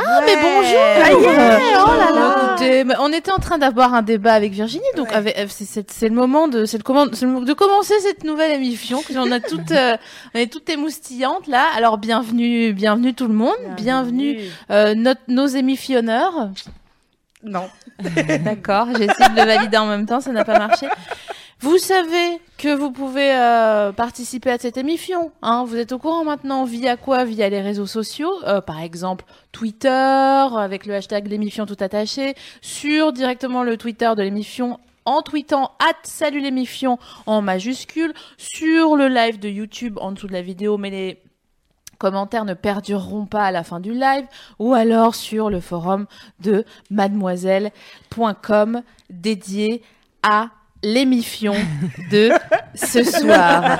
Ah, mais Ouais. bonjour Ah, ouais, yeah. Oh là là Bon, Écoutez, mais on était en train d'avoir un débat avec Virginie, donc Ouais. avec- euh, c'est- c'est c'est le moment de, c'est le comment- c'est le moment de commencer cette nouvelle émission. que On, a toutes, euh, on est toutes émoustillantes là. Alors bienvenue, bienvenue tout le monde, bienvenue, euh, notre, nos émifionneurs. Non. D'accord, j'ai essayé de le valider en même temps, ça n'a pas marché. Vous savez que vous pouvez euh, participer à cette émission. Hein. Vous êtes au courant maintenant via quoi Via les réseaux sociaux, euh, par exemple Twitter avec le hashtag l'émission tout attaché, sur directement le Twitter de l'émission en tweetant at salut l'émission en majuscule, sur le live de YouTube en dessous de la vidéo, mais les commentaires ne perdureront pas à la fin du live, ou alors sur le forum de mademoiselle.com dédié à l'émission de ce soir.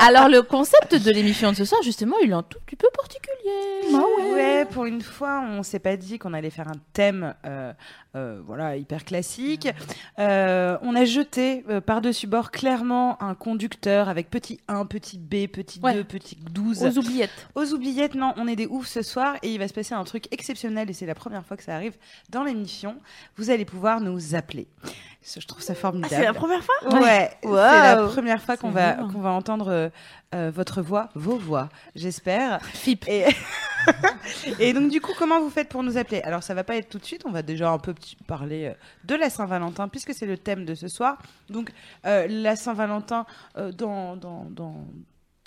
Alors le concept de l'émission de ce soir, justement, il est un tout petit peu particulier. ouais. pour une fois, on s'est pas dit qu'on allait faire un thème euh, euh, voilà, hyper classique. Euh, on a jeté euh, par-dessus bord clairement un conducteur avec petit 1, petit B, petit Ouais. 2, petit 12. Aux oubliettes. Aux oubliettes, non, on est des oufs ce soir et il va se passer un truc exceptionnel et c'est la première fois que ça arrive dans l'émission. Vous allez pouvoir nous appeler. Ça, Je trouve ça formidable. C'est la première fois Ouais, c'est Wow. la première fois qu'on C'est va, énorme. qu'on va entendre euh, euh, votre voix, vos voix, j'espère. FIP. Et... et donc du coup, comment vous faites pour nous appeler Alors ça va pas être tout de suite, on va déjà un peu petit- parler euh, de la Saint-Valentin puisque c'est le thème de ce soir. Donc euh, la Saint-Valentin euh, dans, dans, dans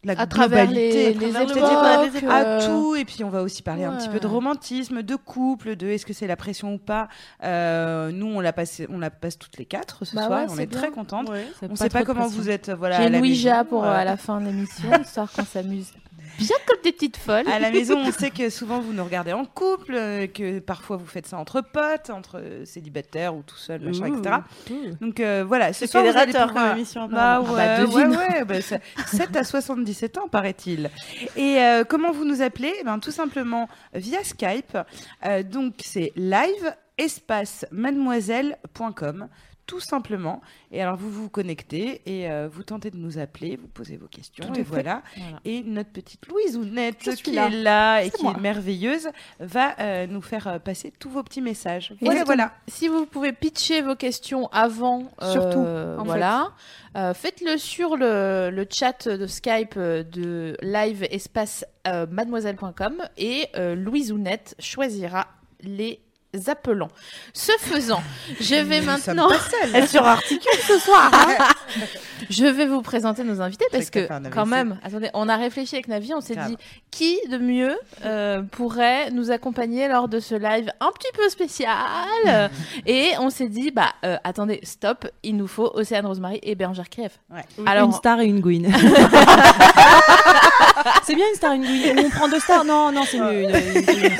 la À travers globalité, les, les travers le époques, débat, les époques. à euh, tout et puis on va aussi parler un petit peu de ouais. romantisme de couple de est-ce que c'est la pression ou pas Euh, nous on la passe on la passe toutes les quatre ce Bah soir ouais, on c'est est bien. très contentes Ouais. on sait pas trop de comment pression. vous êtes euh, voilà J'ai à la une Ouija maison, pour euh, euh, à la fin de l'émission, histoire qu'on s'amuse. Bien comme des petites folles. à la maison, on sait que souvent vous nous regardez en couple, euh, que parfois vous faites ça entre potes, entre euh, célibataires ou tout seul, machin, etc. Donc euh, voilà, ce C'est soir vous allez fédérateur pouvoir- comme émission. Bah apparemment. ouais, bah, ouais, devine. ouais, bah, ça- 7 à 77 ans, paraît-il. Et euh, comment vous nous appelez Eh ben, Tout simplement via Skype. Euh, donc, c'est live espace mademoiselle.com tout simplement et alors vous vous connectez et euh, vous tentez de nous appeler vous posez vos questions Tout à et fait. voilà. Voilà. et notre petite Louise Ounette Je suis qui là. est là et C'est qui moi. est merveilleuse va euh, nous faire euh, passer tous vos petits messages voilà Exactement. voilà Si vous pouvez pitcher vos questions avant, euh, Surtout, en voilà, Euh, faites-le sur le, le chat de Skype euh, de live espace euh, mademoiselle.com et euh, Louise Ounette choisira les appelants. Ce faisant, je vais maintenant, Elle surarticule ce soir. hein. je vais vous présenter nos invités Je sais parce que t'as que fait un AVC. quand même, attendez, on a réfléchi avec Navi, on s'est Grave. dit qui de mieux euh, pourrait nous accompagner lors de ce live un petit peu spécial et on s'est dit bah euh, attendez stop il nous faut Océane Rosemary et Bérangère Krief Alors- Alors... Une star et une gouine. c'est bien une star et une gouine. Ou On prend deux stars. Non, non, c'est mieux. Une, une gouine.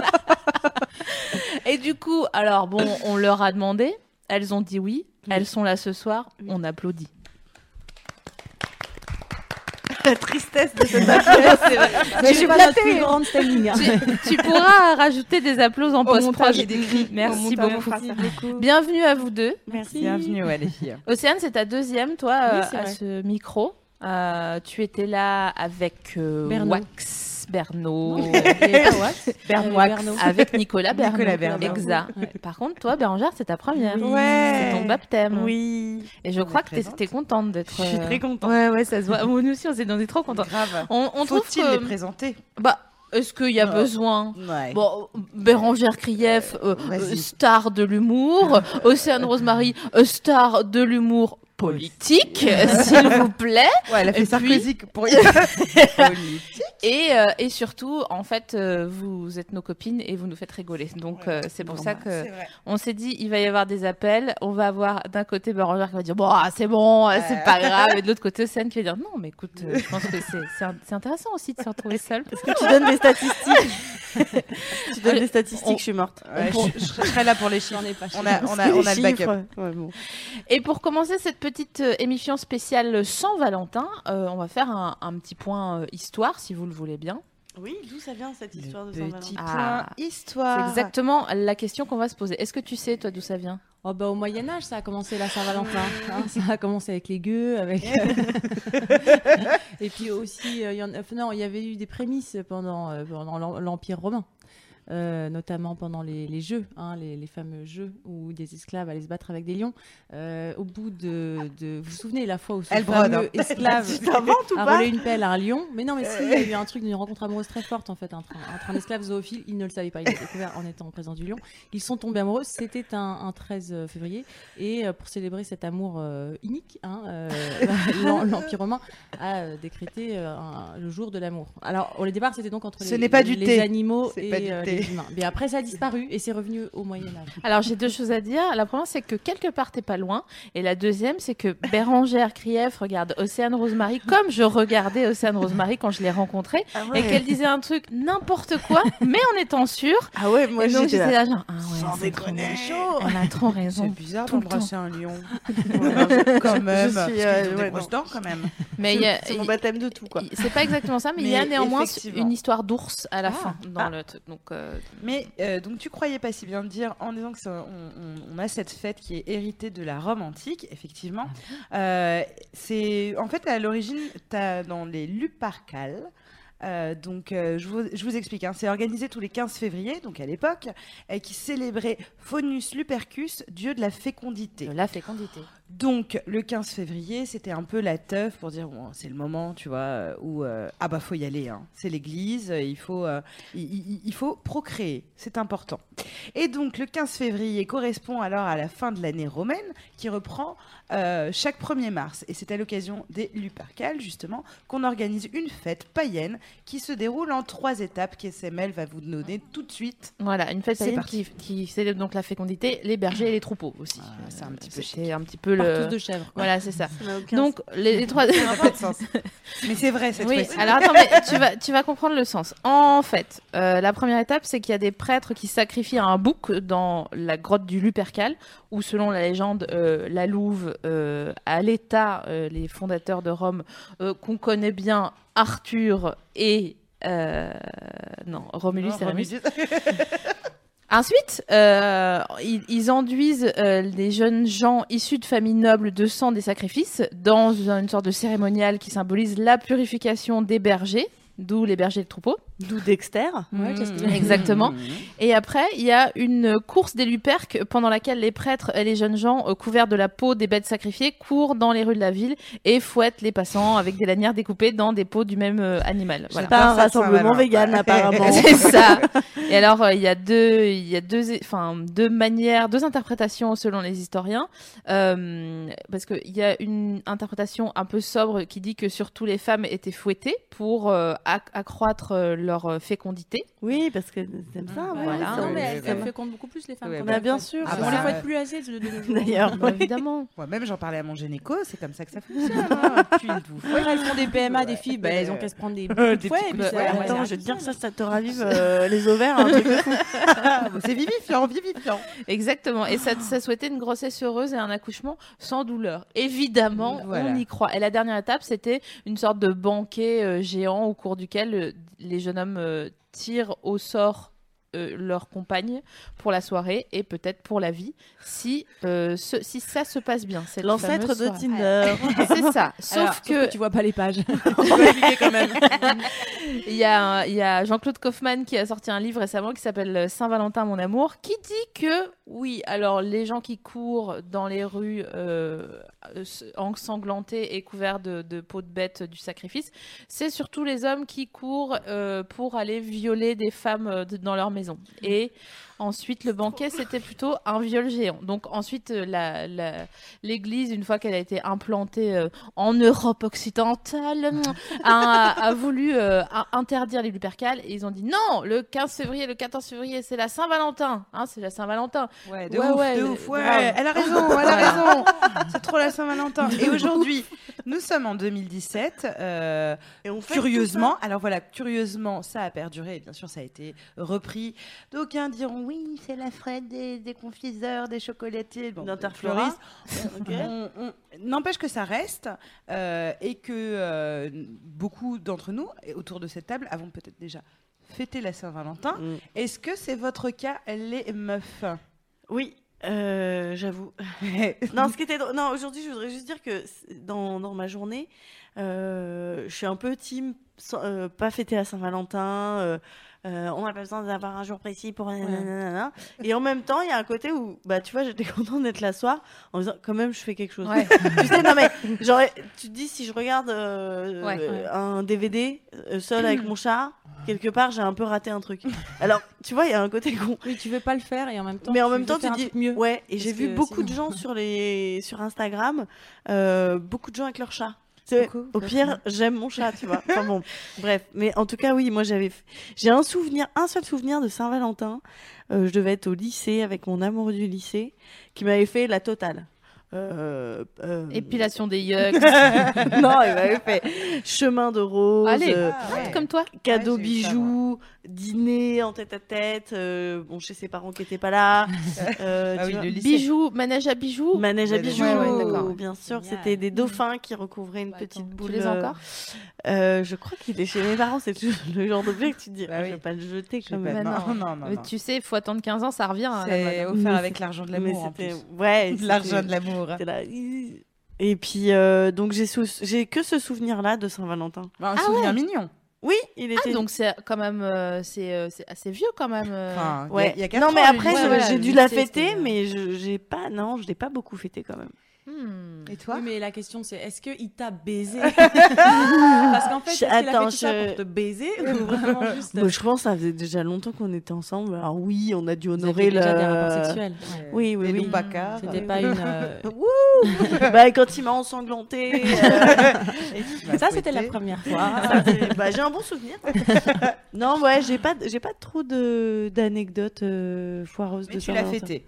et du coup alors bon on leur a demandé elles ont dit oui elles sont là ce soir on applaudit La tristesse de cette Mais Tu- c'est pas notre plus grande standing. hein. tu, tu pourras rajouter des applaudissements en post-prod Au merci montage, on beaucoup fera ça. bienvenue à vous deux Merci. bienvenue ouais, les filles Océane, c'est ta deuxième, toi, Oui, euh, c'est à vrai. ce micro. Euh, tu étais là avec euh, Bernaud. Wax, Bernaud, Euh, Non, mais pas Wax. Bernois. Bernois. avec Nicolas Bernaud. Nicolas Bernaud. Exa. Ouais. Par contre, toi, Bérangère, c'est ta première. Oui. C'est ton baptême. Oui. Et je On crois est que t'es- présente. t'es contente d'être. Je suis euh, très contente. Ouais, ouais, ça se voit. Nous aussi, on est, on est trop contents. grave On, on trouve faut-il les que. présenter Bah, est-ce qu'il y a Non. besoin ouais. Bon, Bérangère Krief, euh, vas-y. euh, star de l'humour. Océane Rosemary, euh, star de l'humour politique, s'il vous plaît. Ouais, elle a Et fait puis- Sarkozy pour Politique. Et, euh, et surtout, en fait, euh, vous êtes nos copines et vous nous faites rigoler. Donc, euh, c'est pour ça que bah, C'est vrai. on s'est dit, il va y avoir des appels. On va avoir d'un côté Baron qui va dire, bon, ah, c'est bon, ah, c'est pas grave. Et de l'autre côté, Océane qui va dire, non, mais écoute, euh, je pense que c'est- c'est un- c'est intéressant aussi de se retrouver seule. Parce que Tu donnes des statistiques. tu donnes Allez, des statistiques, on- je suis morte. Ouais, je, je serai là pour les chiffres. ai pas. On a, on a, on a le backup. Et pour commencer cette petite euh, émission spéciale sans Valentin, euh, on va faire un, un petit point euh, histoire, si vous le voulez bien. Oui, d'où ça vient cette histoire de Petit Saint-Valentin Ah. point histoire. C'est exactement la question qu'on va se poser. Est-ce que tu sais, toi, d'où ça vient Oh bah au Moyen Âge, ça a commencé la Saint-Valentin. hein. ça a commencé avec les gueux, avec. Et puis aussi, euh, il y en a- enfin, non, il y avait eu des prémices pendant, euh, pendant l'em- l'Empire romain, Euh, notamment pendant les, les jeux, hein, les, les fameux jeux où des esclaves allaient se battre avec des lions. Euh, au bout de, de- vous vous souvenez la fois où ce Elle brode, fameux hein. esclave Tu t'inventes ou a pas volé une pelle à un lion. Mais non, mais si, il y a eu un truc d'une rencontre amoureuse très forte en fait entre un, entre un esclave zoophile. Il ne le savait pas, il l'a découvert en étant en présence du lion. Ils sont tombés amoureux. C'était un, un 13 février. Et euh, pour célébrer cet amour euh, unique, hein, euh, l'en- l'Empire romain a euh, décrété euh, un- le jour de l'amour. Alors au départ, c'était donc entre Ce les, n'est pas du les thé. animaux C'est et pas du euh, thé. les humains. Mais après, ça a disparu et c'est revenu au Moyen Âge. Alors j'ai deux choses à dire. La première c'est que quelque part t'es pas loin. Et la deuxième c'est que Bérangère Krief regarde Océane Rosemary comme je regardais Océane Rosemary quand je l'ai rencontrée Ah et qu'elle disait un truc n'importe quoi, mais en étant sûre. Ah ouais, et donc j'étais j'étais là là. genre ah ouais, Sans c'est trop déconner. chaud. Elle a trop C'est raison. bizarre tout le d'embrasser un lion. Je- quand je même. suis, parce qu'ils euh, ont des ouais, grosses non. dents quand même. Mais il y a- C'est c'est mon baptême de tout, quoi. il- c'est pas exactement ça, mais il y a Mais néanmoins effectivement. une histoire d'ours à la Ah. fin dans Ah. le truc. Donc euh, Mais euh, donc tu croyais pas si bien dire en disant que ça- on, on- on a cette fête qui est héritée de la Rome antique, Ah effectivement. Euh, c'est en fait à l'origine t'as dans les Luparcales. euh, donc, euh, je, vous, je vous explique, hein. c'est organisé tous les 15 février, donc à l'époque, et qui célébrait Faunus Lupercus, dieu de la fécondité. de la fécondité. Donc, le 15 février, c'était un peu la teuf pour dire bon, c'est le moment, tu vois, euh, où euh, ah bah faut y aller, hein. c'est l'église, euh, il faut euh, il- il, il faut procréer, c'est important. Et donc, le 15 février correspond alors à la fin de l'année romaine qui reprend euh, chaque 1er mars. Et c'est à l'occasion des Lupercales, justement, qu'on organise une fête païenne qui se déroule en trois étapes qu'SML va vous donner tout de suite. Voilà, une fête C'est païenne parti. qui, qui célèbre donc la fécondité, les bergers et les troupeaux aussi. Ah, c'est un petit peu C'était un petit peu le. Partout de chèvres. quoi. Voilà, c'est ça. Ça n'a aucun Donc les, les trois. Pas de sens. Mais c'est vrai cette oui. fois-ci. Alors attends, mais tu vas tu vas comprendre le sens. En fait, euh, la première étape, c'est qu'il y a des prêtres qui sacrifient un bouc dans la grotte du Lupercal, où selon la légende, euh, la Louve, euh, à l'État, euh, les fondateurs de Rome, euh, qu'on connaît bien, Arthur et euh, non Romulus Non, et Rémus. Romulus. Ensuite, euh, ils, ils enduisent euh, des jeunes gens issus de familles nobles de sang des sacrifices dans une sorte de cérémonial qui symbolise la purification des bergers, d'où les bergers de troupeau. D'où Dexter. Ouais, qu'est-ce que- Mm, Mmh. Exactement. Et après, il y a une course des Luperques pendant laquelle les prêtres et les jeunes gens euh, couverts de la peau des bêtes sacrifiées courent dans les rues de la ville et fouettent les passants avec des lanières découpées dans des peaux du même euh, animal. Voilà. C'est pas un Ça, ça rassemblement va, vegan, ouais. apparemment. C'est ça. Et alors, euh, il y a deux, il y a deux, enfin, deux manières, deux interprétations selon les historiens, Euh, parce que il y a une interprétation un peu sobre qui dit que surtout les femmes étaient fouettées pour euh, acc- accroître euh, leur euh, fécondité. Oui, parce que t'aimes ça, ouais, Voilà. ça, Non, mais ça elles me- elles fécondent beaucoup plus les femmes. Ouais, qu'on bah, les bien fouette. sûr. Ah, Ah, on les bah, fouette ouais. plus assez de de nos jours. D'ailleurs, Bah, évidemment. Moi-même, j'en parlais à mon gynéco, c'est comme ça que ça fonctionne. Ah, hein. Puis il vous Ouais, elles font des PMA, des Ouais. filles, bah, elles ont qu'à se prendre des, Des petits fouets, coups et de puis fouet. ça- Attends, ça- je vais te dire ça, ça te ravive euh, les ovaires, un truc de fou. Ah, bon, c'est vivifiant, vivifiant. Exactement. Et ça, ça souhaitait une grossesse heureuse et un accouchement sans douleur. Évidemment, Voilà. on y croit. Et la dernière étape, c'était une sorte de banquet euh, géant au cours duquel euh, les jeunes hommes euh, tirent au sort euh, leur compagne pour la soirée et peut-être pour la vie, si, euh, ce- si ça se passe bien. cette L'ancêtre fameuse de soirée. Tinder. C'est ça. Sauf Alors, que tu vois pas les pages. Il y a, un- il y a Jean-Claude Kaufmann qui a sorti un livre récemment qui s'appelle euh, Saint-Valentin, mon amour, qui dit que, oui, alors les gens qui courent dans les rues euh, s- ensanglantés et couverts de, de peau de bête du sacrifice, c'est surtout les hommes qui courent euh, pour aller violer des femmes euh, de- dans leur maison. maison. Et ensuite, le banquet, c'était plutôt un viol géant. Donc ensuite, euh, la- la- l'église, une fois qu'elle a été implantée euh, en Europe occidentale, a, a voulu euh, a- interdire les lupercales. Et ils ont dit non, le 15 février, le 14 février, c'est la Saint-Valentin. Hein, c'est la Saint-Valentin. Ouais, de Ouais, ouf, ouais, de le- ouf. Ouais, grave. elle a raison, elle a Voilà. raison. C'est trop la Saint-Valentin. Et aujourd'hui, nous sommes en 2017. euh, Et on fait curieusement, alors voilà, curieusement, ça a perduré. et Bien sûr, ça a été repris. D'aucuns diront oui, c'est la frette des, des confiseurs, des chocolatiers, bon, D'Interflora. fleuristes. On- on- N'empêche que ça reste euh, et que euh, beaucoup d'entre nous, et autour de cette table, avons peut-être déjà fêté la Saint-Valentin. Mm. Est-ce que c'est votre cas, les meufs Oui, euh, j'avoue. Non, ce qui était drôle- non, aujourd'hui, je voudrais juste dire que c- dans, dans ma journée, euh, je suis un peu team sans- euh, pas fêter la Saint-Valentin. euh, euh, on n'a pas besoin d'avoir un jour précis pour nanana. et en même temps il y a un côté où bah tu vois j'étais contente d'être là ce soir en me disant quand même je fais quelque chose Ouais. tu sais non mais genre tu te dis si je regarde euh, Ouais. euh, un DVD euh, seul avec mon chat quelque part j'ai un peu raté un truc alors tu vois il y a un côté con Oui, tu veux pas le faire et en même temps. mais en tu même veux temps, tu faire un dis truc mieux. ouais. Et Parce j'ai vu que beaucoup de sinon- gens sur les sur Instagram, euh, beaucoup de gens avec leur chat. C'est- Coucou, Au bah pire, j'aime mon chat, tu vois. Enfin bon, bref. Mais en tout cas, oui, moi j'avais, f- j'ai un souvenir, un seul souvenir de Saint-Valentin. Euh, je devais être au lycée avec mon amoureux du lycée, qui m'avait fait la totale. Euh, euh, Épilation des yeux. non, il m'avait fait chemin de rose. Allez. euh, Ah ouais. comme toi. cadeaux Ouais, j'ai eu ça, bijoux, dîner en tête à tête, euh, bon chez ses parents qui étaient pas là, euh, Ah tu oui, vois. le lycée. Bijoux, manège à bijoux. Manège à Ouais, Mm. bijoux, ouais, ouais, d'accord. bien sûr. Génial. C'était des dauphins qui recouvraient une Bah, petite attends, tu boule. tu les as euh, encore euh, Je crois qu'il est chez mes parents. C'est toujours le genre d'objet que tu te dis. Bah Ah, oui. Je vais pas le jeter Je sais quand pas, même. Mais non, non. non, non, Mais non. tu sais, faut attendre 15 ans, ça revient. à la mode. C'est Mais offert avec c'est- l'argent de Mais l'amour. en c'était plus. ouais, De c'était- l'argent de l'amour. c'était là. Et puis euh, donc j'ai sou- j'ai que ce souvenir là de Saint-Valentin. Bah, un Ah souvenir mignon. Oui, il Ah, était. donc c'est quand même euh, c'est euh, c'est assez vieux quand même. euh. Enfin, il y a- Ouais. il y a quatre non mais ans, après lui. ouais, je- voilà, j'ai le dû la lycée, fêter, c'était- mais je- j'ai pas non, je l'ai pas beaucoup fêté quand même. Hmm. Et toi Oui, mais la question c'est est-ce qu'il t'a baisé Parce qu'en fait, Je- est-ce qu'il a fait attends, tout ça je- pour te baiser ou vraiment juste euh, Bah, je pense que ça faisait déjà longtemps qu'on était ensemble. Alors oui, on a dû Vous aviez honorer déjà des le. rapports sexuels. Oui, oui, Mmh. Les oui. Loupacas. C'était pas une. euh, bah, quand il m'a ensanglantée. euh, Ça, c'était la première fois. ça faisait- bah, j'ai un bon souvenir. non, ouais, j'ai pas, j'ai pas trop de d'anecdotes euh, foireuses Mais de tu l'as Saint-Valentin. fêté.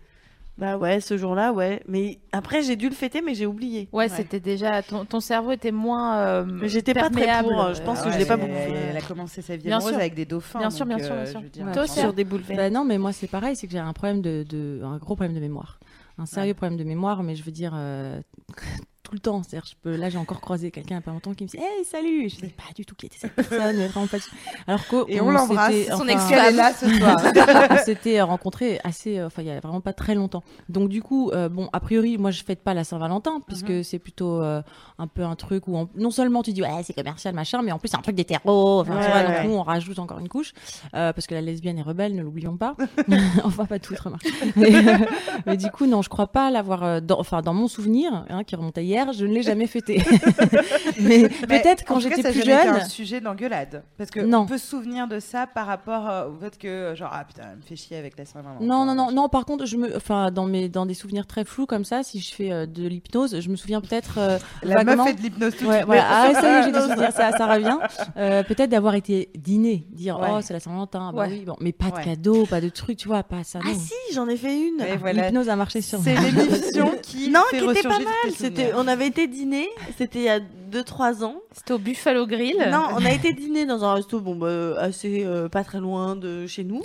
Bah ouais, ce jour-là, ouais. Mais après, j'ai dû le fêter, mais j'ai oublié. Ouais, c'était déjà ton, ton cerveau était moins. euh, Mais j'étais pas très perméable, pour, euh, je pense euh, que je ouais, l'ai pas mais- beaucoup fait. Elle a commencé sa vie Bien amoureuse sûr. avec des dauphins. Bien sûr, donc, bien sûr, euh, bien sûr. je veux dire, Ouais. Toi aussi, Sur des boules vertes. Bah non, mais moi c'est pareil, c'est que j'ai un problème de, de- un gros problème de mémoire, un sérieux problème de mémoire, mais je veux dire euh, tout le temps. C'est-à-dire, je peux, là j'ai encore croisé quelqu'un il y a pas longtemps qui me dit, hey salut, Et je sais pas du tout qui était cette personne, mais vraiment pas du tout. Alors que Et on l'embrasse, s'était- son Parce ex-femme. qu'elle est là ce soir. on s'était rencontrés assez, euh, enfin, il y a vraiment pas très longtemps. Donc, du coup, euh, bon, a priori, moi, je fête pas la Saint-Valentin, puisque Mhm. c'est plutôt euh, un peu un truc où, on- non seulement tu dis, ouais, c'est commercial, machin, mais en plus, c'est un truc d'hétéro. Enfin, tu Ouais, vois, ouais. donc, nous, on rajoute encore une couche, euh, parce que la lesbienne est rebelle, ne l'oublions pas. enfin, pas toutes, remarque. Mais, euh, mais du coup, non, je crois pas l'avoir, euh, dans- enfin, dans mon souvenir, hein, qui remonte à hier, je ne l'ai jamais fêté. mais Mais peut-être en quand tout cas, j'étais ça a plus jamais été jeune. un sujet d'engueulade. Parce que Non. on peut se souvenir de ça par rapport euh, au fait que, genre, ah putain, elle me fait chier avec la Saint-Valentin. Non, non, non, non. Par contre, je me, enfin, dans mes, dans des souvenirs très flous comme ça, si je fais euh, de l'hypnose, je me souviens peut-être euh, La vaguement. meuf fait de l'hypnose tout de Ouais, suite. voilà. mais- Ah, ça y est, j'ai des souvenirs, ça, ça revient. Euh, peut-être d'avoir été dîner, dire Ouais. oh c'est la Saint-Valentin, bah Ouais. oui, bon, mais pas de Ouais. cadeau, pas de truc, tu vois, pas ça. Ah non. si, j'en ai fait une. Mais voilà. L'hypnose a marché sur moi. C'est l'émission qui Non, fait qui était pas ressurgir mal. tous tes C'était, souvenirs. on avait été dîner. C'était il y a 2-3 ans. C'était au Buffalo Grill. Non, on a été dîner dans un resto, bon, bah, assez euh, pas très loin de chez nous.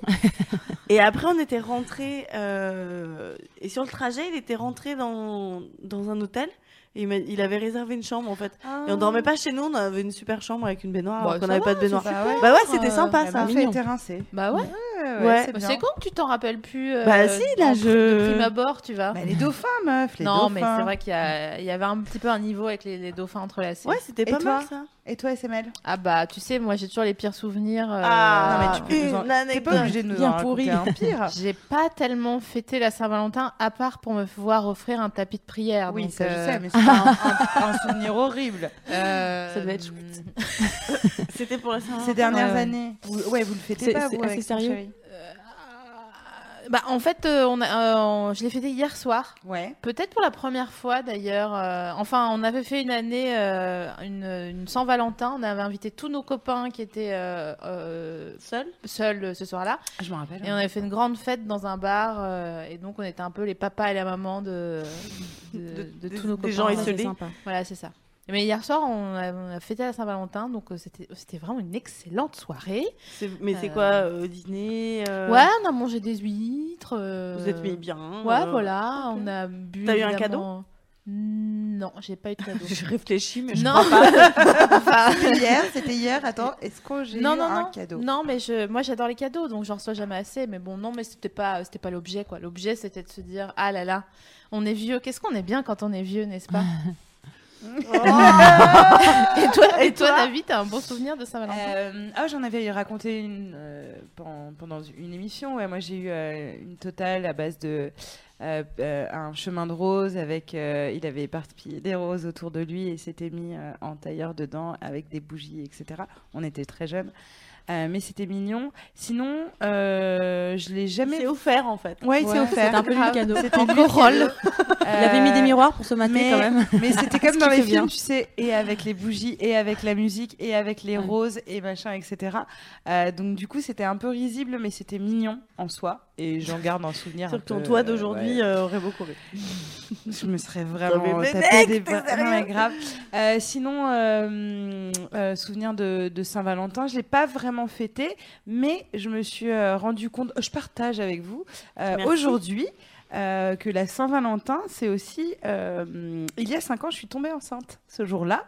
et après, on était rentré. et sur le trajet, il était rentré dans, dans un hôtel. Et il, m'a- il avait réservé une chambre en fait. Et on dormait pas chez nous, on avait une super chambre avec une Ah. baignoire, Bah, alors qu'on ça n'avait pas de Bah baignoire. ouais. Bah ouais, c'était euh, sympa La ça. meuf a mignon. été rincée. Bah ouais. Ouais, Ouais. c'est Bah, bien. C'est con que tu t'en rappelles plus. euh, Bah si, là, en- je- De prime abord, tu vois. Bah, les dauphins, meuf, les dauphins. non, mais c'est vrai qu'il y, a- il y avait un petit peu un niveau avec les, les dauphins entrelacés. Ouais, c'était Et pas toi mal ça. Et toi, SML Ah bah, tu sais, moi j'ai toujours les pires souvenirs. euh, Ah, non, mais tu peux nous en- une T'es anecdote. pas obligé de nous bien en raconter pourri. un pire. Ah, J'ai pas tellement fêté la Saint-Valentin à part pour me voir offrir un tapis de prière. Oui, donc, ça je euh, sais, mais c'est pas un, un- un souvenir horrible. euh, Ça devait être chouette. C'était pour la Saint-Valentin. Ces dernières ouais. années. Vous- ouais, vous le fêtez C'est- pas, c'est vous, assez avec ton sérieux. chéri Bah, en fait, euh, on a, euh, on- je l'ai fêté hier soir. Ouais. Peut-être pour la première fois d'ailleurs. euh, enfin, on avait fait une année, euh, une, une Saint-Valentin. On avait invité tous nos copains qui étaient euh, euh, Seul seuls euh, ce soir-là. Je me rappelle. hein. Et hein. on avait fait une grande fête dans un bar. euh, et donc, on était un peu les papas et la maman de, de, de des- tous nos des copains. gens Ouais, c'est isolés. sympa. Voilà, c'est ça. Mais hier soir, on a, on a fêté la Saint-Valentin. Donc, euh, c'était c'était vraiment une excellente soirée. C'est- Mais c'est Euh, quoi euh, Dîner euh, Ouais, on a mangé des huîtres. euh, Vous êtes mis bien Ouais, euh, voilà, ok. on a bu. T'as eu un cadeau évidemment- Non, j'ai pas eu de cadeau. Je réfléchis, mais je non, crois pas. Enfin, C'était hier, c'était hier. Attends, est-ce que j'ai eu non, non, un non. cadeau Non, mais je, moi j'adore les cadeaux, donc j'en reçois jamais assez. Mais bon, non, mais c'était pas, c'était pas l'objet, quoi. L'objet, c'était de se dire, ah là là, on est vieux. Qu'est-ce qu'on est bien quand on est vieux, n'est-ce pas Oh. Et toi, et toi, toi David, t'as un bon souvenir de Saint-Valentin Euh, ah, j'en avais raconté une euh, pen- pendant une émission. Ouais, moi, j'ai eu euh, une totale à base de euh, euh, un chemin de roses avec. euh, il avait éparpillé des roses autour de lui et s'était mis euh, en tailleur dedans avec des bougies, etc. On était très jeunes, Euh, mais c'était mignon. Sinon, euh, je l'ai jamais. C'est offert en fait. Ouais, il s'est Ouais, C'était offert. un peu lui le cadeau. En corolle. Il avait mis des miroirs pour se mater mais- quand même. Euh, Mais c'était comme Ce dans qui les fait films, bien. tu sais, et avec les bougies, et avec la musique, et avec les Ouais. roses, et machin, etc. Euh, donc du coup, c'était un peu risible, mais c'était mignon en soi, et j'en garde un souvenir. Sur un ton peu, toit euh, d'aujourd'hui ouais. euh, aurait beaucoup ri. je me serais vraiment mais tapé mec, des t'es barres. Non, sérieux mais grave. Euh, sinon, euh, euh, souvenir de, de Saint-Valentin, je l'ai pas vraiment fêté, mais je me suis euh, rendu compte. Je partage avec vous euh, Merci. aujourd'hui. euh, que la Saint-Valentin, c'est aussi. euh, il y a cinq ans, je suis tombée enceinte ce jour-là.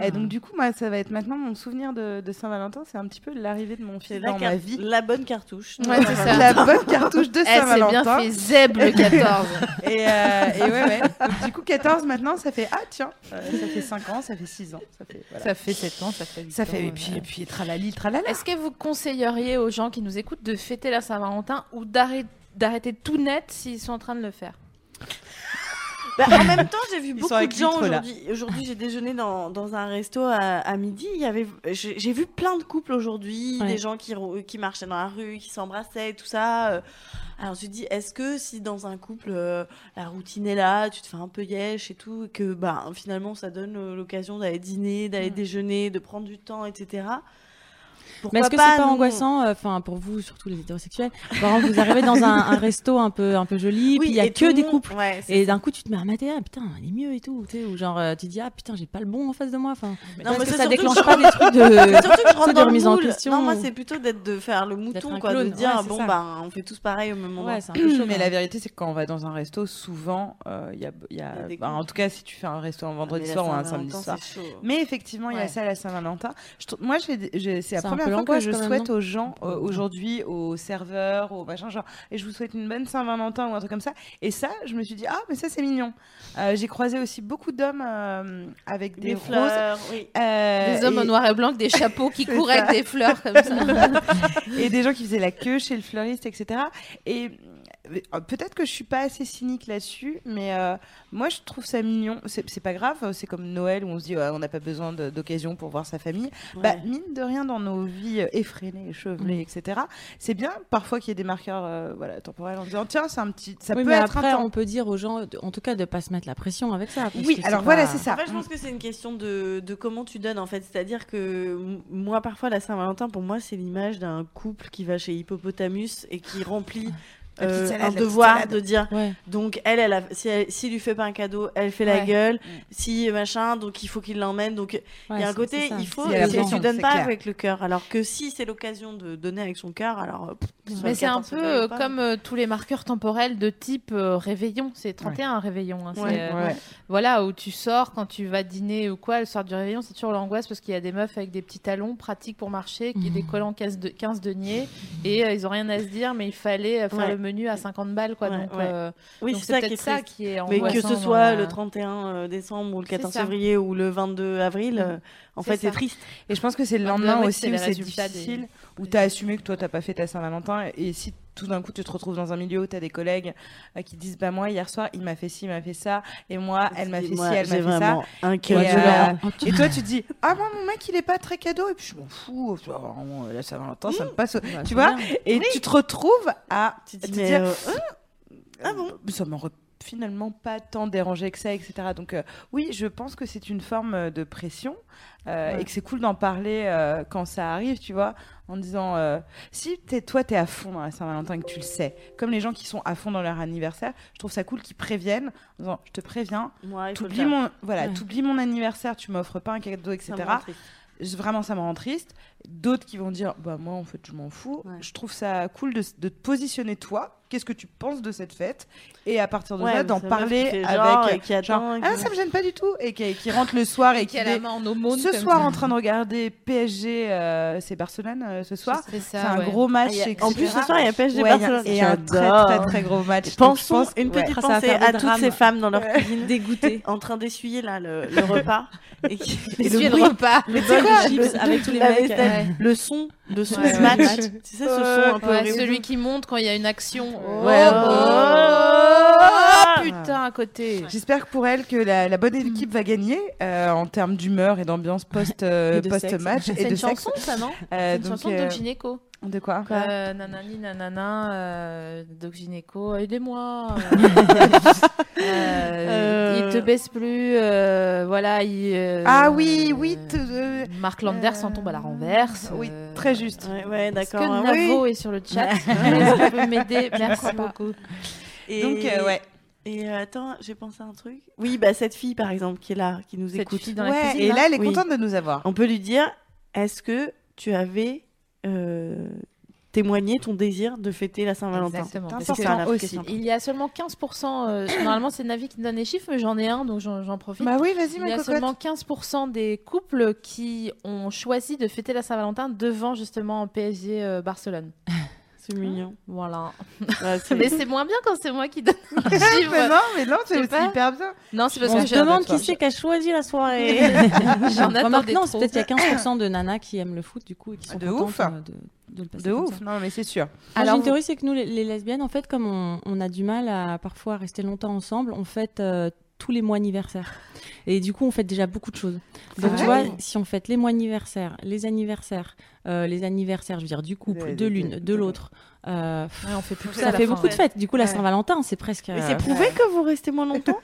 Ah. Et donc, du coup, moi, ça va être maintenant mon souvenir de, de Saint-Valentin. C'est un petit peu l'arrivée de mon C'est fils la, dans car- ma vie. la bonne cartouche. Ouais, c'est ça. La bonne cartouche de Eh, c'est bien Saint-Valentin. fait, Zeb le 14. Et, euh, et ouais, ouais. Donc, du coup, 14 maintenant, ça fait ah tiens, euh, ça fait 5 ans, ça fait 6 ans, ça fait voilà. ça fait 7 ans, ça fait Ça fait et puis et puis tralali tralala. Est-ce que vous conseilleriez aux gens qui nous écoutent de fêter la Saint-Valentin ou d'arrêter d'arrêter tout net s'ils sont en train de le faire Bah, en même temps, j'ai vu sont beaucoup avec de gens l'huître, là. aujourd'hui. Aujourd'hui, j'ai déjeuné dans, dans un resto à, à midi. Il y avait, j'ai j'ai vu plein de couples aujourd'hui, Ouais. des gens qui, rou- qui marchaient dans la rue, qui s'embrassaient, tout ça. euh. Alors, je me dis, est-ce que si dans un couple, euh, la routine est là, tu te fais un peu yesh et tout, et que bah, finalement, ça donne euh, l'occasion d'aller dîner, Hmm. d'aller déjeuner, de prendre du temps, etc. Pourquoi Mais est-ce que c'est pas nous- angoissant, euh, enfin pour vous surtout les hétérosexuels, par exemple, vous arrivez dans un, un resto un peu un peu joli, Oui, puis il y a et tout que le des monde- couples. Ouais, c'est Et d'un coup, tu te mets à mater, ah, putain, il est mieux et tout, tu sais, ou genre, euh, tu te dis, ah putain, j'ai pas le bon en face de moi, enfin, Non, parce mais c'est que ça surtout déclenche que- pas des trucs de. C'est surtout que je rentre de dans le remise en moule. question. Non, moi, c'est plutôt d'être de faire le D'être mouton, un quoi, de clone. dire Ouais, ah, c'est bon, ça. bah, on fait tous pareil au même moment. Ouais, c'est un peu chaud. Mais la quand même. vérité, c'est que quand on va dans un resto, souvent, euh, il y a, il y a- Ah, Il y a des bah, en tout cas, si tu fais un resto un vendredi soir ou un samedi soir. Mais effectivement, il y a Ouais. ça à la Saint-Valentin. Je trou- Moi, j'ai- j'ai- c'est la C'est un première fois peu que l'angoisse, je quand même, souhaite non aux gens Un peu euh, l'angoisse. aujourd'hui, aux serveurs, aux machins, genre, et je vous souhaite une bonne Saint-Valentin ou un truc comme ça. Et ça, je me suis dit, ah, mais ça, c'est mignon. Euh, j'ai croisé aussi beaucoup d'hommes euh, avec des, Des roses. fleurs, oui. euh, Des hommes et- en noir et blanc, avec des chapeaux qui C'est courent ça. avec des fleurs comme ça. et des gens qui faisaient la queue chez le fleuriste, etc. Et euh, peut-être que je suis pas assez cynique là-dessus, mais euh, moi je trouve ça mignon. C'est c'est pas grave, c'est comme Noël où on se dit ouais, on n'a pas besoin de- d'occasion pour voir sa famille. Bah, mine de rien, dans nos vies euh, effrénées, échevelées, Mm. etc., c'est bien parfois qu'il y ait des marqueurs euh, voilà, temporels en disant tiens, c'est un petit, ça Oui, peut mais être après, un temps. on peut dire aux gens, de- en tout cas, de pas se mettre la pression avec ça. parce que Oui, c'est alors pas- voilà, c'est ça. En fait, je pense que c'est une question de, de comment tu donnes, en fait. C'est-à-dire que m- moi, parfois, la Saint-Valentin, pour moi, c'est l'image d'un couple qui va chez Hippopotamus et qui remplit Ah, La petite euh, salade, la un petite devoir salade. de dire Ouais. Donc elle, elle, a- si elle s'il lui fait pas un cadeau, elle fait la Ouais. gueule. Si machin, donc il faut qu'il l'emmène. Donc il Ouais, y a un c'est- c'est côté, ça. il faut. C'est la Si raison, tu donnes c'est pas clair. avec le cœur, alors que si c'est l'occasion de donner avec son cœur, alors. euh, pff, que ce soit Mais le c'est un 14 peu février euh, ou pas. comme euh, tous les marqueurs temporels de type euh, réveillon. C'est 31 réveillon. hein, c'est, Ouais. euh, Ouais. Voilà, où tu sors quand tu vas dîner ou quoi, le soir du réveillon, c'est toujours l'angoisse parce qu'il y a des meufs avec des petits talons pratiques pour marcher, qui des collants 15, de, 15 deniers, et euh, ils ont rien à se dire, mais il fallait euh, faire Ouais. le menu à 50 balles, quoi. Ouais, donc, ouais. euh, Oui, donc c'est ça qui est peut-être ça triste. qui est Mais que angoissant ce dans soit la- le 31 décembre ou le C'est 14 ça. février ou le 22 avril, euh, en C'est fait, ça. c'est triste. Et je pense que c'est le Donc, lendemain oui, aussi c'est où les c'est résultats des- difficile, où tu as assumé que toi, t'as pas fait ta Saint-Valentin. Et si tout d'un coup, tu te retrouves dans un milieu où tu as des collègues euh, qui disent Bah, moi, hier soir, il m'a fait ci, il m'a fait ça, et moi, elle m'a fait Moi, ci, elle m'a j'ai fait ça. vraiment un Et, cœur de euh, lard. et toi, tu dis Ah, moi, mon mec, il est pas très cadeau, et puis je m'en fous, tu vois, vraiment, euh, la Saint-Valentin, Mmh. ça me passe. au- Bah, tu c'est vois bien. Et tu te retrouves à Tu te te dis, mais, dire euh, Ah bon Ça m'aurait finalement pas tant dérangé que ça, etc. Donc, euh, oui, je pense que c'est une forme euh, de pression euh, et que c'est cool d'en parler euh, quand ça arrive, tu vois, en disant euh, si t'es, toi, t'es à fond dans la Saint-Valentin et que tu le sais, comme les gens qui sont à fond dans leur anniversaire, je trouve ça cool qu'ils préviennent en disant je te préviens, Moi, il faut le t'oublies faire. mon, voilà, Ouais. t'oublies mon anniversaire, tu m'offres pas un cadeau, etc. Ça me rend triste. Je- vraiment ça me rend triste d'autres qui vont dire bah moi en fait je m'en fous Ouais. je trouve ça cool de, s- de te positionner toi qu'est-ce que tu penses de cette fête et à partir de Ouais, là ou d'en sa meuf qui parler fait genre et avec qui attend et ah qui- ça me gêne pas du tout et qui, qui rentre le soir et qui Qui a la est main en aumône. ce comme soir ça. en train de regarder PSG euh, c'est Barcelone euh, ce soir C'est c'est ça, un ouais. gros match Ah, y a- etc. En plus, ce soir, il y a PSG Ouais, il y a- Barcelone. et un très très très gros match Donc, je Pensons pense- une ouais. petite Ah, ça va pensée faire des à toutes drames. ces femmes dans leur cuisine Dégoûté. en train d'essuyer là le, le repas et, qui- et Essuyer le le bruit, repas. Le sais bol quoi, de chips le- avec tous les la mecs. vaisselle. euh, Ouais. le son de son Ouais, ouais, match. ouais. Tu sais, ce son un peu Ouais, horrible. celui qui monte quand il y a une action. Oh, Ouais. oh, putain, à Ah, côté. Hmm. J'espère que pour elle que la, la bonne équipe va gagner euh, en termes d'humeur et d'ambiance post euh, Et de post match sexe. et C'est de une sexe. chanson, ça, non Euh, C'est une donc, chanson euh, de Gineco. de quoi Euh, nanani, nanana, euh, Doc Gynéco, aidez-moi. euh, euh, Il te baisse plus, euh, voilà. Il, euh, Ah oui, oui. euh, te- euh, Marc Landers en tombe à la renverse. Oui, euh, très juste. Ouais, ouais, Est-ce que d'accord. hein, oui. Navo est sur le chat Est-ce que peut m'aider Merci beaucoup. Et- Donc euh, ouais. Et euh, attends, j'ai pensé à un truc. Oui, bah cette fille par exemple qui est là, qui nous Cette écoute. fille dans la Ouais, cuisine, et là, elle est Oui. contente de nous avoir. On peut lui dire est-ce que tu avais euh, témoigné ton désir de fêter la Saint-Valentin Exactement. C'est parce important. que important la aussi. question. Il y a seulement 15%. euh, normalement, c'est Navi qui donne les chiffres, mais j'en ai un, donc j'en j'en profite. Bah oui, vas-y Il y ma a cocotte. seulement 15% des couples qui ont choisi de fêter la Saint-Valentin devant justement PSG euh, Barcelone. C'est mignon. Voilà. Ouais, c'est- Mais c'est moins bien quand c'est moi qui donne le mais chiffre. non, mais non, c'est Je sais aussi pas. hyper bien. Non, c'est parce On que se j'ai un demande autre. qui c'est qui a choisi la soirée. J'en Remarque, attendais non, c'est trop. peut-être qu'il y a 15% de nanas qui aiment le foot, du coup, et qui sont Ah, De contentes, ouf. euh, de, de le passer De comme ouf. ça. Non, mais c'est sûr. Moi, Alors, j'ai une théorie, c'est que nous, les, les lesbiennes, en fait, comme on, on a du mal à parfois rester longtemps ensemble, on fête euh, tous les mois anniversaires. Et du coup, on fête déjà beaucoup de choses. Donc, Ah tu ouais vois, si on fête les mois anniversaires, les anniversaires, euh, les anniversaires, je veux dire, du couple, Des- de des- l'une, des- de l'autre, euh, pff, Ouais, on fait plus que ça. à ça la fait fin. beaucoup de fêtes. Du coup, la Ouais. Saint-Valentin, c'est presque. Mais euh, c'est prouvé que vous restez moins longtemps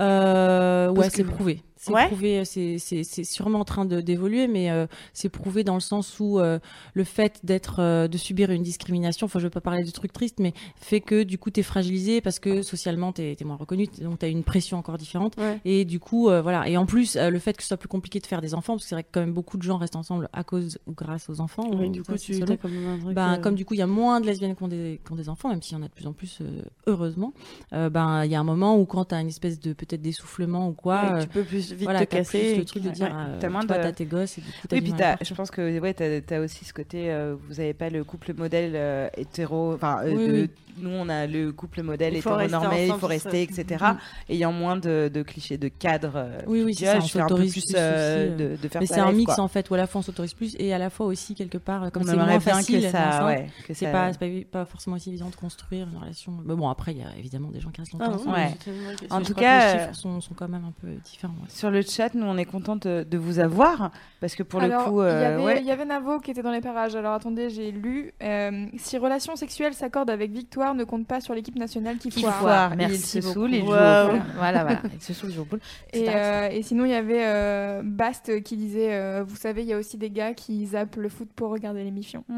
euh, ouais, que- c'est prouvé. C'est Ouais. prouvé, euh, c'est- c'est c'est sûrement en train de- d'évoluer, mais euh, c'est prouvé dans le sens où euh, le fait d'être, euh, de subir une discrimination, enfin je veux pas parler de trucs tristes, mais fait que du coup t'es fragilisé parce que socialement t'es t'es moins reconnu, t- donc t'as une pression encore différente. Ouais. Et du coup, euh, voilà. Et en plus, euh, le fait que ce soit plus compliqué de faire des enfants, parce que c'est vrai que quand même beaucoup de gens restent ensemble à cause ou grâce aux enfants. ou- ça, c'est selon. comme un truc. euh, Ben, Comme du coup, il y a moins de lesbiennes qui ont des, qui ont des enfants, même s'il y en a de plus en plus, euh, heureusement. Euh, ben, il y a un moment où quand tu as une espèce de peut-être d'essoufflement ou quoi, euh, tu peux plus vite voilà, te t'as plus casser. le truc de Ouais. dire, ouais, euh, t'as moins toi, de- t'as tes gosses et du coup, t'as Oui, du puis mal à t'as- partir. je pense que ouais, t'as as aussi ce côté, euh, vous avez pas le couple modèle euh, hétéro, enfin, euh, Oui, de- oui. nous on a le couple modèle Il faut rester hétéronormé, il faut ensemble, rester, etc. Mhm. Ayant moins de, de clichés, de cadres. euh, Oui, oui, tu c'est vois, ça, on je fais un peu s'autorise plus plus euh, aussi, de, de faire Mais ça c'est un live, mix quoi. en fait, où à la fois on s'autorise plus et à la fois aussi quelque part, comme On c'est aimerait moins bien facile, que d'être ça, enceinte, ouais, que c'est ça- pas, c'est pas, pas forcément aussi évident de construire une relation. Mais bon, après, il y a évidemment des gens qui restent longtemps. Ah, non, ensemble, ouais. mais En je tout crois que cas, les chiffres euh, sont, sont quand même un peu différents. ouais. Sur le chat, nous on est content de, de vous avoir parce que pour Alors, le coup, il y euh, avait- ouais, il y avait Navo qui était dans les parages. Alors attendez, j'ai lu. euh, si relation sexuelle s'accorde avec victoire, ne compte pas sur l'équipe nationale qui Qui foire. foire. Voir, Merci il se beaucoup. saoule, il joue au Voilà. foot. Voilà, voilà. Il se saoule, il joue au boule. Et, euh, et sinon, il y avait euh, Bast qui disait euh, Vous savez, il y a aussi des gars qui zappent le foot pour regarder les mifions. Oh.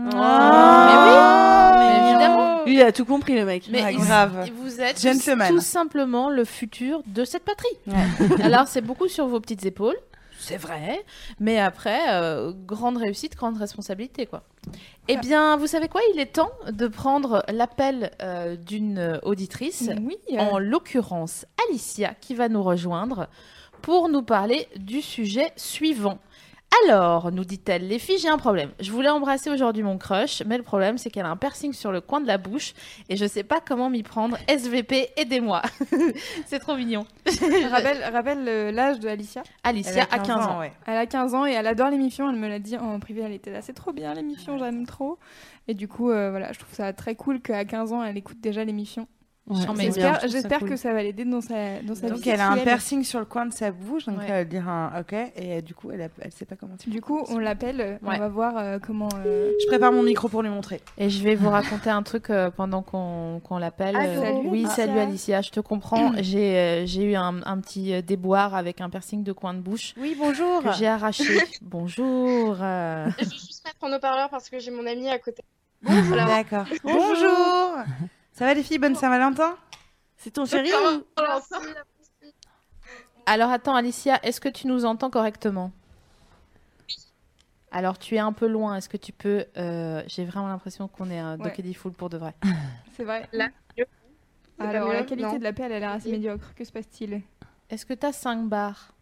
Ah, Mais Hmm. oui, Oh. mais mignon. évidemment. Lui, il a tout compris, le mec. Mais Ouais, il- grave. vous êtes Gentleman. tout simplement le futur de cette patrie. Alors, c'est beaucoup sur vos petites épaules, c'est vrai, mais après, euh, grande réussite, grande responsabilité, quoi. Eh bien, vous savez quoi Il est temps de prendre l'appel euh, d'une auditrice, Oui. euh, en l'occurrence Alicia, qui va nous rejoindre pour nous parler du sujet suivant. Alors, nous dit-elle, les filles, j'ai un problème. Je voulais embrasser aujourd'hui mon crush, mais le problème, c'est qu'elle a un piercing sur le coin de la bouche et je sais pas comment m'y prendre. SVP, aidez-moi. c'est trop mignon. rappelle rappelle euh, l'âge de Alicia. Alicia a 15 ans. Elle a 15 ans et elle adore les mifions. Elle me l'a dit en privé. Elle était là, c'est trop bien les mifions, j'aime trop. Et du coup, euh, voilà, je trouve ça très cool qu'à 15 ans, elle écoute déjà les mifions. Ouais, J'en mets c'est bien, bien, J'espère je trouve ça j'espère cool. que ça va l'aider dans sa, dans sa Donc vie elle a un sexuelle. piercing sur le coin de sa bouche, donc Ouais. elle dire un ok, et euh, du coup elle, a- elle sait pas comment dire. Du coup, on l'appelle. euh, Ouais. On va voir euh, comment. euh, Je prépare mon micro pour lui montrer. Et je vais vous raconter un truc euh, pendant qu'on qu'on l'appelle. Euh, Allô, salut, Ah, oui, Alicia. salut Alicia, je te comprends. J'ai euh, j'ai eu un, un petit euh, déboire avec un piercing de coin de bouche Oui, bonjour. que j'ai arraché. Bonjour. euh. Je vais juste pas prendre au parleur parce que j'ai mon ami à côté. Voilà. D'accord. Bonjour. Ça va les filles, bonne Saint-Valentin C'est ton chéri hein. Comment ou- on lance Oui, Alors attends Alicia, est-ce que tu nous entends correctement alors tu es un peu loin, est-ce que tu peux... euh, J'ai vraiment l'impression qu'on est un Ouais. Donkey Fool pour de vrai. C'est vrai. Là, mieux. C'est pas Alors, mieux la qualité Non. de l'appel, elle a l'air assez médiocre. Que se passe-t-il Est-ce que t'as 5 barres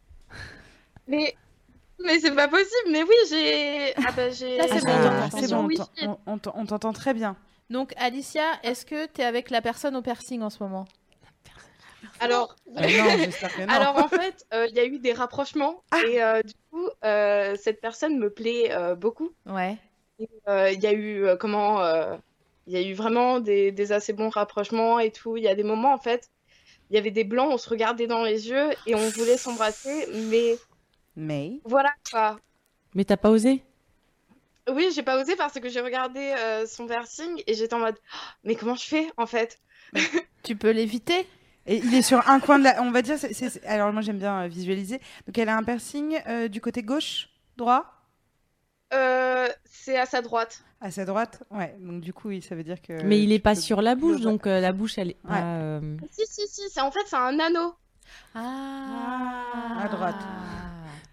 Mais, mais c'est pas possible. Mais oui, j'ai. Ah bah j'ai. Là, c'est j'ai bon, une on Ah, t'entend. c'est application bon, on Wi-Fi. t'en- on- on t'en- on t'entend très bien. Donc Alicia, est-ce que t'es avec la personne au piercing en ce moment Alors, Euh, non, j'espère que non. alors en fait, euh, il y a eu des rapprochements Ah. et euh, du coup, euh, cette personne me plaît euh, beaucoup. Ouais. Euh, Il y a eu euh, comment euh, Il y a eu vraiment des, des assez bons rapprochements et tout. Il y a des moments en fait, il y avait des blancs, on se regardait dans les yeux et on voulait s'embrasser, mais Mais voilà quoi. Mais t'as pas osé Oui, j'ai pas osé parce que j'ai regardé euh, son piercing et j'étais en mode Ah, mais comment je fais en fait Tu peux l'éviter et il est sur un coin de la. On va dire. c'est- c'est- c'est- Alors moi j'aime bien euh, visualiser. Donc elle a un piercing euh, du côté gauche, droit, Euh, C'est à sa droite. à sa droite. Ouais. Donc du coup oui, ça veut dire que. Mais il est tu pas peux- sur la bouche, peux- donc euh, la bouche, elle est pas, euh, Si si si, c'est en fait c'est un anneau. Ah À droite.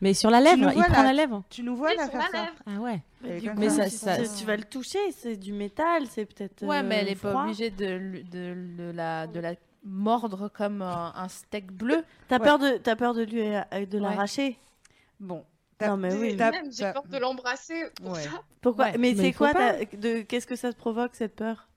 Mais sur la lèvre, nous il vois, prend là la lèvre. Tu nous vois Oui, là sur faire la ça lèvre. Ah ouais. Elle est du comme coup, Mais ça- tu- ça- tu vas le toucher, c'est du métal, c'est peut-être. Ouais, mais elle euh, est pas froid. obligée de, l- de, de la, de la mordre comme un, un steak bleu. T'as Ouais. peur de, t'as peur de lui, euh, de Ouais. l'arracher. Bon. Non, mais oui. t'as- Même j'ai t'as- peur de l'embrasser pour Ouais. ça. Pourquoi Ouais, Mais mais c'est il faut quoi pas. ta- de Qu'est-ce que ça te provoque cette peur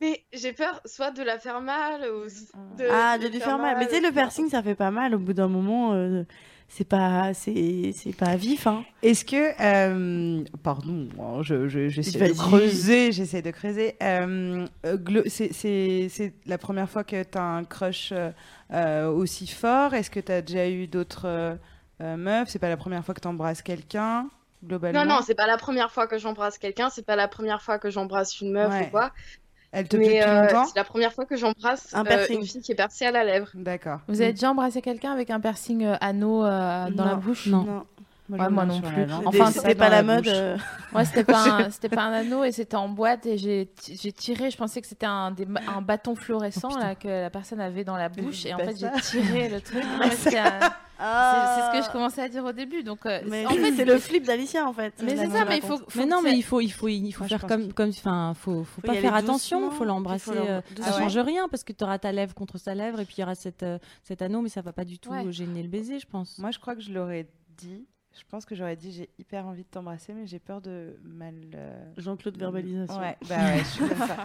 Mais j'ai peur soit de la faire mal ou s- de Ah, de lui faire mal. Mais tu sais, le piercing, ça fait pas mal. Au bout d'un moment, euh, c'est pas, c'est, c'est pas vif. Hein. Est-ce que, euh, pardon, hein, je- je- j'essaie de Vas-y. creuser, j'essaie de creuser. Euh, euh, glo- c'est- c'est c'est la première fois que tu as un crush euh, euh, aussi fort. Est-ce que tu as déjà eu d'autres euh, euh, meufs C'est pas la première fois que tu embrasses quelqu'un, globalement Non non, c'est pas la première fois que j'embrasse quelqu'un, c'est pas la première fois que j'embrasse une meuf Ouais. ou quoi. Elle te plaît mais depuis euh, longtemps c'est la première fois que j'embrasse Un euh, piercing. une fille qui est percée à la lèvre. D'accord. Mm. Vous Mm. avez déjà embrassé quelqu'un avec un piercing euh, anneau euh, dans la Non, bouche non. Ouais, j'en ai moi un non sur la plus. langue. Enfin, Enfin, c'est c'était pas dans pas la la mode. bouche. euh, Moi, c'était pas, un, c'était pas un anneau et c'était en boîte et j'ai, ti- j'ai tiré. Je pensais que c'était un, des ma- un bâton fluorescent Oh, putain. là, que la personne avait dans la Euh, bouche et en Bah, fait, j'ai ça. tiré le truc. Non, mais c'est, un- c'est- c'est ce que je commençais à dire au début. Donc, euh, Mais en c'est- fait, c'est le flip d'Alicia en fait. Mais Là, c'est nous, ça, on mais il faut, raconte. faut Mais que non, mais ça- il faut, il faut, il faut Moi, je faire pense comme, comme, enfin, faut, faut y pas aller faire attention, doucement, faut puis l'embrasser. faut l'em- euh, doucement. Ça Ah ouais change rien parce que tu auras ta lèvre contre sa lèvre et puis il y aura cette, euh, cet anneau, mais ça va pas du tout Ouais. euh, gêner le baiser, je pense. Moi, je crois que je l'aurais dit. Je pense que j'aurais dit j'ai hyper envie de t'embrasser, mais j'ai peur de mal. euh, Jean-Claude verbalisation. Ouais, bah ouais, je suis comme ça.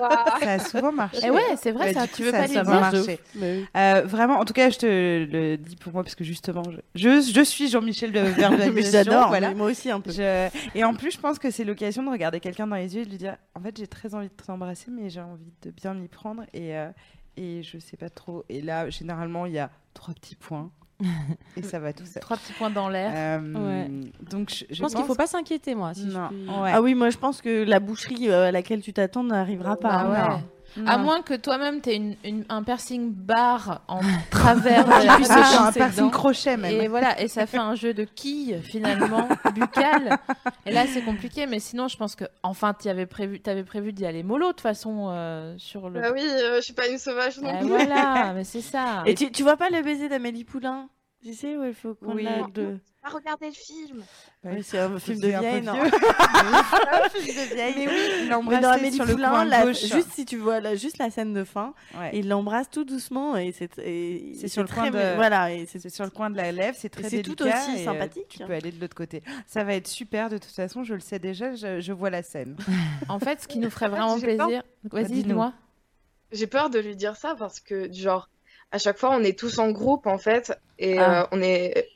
Waouh. Ça a souvent marché. Eh ouais, c'est vrai, Bah, ça, du tu coup, veux ça- pas ça lui va dire. marcher. Mais oui. Euh, vraiment, en tout cas, je te le dis pour moi, parce que justement, je, je, je suis Jean-Michel de Mais verbalisation. J'adore, voilà. mais moi aussi un peu. Je- Et en plus, je pense que c'est l'occasion de regarder quelqu'un dans les yeux et de lui dire En fait, j'ai très envie de t'embrasser, mais j'ai envie de bien m'y prendre et, euh, et je sais pas trop. Et là, généralement, il y a trois petits points et ça va tout seul. Trois petits points dans l'air. Euh, Ouais. Donc, je, je Je pense qu'il faut pas s'inquiéter, moi. Si je Non, puis- ouais. Ah oui, moi je pense que la boucherie euh, à laquelle tu t'attends n'arrivera Oh, pas. Bah hein. ouais. À Non. moins que toi-même t'aies une, une- un piercing barre en travers de Ah, la ah, bouche un piercing crochet, même. et voilà, et ça fait un jeu de quilles finalement buccale. Et là c'est compliqué, mais sinon je pense que enfin tu avais prévu, t'avais prévu d'y aller mollo de toute façon euh, sur le. Bah oui, euh, je suis pas une sauvage non Bah plus. voilà, mais c'est ça. Et tu, tu vois pas le baiser d'Amélie Poulain Tu sais où il faut qu'on Oui. aille de... Ah, regardez le film. Bah, Ouais, c'est un film de c'est un peu vieille, non vieux. Ah Un Ah film de vieille. Mais oui, Mais dans l'embrasser Amélie sur le Poulain, coin la- gauche. juste si tu vois là, juste la scène de fin, Ouais. il l'embrasse tout doucement et c'est et- C'est et sur le très- coin de- voilà et C'est sur le coin de la lèvre, c'est très c'est tout délicat aussi et, euh, hein. sympathique. hein. Tu peux aller de l'autre côté. Ça va être super, de toute façon, je le sais déjà, je, je vois la scène. En fait, ce qui nous ferait vraiment J'ai peur. plaisir. Bah, Vas-y, dis-nous. dis-moi. J'ai peur de lui dire ça parce que, du genre, à chaque fois, on est tous en groupe, en fait, et Ah. euh, on est...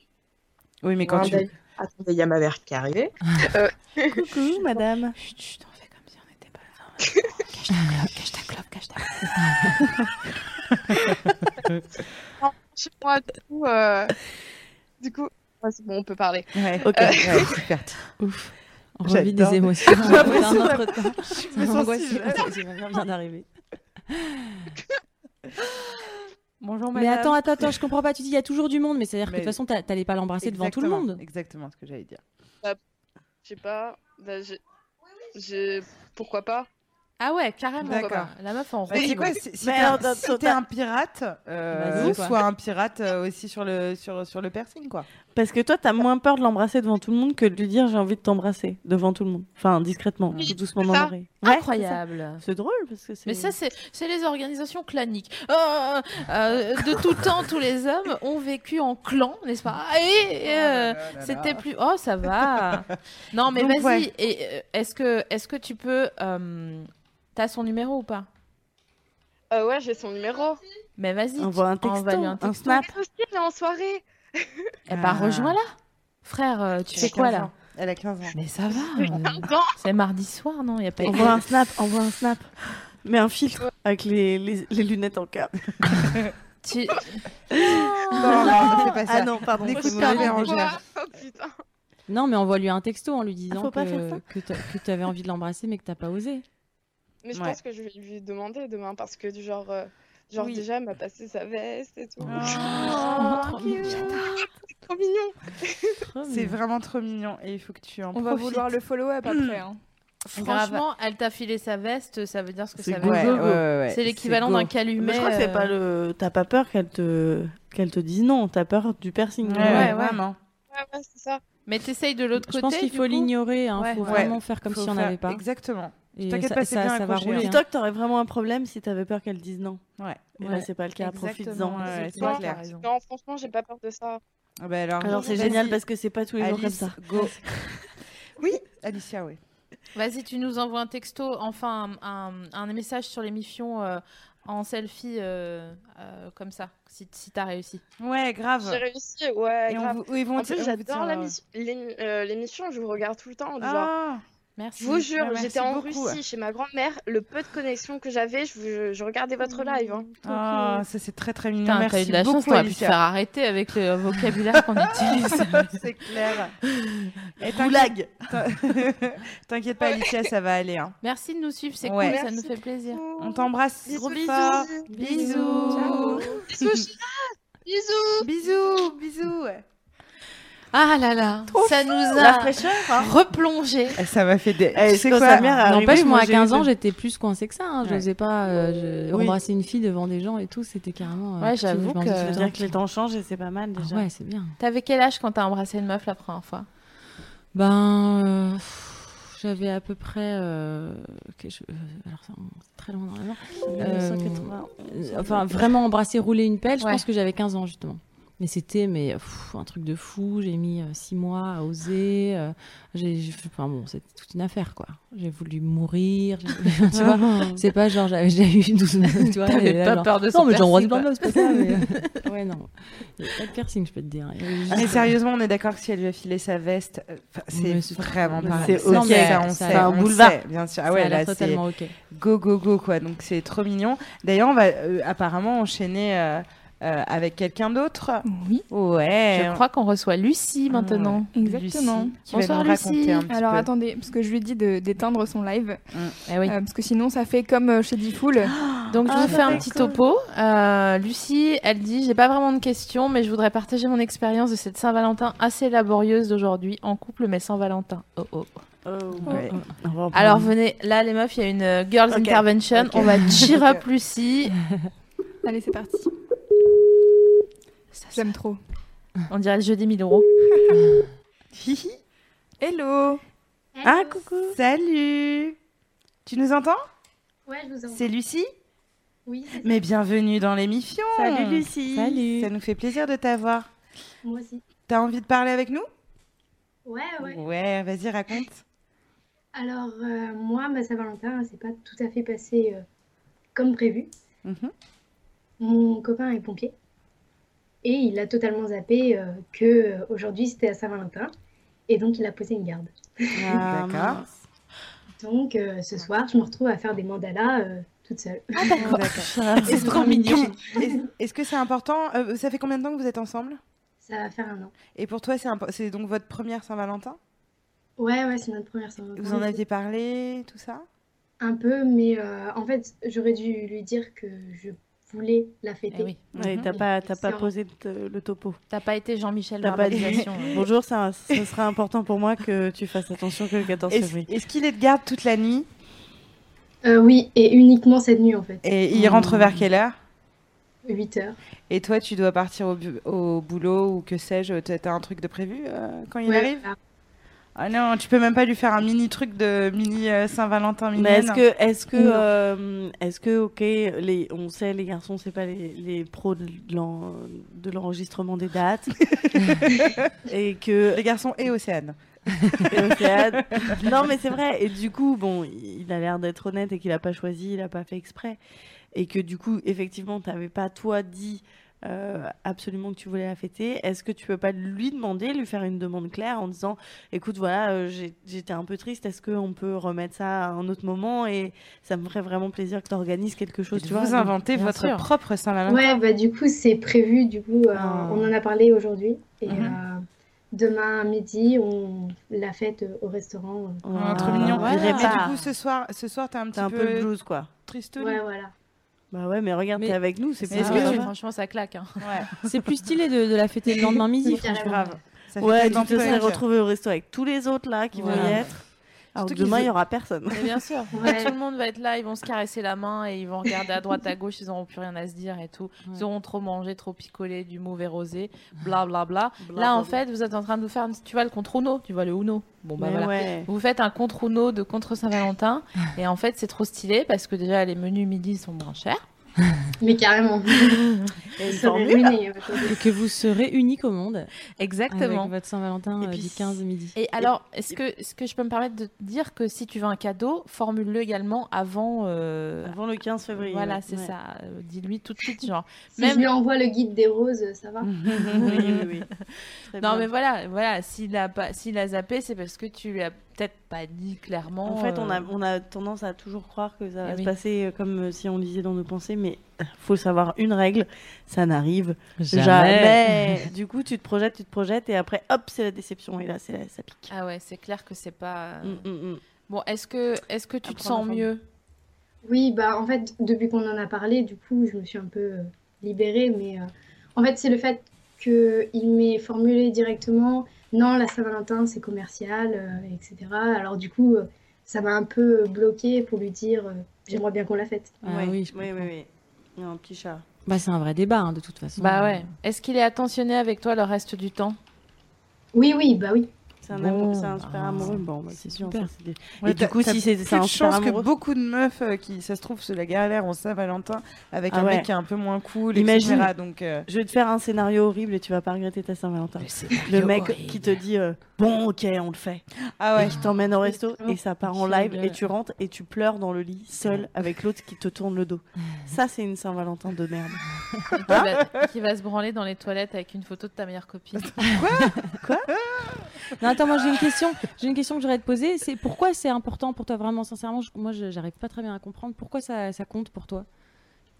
Oui, mais quand Ouais, tu... d'ailleurs- Attendez, il y a ma mère qui est arrivée. euh, Coucou madame. Chut, chut, on fait comme si on n'était pas là. Chez moi, du coup... euh, Du coup... Ouais, c'est bon, on peut parler. Euh, Ouais, Ok. ouais, super. Ouf. On J'adore. revit des émotions. J'ai l'impression Dans notre temps. Je me sens si jeune. J'ai ma mère vient d'arriver. Bonjour, Mais attends, attends, attends, je comprends pas. Tu dis il y a toujours du monde, mais c'est-à-dire que de Mais- toute façon, t'a- t'allais pas l'embrasser devant tout le Exactement, monde. Exactement ce que j'allais dire. Je sais pas... bah, je- je- Pourquoi pas Ah ouais, carrément. D'accord. La meuf en Bah, c'est rose. quoi, si si Mais t'es alors, un, dans- si dans- t'es un pirate, euh, Vas-y, Bah, quoi. sois un pirate euh, aussi sur le, sur, sur le piercing, quoi. Parce que toi, t'as moins peur de l'embrasser devant tout le monde que de lui dire j'ai envie de t'embrasser devant tout le monde. Enfin, discrètement, Oui, tout doucement c'est dans ça. l'oreille. Ouais, Incroyable. c'est ça. C'est drôle parce que c'est. Mais ça, c'est c'est les organisations claniques. Euh, euh, de tout temps, tous les hommes ont vécu en clan, n'est-ce pas Ah Et euh, c'était plus. Oh, ça va. Non, mais Donc, vas-y. ouais. Et euh, est-ce que est-ce que tu peux euh, T'as son numéro ou pas Euh, ouais, j'ai son numéro. Mais vas-y. on voit un texto, envoie lui un un, texto. snap. Mais aussi, elle est en soirée. Eh ben, Ah. rejoins-la, frère. euh, Tu Elle fais a quoi 15 là ans. Elle a 15 ans. Mais ça va. euh, C'est mardi soir, non Il y a pas. On voit un snap, on voit un snap. Mais un filtre avec les, les, les lunettes en cap. Tu- Non, non, fais pas ça. Ah non, pardon. N'écoute c'est pas mauvais. Véronique. Angela. Oh, putain. Non, mais envoie-lui un texto en lui disant faut pas faire que, ça. que t'a- que t'avais envie de l'embrasser, mais que t'as pas osé. Mais je Ouais. pense que je vais lui demander demain parce que du genre, euh, genre Oui. déjà elle m'a passé sa veste et tout. Oh, C'est trop mignon. trop C'est mignon. vraiment trop mignon et il faut que tu en On va profites. Mm. vouloir le follow-up après. hein. Franchement, elle t'a filé sa veste, ça veut dire ce que C'est ça veut Ouais, dire. go, ouais, go, go. ouais, ouais. C'est l'équivalent go. d'un calumet. Mais je crois que c'est euh, pas le. T'as pas peur qu'elle te qu'elle te dise non. T'as peur du piercing. Ouais, Ouais, ouais. vraiment. Ouais, ouais, c'est ça. Mais t'essayes de l'autre Je côté. pense qu'il du faut coup l'ignorer. hein. Il Ouais. hein, faut Ouais. vraiment faire comme Faut si on faire- n'avait pas. Exactement. Et T'inquiète ça- pas, c'est ça- bien ça va accroché, rouler. hein. hein. Dis-toi que t'aurais vraiment un problème si t'avais peur qu'elle dise non. Ouais. Et Ouais. là, c'est pas le cas. Profites-en. Exactement, ouais, ouais, c'est Franchement, clair. raison. Non, franchement, j'ai pas peur de ça. Ah bah alors, Alors, c'est vas-y, génial parce que c'est pas tous les jours comme Alice, ça. Go. oui, Alicia, oui. Vas-y, tu nous envoies un texto, enfin un, un- un message sur l'émission euh, en selfie, euh, euh, comme ça, si, si t'as réussi. Ouais, grave. J'ai réussi, ouais. Et on grave. vous- oui, vous- En on- on vous plus, j'adore tient- la mission- l'ém- euh, l'émission, je vous regarde tout le temps. du genre. Ah, Merci. Je vous bah, jure, merci j'étais en beaucoup. Russie chez ma grand-mère. Le peu de connexion que j'avais, je, vous- je- je regardais votre live. hein. ah, ça c'est très très mignon. Putain, Merci t'as eu de la beaucoup, chance, t'aurais pu te Alicia. faire arrêter avec le vocabulaire qu'on utilise. c'est clair. Et t'inquiète- t'in- T'inquiète pas, Alicia, ça va aller. hein. Merci de nous suivre, c'est Ouais. cool, ça nous Merci fait plaisir. On t'embrasse. Bisous, Gros bisous. fort. Bisous. Bisous, Sheila. Bisous. Bisous, bisous. Ah là là, ça nous La a fraîcheur. hein. replongé. Eh, ça m'a fait des. Eh, tu sais quand quoi sa mère est arrivée, N'empêche, moi, à j'ai 15 eu ans, de- j'étais plus coincée que ça. hein. Je Ouais. n'osais pas euh, je- Oui. embrasser une fille devant des gens et tout. C'était carrément. euh, Ouais, petit, j'avoue je m'en que- disais, Je veux attends, dire que les temps changent et c'est pas mal ah déjà. ouais, c'est bien. T'avais quel âge quand t'as embrassé une meuf la première fois Ben, euh, pff, j'avais à peu près. euh, que je- euh, alors, c'est c'est très loin dans la mémoire. Euh, 1980. Euh, Enfin, vraiment embrasser, rouler une pelle, je Ouais. pense que j'avais 15 ans justement. Mais c'était mais pff, un truc de fou. J'ai mis 6 mois à oser. euh, j'ai, j'ai- enfin bon, c'était toute une affaire quoi. J'ai voulu mourir. j'ai voulu- tu vois, c'est pas genre j'avais déjà eu 12 ans. Tu vois, et là, genre, Ah. peur de non mais j'embrasse plein de meufs, c'est pas ça. mais- ouais non, il y avait pas de piercing, je peux te dire. Il y avait juste- Mais sérieusement, on est d'accord que si elle lui a filé sa veste, euh, enfin, c'est Mais c'est- vraiment mais pas c'est ça, ok, ça, on ça sait, a on un le boulevard. sait, bien sûr. Ah ça a ouais, l'air là, c'est totalement ok. go, go, go, quoi. Donc, c'est trop mignon. D'ailleurs, on va euh, apparemment enchaîner euh, euh, avec quelqu'un d'autre. Oui, Ouais. Ah, Je crois qu'on reçoit Lucie maintenant. exactement. Lucie, qui Bonsoir, va nous raconter Lucie. un petit Alors peu. attendez, parce que je lui ai dit de- d'éteindre son live, Eh oui. euh, parce que sinon ça fait comme euh, chez Diffoul. bah, Donc je Ah, vous fais un d'accord. petit topo. Euh, Lucie, elle dit, j'ai pas vraiment de questions, mais je voudrais partager mon expérience de cette Saint-Valentin assez laborieuse d'aujourd'hui, en couple mais sans Valentin. Oh, oh. Ouais. On va en prendre Alors une. venez, là les meufs, il y a une euh, girls Ok. intervention, Ok. on va cheer up Ok. Lucie. Allez, c'est parti. J'aime trop. On dirait le jeu des 1000 euros. Hihi. Hello Ah, coucou. Salut. Tu nous entends Ouais, je vous entends. C'est Lucie Oui, c'est Mais bienvenue dans l'émission. Salut Lucie. Ça nous fait plaisir de t'avoir. moi aussi. T'as envie de parler avec nous Ouais, ouais. vas-y, raconte. Alors, euh, moi, ma Saint-Valentin, hein, c'est pas tout à fait passé euh, comme prévu. Mhm. Mon copain est pompier. Et il a totalement zappé euh, que euh, aujourd'hui c'était à Saint-Valentin. Et donc, il a posé une garde. Ah, D'accord. mince. Donc, euh, ce soir, je me retrouve à faire des mandalas euh, toute seule. Ah, Ah, Est-ce trop mignon. est-ce- est-ce que c'est important Euh, Ça fait combien de temps que vous êtes ensemble Ça va faire un an. Et pour toi, c'est impo- c'est donc votre première Saint-Valentin Ouais, ouais, c'est notre première Saint-Valentin. Vous en aviez parlé, tout ça Un peu, mais euh, en fait, j'aurais dû lui dire que je voulais la fêter. Eh oui. Ouais, Mhm. t'as pas, t'as pas Sœur. posé t- le topo. T'as pas été Jean-Michel T'as pas dit. Verbalisation. hein. Bonjour, ça, ce sera important pour moi que tu fasses attention que le 14 Est-ce février. est-ce qu'il est de garde toute la nuit Euh, oui, et uniquement cette nuit en fait. Et il rentre vers quelle heure 8 heures. Et toi, tu dois partir au, bu- au boulot ou que sais-je T'as t'as un truc de prévu euh, quand il Ouais, arrive voilà. Ah non, tu peux même pas lui faire un mini truc de mini euh, Saint-Valentin mini. Mais est-ce que, est-ce que, Non. euh, est-ce que, ok, les, on sait, les garçons, c'est pas les, les pros de, l'en- de l'enregistrement des dates. et que. les garçons et Océane et Océane- non, mais c'est vrai. Et du coup, bon, il a l'air d'être honnête et qu'il a pas choisi, il a pas fait exprès. Et que du coup, effectivement, t'avais pas, toi, dit euh, absolument que tu voulais la fêter. Est-ce que tu peux pas lui demander, lui faire une demande claire en disant écoute, voilà, euh, j'ai- j'étais un peu triste, est-ce qu'on peut remettre ça à un autre moment Et ça me ferait vraiment plaisir que tu organises quelque chose, tu vois. Vous inventez bien votre sûr. propre Saint-Valentin. Ouais, bah du coup, c'est prévu. Du coup, euh, Ah. on en a parlé aujourd'hui. Et Mhm. euh, demain à midi, on la fête euh, au restaurant. euh. Ah, Ouais, trop mignon. voilà. Mais Virait du pas. coup, ce soir, ce soir, t'es un petit T'es un peu le peu, blues, quoi. triste. Ouais, voilà. Bah ouais, mais regarde, Mais- t'es avec nous, c'est Mais pas est-ce Ah que ouais, tu- Franchement, ça claque. hein. C'est plus stylé de, de la fêter le lendemain midi, Oui, franchement. grave. Ça fait Ouais, tu tellement te serais punk. retrouvé au resto avec tous les autres là qui vont Voilà. y être. Alors que Surtout demain, qu'ils- il y aura personne. Mais bien sûr. Ouais. Tout le monde va être là, ils vont se caresser la main et ils vont regarder à droite, à gauche, ils n'auront plus rien à se dire et tout. Ils Ouais. auront trop mangé, trop picolé, du mauvais rosé, bla bla bla. Bla, Là, bla, en bla. fait, vous êtes en train de nous faire, une- tu vois, le contre Uno, tu vois, le Uno. Bon, bah Mais voilà. ouais. Vous faites un contre Uno de contre Saint-Valentin et en fait, c'est trop stylé parce que déjà, les menus midi sont moins chers. Mais carrément. Et Ça va formule. ruiner, euh, aujourd'hui. Et que vous serez unique au monde Exactement. avec votre Saint-Valentin Et euh, puis- du 15 midi. Et alors, est-ce que, est que je peux me permettre de te dire que si tu veux un cadeau, formule-le également avant. euh, Avant le 15 février. voilà, ouais. c'est Ouais. ça. Euh, Dis-lui tout de suite, genre. Si Même- je lui envoie le guide des roses, ça va. oui, oui, oui. Très Non, bien. mais voilà, voilà. S'il a pas, s'il a zappé, c'est parce que tu lui as peut-être pas dit clairement. En fait, on a, euh, on a tendance à toujours croire que ça va Eh se oui. passer euh, comme euh, si on lisait dans nos pensées, mais faut savoir une règle, ça n'arrive jamais. du coup, tu te projettes, tu te projettes, et après, hop, c'est la déception, et là, c'est la- ça pique. Ah ouais, c'est clair que c'est pas. euh, Mm, mm, mm. Bon, est-ce que, est-ce que tu te prendre sens ensemble. mieux Oui, bah en fait, depuis qu'on en a parlé, du coup, je me suis un peu euh, libérée, mais euh, en fait, c'est le fait qu'il m'ait formulé directement, non, la Saint-Valentin, c'est commercial, euh, etc. Alors du coup, euh, ça m'a un peu bloquée pour lui dire, euh, j'aimerais bien qu'on la fête. Ah Ouais, oui, je oui, comprends. oui. Il y a un petit chat. Bah, c'est un vrai débat, hein, de toute façon. Bah ouais. Est-ce qu'il est attentionné avec toi le reste du temps Oui, oui, bah oui. C'est un, Bon, amour- Oh, c'est un super bah, amoureux. Bon, bah, c'est c'est bien. super. ça, c'est des- Ouais, et t'as- du coup, t'as si c'est c'est Plus un de super chance que amoureux, beaucoup de meufs euh, qui, ça se trouve, se la galère en Saint-Valentin avec Ah un ouais. mec qui est un peu moins cool, Imagine. etc. Donc, euh, je vais te faire un scénario horrible et tu vas pas regretter ta Saint-Valentin. Le, Le mec qui te dit euh, bon ok on le fait ah ouais. et qui t'emmène au resto et ça part en Qui live gueule. et tu rentres et tu pleures dans le lit seul avec l'autre qui te tourne le dos. Ça c'est une Saint-Valentin de merde. Hein Hein qui va, qui va se branler dans les toilettes avec une photo de ta meilleure copine. Non, attends, moi j'ai une question. J'ai une question que j'aurais à te poser. C'est pourquoi c'est important pour toi vraiment, sincèrement. je- moi, je- j'arrive pas très bien à comprendre pourquoi ça, ça compte pour toi.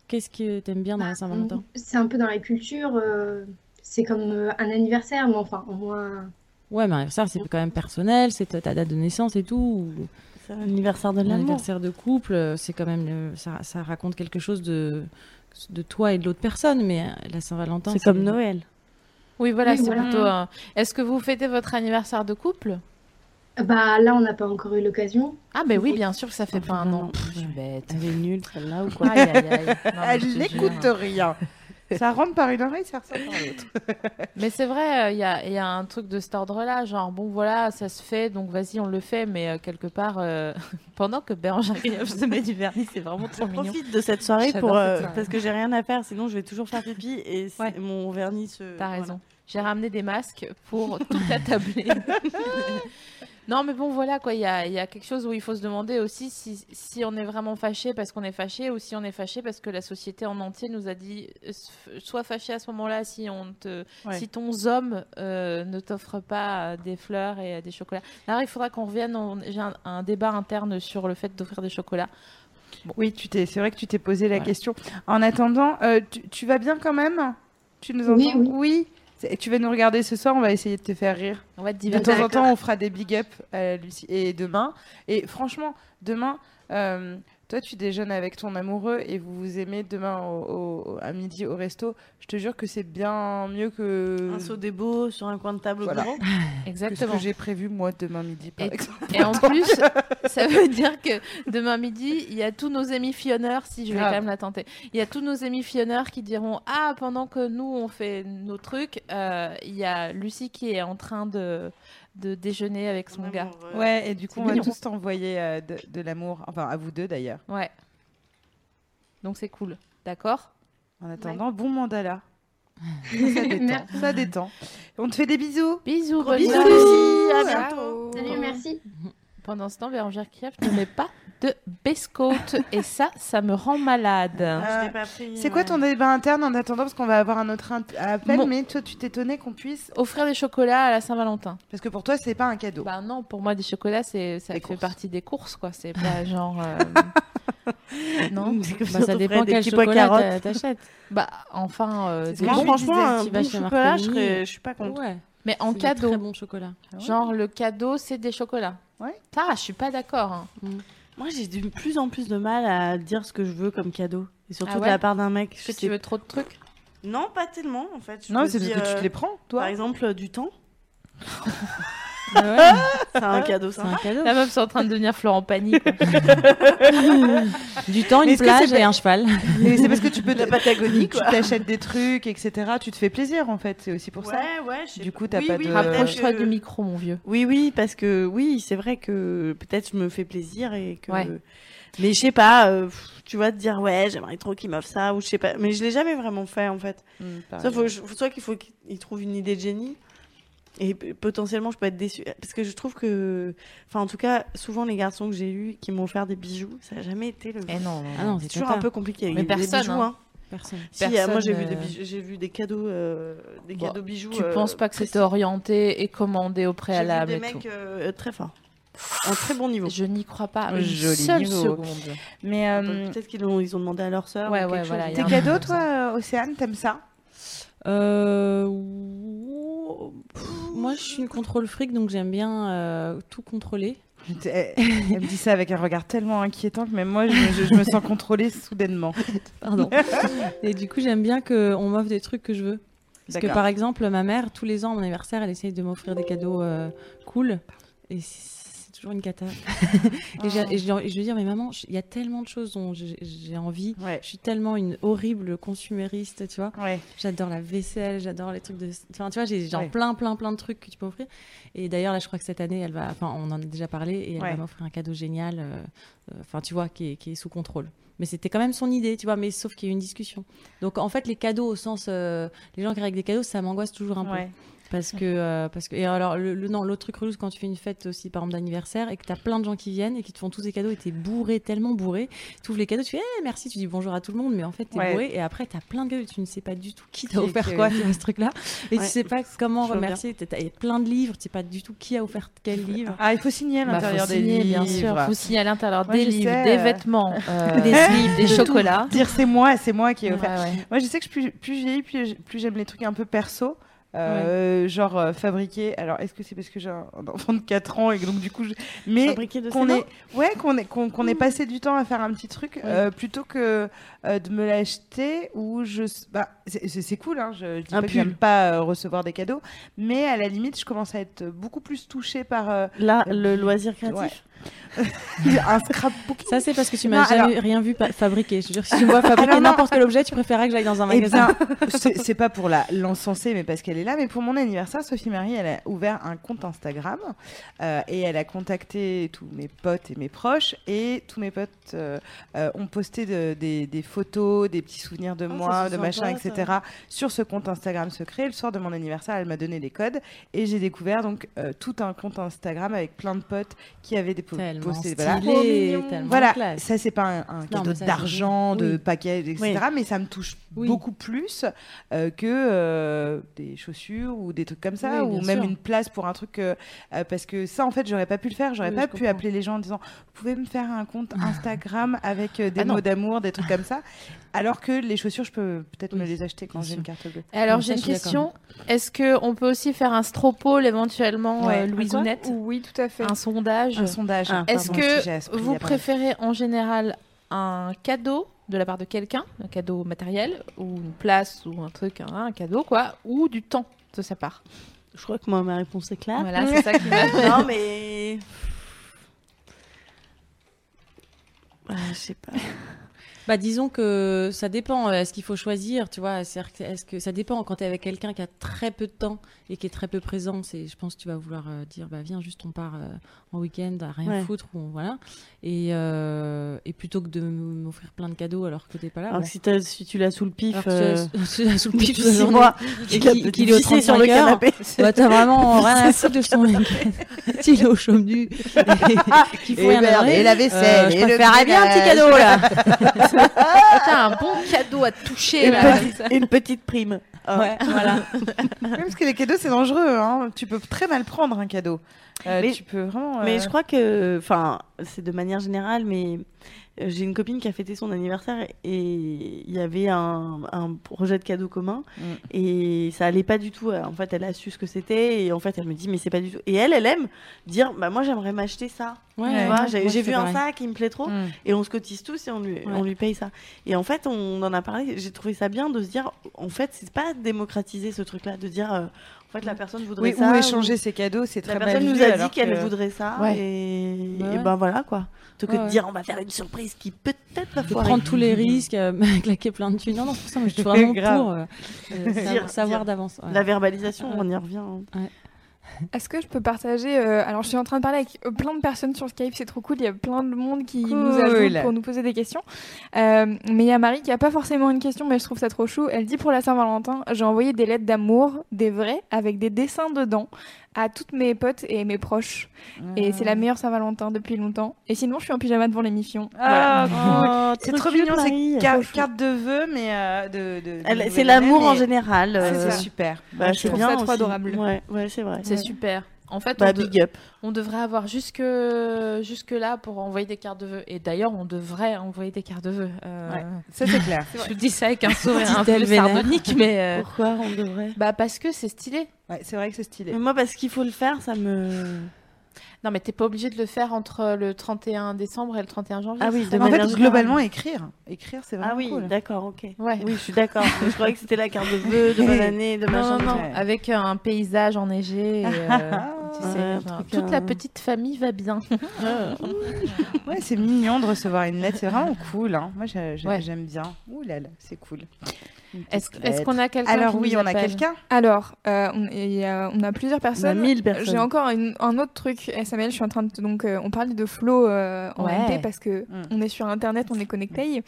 Qu'est-ce que t'aimes Bah, bien dans la euh, Saint-Valentin C'est un peu dans la culture, euh, c'est comme euh, un anniversaire, mais enfin, au moins... Ouais, mais ça c'est quand même personnel. C'est ta ta date de naissance et tout. ou- C'est l'anniversaire de l'amour. L'anniversaire de couple, euh, c'est quand même le- ça, ça raconte quelque chose de de toi et de l'autre personne. Mais euh, la Saint-Valentin, C'est comme Noël. Oui, voilà, Oui, c'est voilà. plutôt. un- Est-ce que vous fêtez votre anniversaire de couple Bah là, on n'a pas encore eu l'occasion. bah Ah ben oui, bien sûr que ça fait Ah, pas un an. vraiment. Pff, je suis bête. Elle est nulle celle-là ou quoi Aïe, aïe, aïe. Non, mais je Elle te jure. n'écoute rien. ça rentre par une oreille, ça ressort par l'autre. Mais c'est vrai, euh, il y a, y a un truc de cet ordre-là, genre bon voilà, ça se fait, donc vas-y on le fait, mais euh, quelque part, euh, pendant que Bérangère Guillaume se met du vernis, c'est vraiment trop Je mignon. profite de cette soirée J'adore pour, cette euh, soirée. parce que j'ai rien à faire, sinon je vais toujours faire pipi et c'est- Ouais. mon vernis se. T'as voilà. raison. J'ai ramené des masques pour toute la tablée. non, mais bon, voilà, quoi. Il y a, il y a quelque chose où il faut se demander aussi si, si on est vraiment fâché parce qu'on est fâché ou si on est fâché parce que la société en entier nous a dit euh, f- sois fâché à ce moment-là si, on te, Ouais. si ton homme euh, ne t'offre pas euh, des fleurs et euh, des chocolats. Là, il faudra qu'on revienne. on- J'ai un, un débat interne sur le fait d'offrir des chocolats. Oui, tu t'es, c'est vrai que tu t'es posé la Voilà. question. En attendant, euh, tu, tu vas bien quand même Tu nous Oui, entends oui. C'est- Tu vas nous regarder ce soir, on va essayer de te faire rire. On va te De divertir. temps en D'accord. temps, on fera des big up à Lucie. Et demain, et franchement, demain, euh, toi, tu déjeunes avec ton amoureux et vous vous aimez demain au- au- à midi au resto. Je te jure que c'est bien mieux que, Un saut des beaux sur un coin de table Voilà. au bureau. que ce Exactement. que j'ai prévu moi demain midi, par Et- exemple. Et en plus, ça veut dire que demain midi, il y a tous nos émifionneurs, si je vais Grave. quand même la tenter, il y a tous nos émifionneurs qui diront Ah, pendant que nous, on fait nos trucs, euh, il y a Lucie qui est en train de, de déjeuner avec son gars. Amoureux. Ouais, et du coup, on va mignon. tous t'envoyer euh, de, de l'amour, enfin à vous deux d'ailleurs. Ouais. Donc c'est cool. D'accord En attendant, bon mandala. Ça détend. Merci. ça détend. On te fait des bisous. Bisous, Gros bonne bisous, soirée. Lucie, à bientôt. Salut, merci. Pendant ce temps, Bérangère Krief ne met pas de biscotte. et ça, ça me rend malade. Ah, je t'ai pas pris, Euh, C'est quoi ouais. ton débat interne en attendant Parce qu'on va avoir un autre int- appel, Bon. mais toi, tu t'étonnais qu'on puisse. Offrir des chocolats à la Saint-Valentin. Parce que pour toi, c'est pas un cadeau. Bah non, pour moi, des chocolats, c'est, ça Des fait courses. partie des courses, quoi. C'est pas genre. euh, non C'est comme si on Bah, ça t'offrait dépend des quel petits pois chocolat carottes. t'a- t'achètes. Bah, enfin, euh, C'est des ce que Moi, je bons. me franchement, disais, un tu vas bon chez chocolat, je, Marconi. serais- je suis pas contre. Ah Ouais. mais en c'est des cadeau. Très bon chocolat. Genre, le cadeau, c'est des chocolats. Ouais. Ça, je suis pas d'accord. hein. Moi, j'ai de plus en plus de mal à dire ce que je veux comme cadeau. Et surtout Ah ouais de la part d'un mec. Parce Je que tu sais- veux trop de trucs. Non, pas tellement, en fait. Je non, me c'est dis, parce que tu euh, te les prends, Par toi. exemple, euh, du temps. Ah ouais, C'est un cadeau c'est un sympa. cadeau. Bah La meuf, c'est en train de devenir Florent Pagny. quoi. Du temps, Mais une est-ce que plage c'est et un cheval. Mais c'est parce que tu peux. La Patagonie, Tu quoi. t'achètes des trucs, etc. Tu te fais plaisir, en fait. C'est aussi pour ça. Ouais, ouais. je sais Du pas. coup, t'as Oui, pas oui, de- peut-être Rapproche-toi que- du micro, mon vieux. Oui, oui, parce que oui, c'est vrai que peut-être je me fais plaisir et que. Ouais. Mais je sais pas, euh, pff, tu vois, de dire ouais, j'aimerais trop qu'il m'offre ça ou je sais pas. Mais je l'ai jamais vraiment fait en fait. Mm, pareil. Soit, faut, je- soit qu'il faut qu'il trouve une idée de génie et p- potentiellement je peux être déçue parce que je trouve que, enfin en tout cas, souvent les garçons que j'ai eus qui m'ont offert des bijoux, ça n'a jamais été le. Eh non, Ah non, c'est C'est toujours un peu compliqué. Mais les- les personne, bijoux, hein. Personne. Si, euh, moi j'ai vu des Personne, euh, bijoux- j'ai vu des cadeaux, euh, des Bon, cadeaux bijoux. Bah, Tu euh, penses pas que c'était précis. orienté et commandé au J'ai vu préalable des et tout. mecs euh, très forts, en très bon niveau. Je n'y crois pas. Une Joli Ah seule niveau. seconde. Mais euh, bah, Peut-être qu'ils l'ont- ils ont demandé à leur sœur. Ouais, ou ouais, quelque voilà, chose. il tes y a un- cadeaux, toi, euh, Océane, t'aimes ça Euh, ouh, pff, Moi, je suis une contrôle fric, donc j'aime bien euh, tout contrôler. Elle elle me dit ça avec un regard tellement inquiétant que même moi, je, je- je me sens contrôlée soudainement. Pardon. Et du coup, j'aime bien qu'on m'offre des trucs que je veux. Parce que D'accord. par exemple, ma mère, tous les ans, à mon anniversaire, elle essaye de m'offrir des cadeaux euh, cool. Et c'est c'est toujours une cata. et, j'ai- et je, lui- et je lui dis, mais maman, je- il y a tellement de choses dont j'ai- j'ai envie. Ouais. Je suis tellement une horrible consumériste, tu vois. Ouais. J'adore la vaisselle, j'adore les trucs de. Enfin, tu vois, j'ai genre Ouais. plein, plein, plein de trucs que tu peux offrir. Et d'ailleurs, là, je crois que cette année, elle va. Enfin, on en a déjà parlé et elle Ouais. va m'offrir un cadeau génial. euh, euh, Enfin, tu vois, qui est, qui est sous contrôle. Mais c'était quand même son idée, tu vois. Mais sauf qu'il y a eu une discussion. Donc, en fait, les cadeaux au sens, euh, les gens qui règlent des cadeaux, ça m'angoisse toujours un peu. Ouais. Parce que, euh, parce que, et alors, le, le- non, l'autre truc relou, c'est quand tu fais une fête aussi, par exemple, d'anniversaire, et que t'as plein de gens qui viennent et qui te font tous des cadeaux, et t'es bourré, tellement bourré, tu ouvres les cadeaux, tu fais, eh, merci, tu dis bonjour à tout le monde, mais en fait, t'es Ouais. bourré, et après, t'as plein de cadeaux, et tu ne sais pas du tout qui Qui- t'a offert qui- quoi, tu vois, ce truc-là, et Ouais. tu sais pas comment Je vois bien. remercier, t'as t'as plein de livres, tu sais pas du tout qui a offert quel livre. Ah, il faut signer à Bah, faut l'intérieur des signer, livres. bien sûr. Faut signer à l'intérieur Moi, des je livres, sais, des euh, vêtements, euh, des slips, des tout. chocolats. Dire c'est moi, c'est moi qui ai Ouais, offert. ouais. Moi, je sais que je- plus, plus je vieillis, plus, je- plus j'aime les trucs un peu perso. euh, Genre euh, fabriquer. Alors, est-ce que c'est parce que j'ai un un enfant de 4 ans et que donc du coup. je- Mais Fabriquer de qu'on ses ait, ouais, qu'on ait, qu'on, qu'on ait passé du temps à faire un petit truc euh, plutôt que euh, de me l'acheter ou je. Bah, c'est, c'est- c'est cool, hein, je, je dis Un pas que pull. j'aime pas euh, recevoir des cadeaux, mais à la limite, je commence à être beaucoup plus touchée par. euh, Là, le loisir créatif. Ouais. un scrapbook. Ça, c'est parce que tu Non, m'as jamais alors- rien vu pa- fabriquer. Je te jure, si tu me vois fabriquer Alors, non. n'importe quel objet, tu préférerais que j'aille dans un Eh magasin. bien, c'est c'est pas pour la l'encenser, mais parce qu'elle est là. Mais pour mon anniversaire, Sophie Marie, elle a ouvert un compte Instagram euh, et elle a contacté tous mes potes et mes proches. Et tous mes potes euh, euh, ont posté de- des, des photos, des petits souvenirs Ah, de ça, moi, c'est de machin, sympa, ça. etc. sur ce compte Instagram secret. Le soir de mon anniversaire, elle m'a donné les codes et j'ai découvert donc euh, tout un compte Instagram avec plein de potes qui avaient des po- tellement postés. stylé, Voilà. Trop mignon. tellement Voilà, classe. ça c'est pas un, un cadeau mais ça, c'est- d'argent, de oui. paquets, etc. Mais ça me touche Oui. beaucoup plus euh, que euh, des chaussures ou des trucs comme ça, Oui, ou bien même sûr. une place pour un truc. euh, euh, parce que ça, en fait, j'aurais pas pu le faire. J'aurais Oui, pas je pu comprends. appeler les gens en disant Vous pouvez me faire un compte Instagram avec euh, des Ah non. mots d'amour, des trucs comme ça. Alors que les chaussures, je peux peut-être me Oui, les acheter quand bien j'ai une sûr. carte bleue. Alors, Non, j'ai ça, une je suis d'accord. question. Est-ce qu'on peut aussi faire un stropole éventuellement, Ouais. euh, Un Louise quoi ou Nette Oui, tout à fait. Un sondage Un sondage. Ah, Est-ce pardon, si j'ai à ce que prix, vous apparemment. préférez en général un cadeau de la part de quelqu'un, un cadeau matériel, ou une place, ou un truc, hein, un cadeau, quoi, ou du temps de sa part Je crois que moi, ma réponse est claire. Voilà, c'est ça qui m'a non, mais. Euh, Ah, je sais pas. Bah, disons que ça dépend. euh, Est-ce qu'il faut choisir, tu vois c'est-à-dire que- Est-ce que ça dépend quand tu es avec quelqu'un qui a très peu de temps et qui est très peu présent C'est, je pense, que tu vas vouloir euh, dire, bah viens, juste on part euh, en week-end à rien Ouais. foutre, ou on- voilà. Et, euh, et plutôt que de m- m'offrir plein de cadeaux alors que t'es pas là. Alors bon. que si, t'as- si tu l'as sous le pif. Alors que euh, tu l'as- tu l'as sous le depuis pif toute la six journée. mois, et tu l'as- qu'il- tu qu'il est au pissais sur 35 le heures. canapé. Bah, t'as vraiment rien à C'est foutre de son week-end. S'il est au chaume nu, qu'il Eh faut Et, rien à merde, donner, Eh ben, et la vaisselle. euh, je et le préférerais bien un petit ménage. cadeau là. T'as un bon cadeau à toucher, Une, là. petite, une petite prime. Ah. Ouais, voilà. Ouais, parce que les cadeaux, c'est dangereux. hein. Tu peux très mal prendre un cadeau. Euh, Mais- tu peux vraiment. Mais euh, je crois que, enfin, c'est de manière générale, mais euh, j'ai une copine qui a fêté son anniversaire et il y avait un, un projet de cadeau commun Mm. et ça allait pas du tout. Euh, En fait, elle a su ce que c'était et en fait, elle me dit, mais c'est pas du tout. Et elle, elle aime dire, bah moi, j'aimerais m'acheter ça. Ouais, Tu ouais, vois, moi, j'ai je j'ai fais vu un pareil. sac qui me plaît trop Mm. et on se cotise tous et on lui, on lui paye ça. Et en fait, on en a parlé, j'ai trouvé ça bien de se dire, en fait, c'est pas démocratiser ce truc-là, de dire, euh, en fait, la personne voudrait Oui, ça. ou ou- échanger ses cadeaux, c'est très la mal personne vu, nous a dit alors qu'elle que- voudrait ça Ouais. et... Bah et ouais. ben voilà quoi. Plutôt que Ouais, de ouais. dire on va faire une surprise qui peut-être va de foirer. prendre tous les risques, euh, claquer plein de thunes. Non, non, c'est pour ça, moi, je suis vraiment Grave. pour euh, euh, sa- Dire- savoir dire. d'avance. ouais. La verbalisation, Ouais. on y revient. hein. Est-ce que je peux partager euh, Alors, je suis en train de parler avec euh, plein de personnes sur Skype, c'est trop cool. Il y a plein de monde qui nous Cool. ajoute pour nous poser des questions. Euh, mais il y a Marie qui a pas forcément une question, mais je trouve ça trop chou. Elle dit pour la Saint-Valentin, j'ai envoyé des lettres d'amour, des vraies, avec des dessins dedans, à toutes mes potes et mes proches. Et c'est la meilleure Saint-Valentin depuis longtemps. Et sinon, je suis en pyjama devant l'émission. Ah, Bah, cool. Oh, C'est trop trop cute, mignon, c'est Marie. ca- Trop chou. carte de vœux, mais euh, de, de- de Elle- C'est nouvelle l'amour année, en mais général. c'est- euh, C'est super. bah, Je c'est trouve bien ça trop aussi. adorable. Ouais, ouais, c'est vrai. C'est super. En fait, Bah, on, de- big up. on devrait avoir jusque jusque là pour envoyer des cartes de vœux. Et d'ailleurs, on devrait envoyer des cartes de vœux. Euh, Ouais. Ça, c'est clair. Je vous dis ça avec un sourire un Dit-elle peu vénère. sardonique, mais euh, Pourquoi on devrait bah parce que c'est stylé. Ouais, c'est vrai que c'est stylé. Mais Moi, parce qu'il faut le faire, ça me. Non, mais t'es pas obligé de le faire entre le 31 décembre et le 31 janvier. Ah oui, c'est de ça en fait, manière générale. globalement, écrire. Écrire, c'est vraiment Ah oui, cool. d'accord, ok. Ouais. Oui, je suis d'accord. mais je croyais que c'était la carte de vœux, de bonne année, de Non, non, Ah, machin. de- non, ouais. avec euh, un paysage enneigé. et, euh, tu sais, Ouais, genre, truc, toute la euh, petite famille va bien. Ah. Ouais, c'est mignon de recevoir une lettre. C'est vraiment cool. hein. Moi, j'ai- j'ai- Ouais. j'aime bien. Ouh là là, c'est cool. Une petite Est-ce lettre. est-ce qu'on a quelqu'un Alors qui oui, nous on a appelle quelqu'un. Alors, euh, on, il y a, on a plusieurs On a personnes. 1000 J'ai personnes. encore une- un autre truc, SML. Je suis en train de te- donc euh, on parlait de flow euh, en Ouais. MP parce que Mm. on est sur internet, on est connecté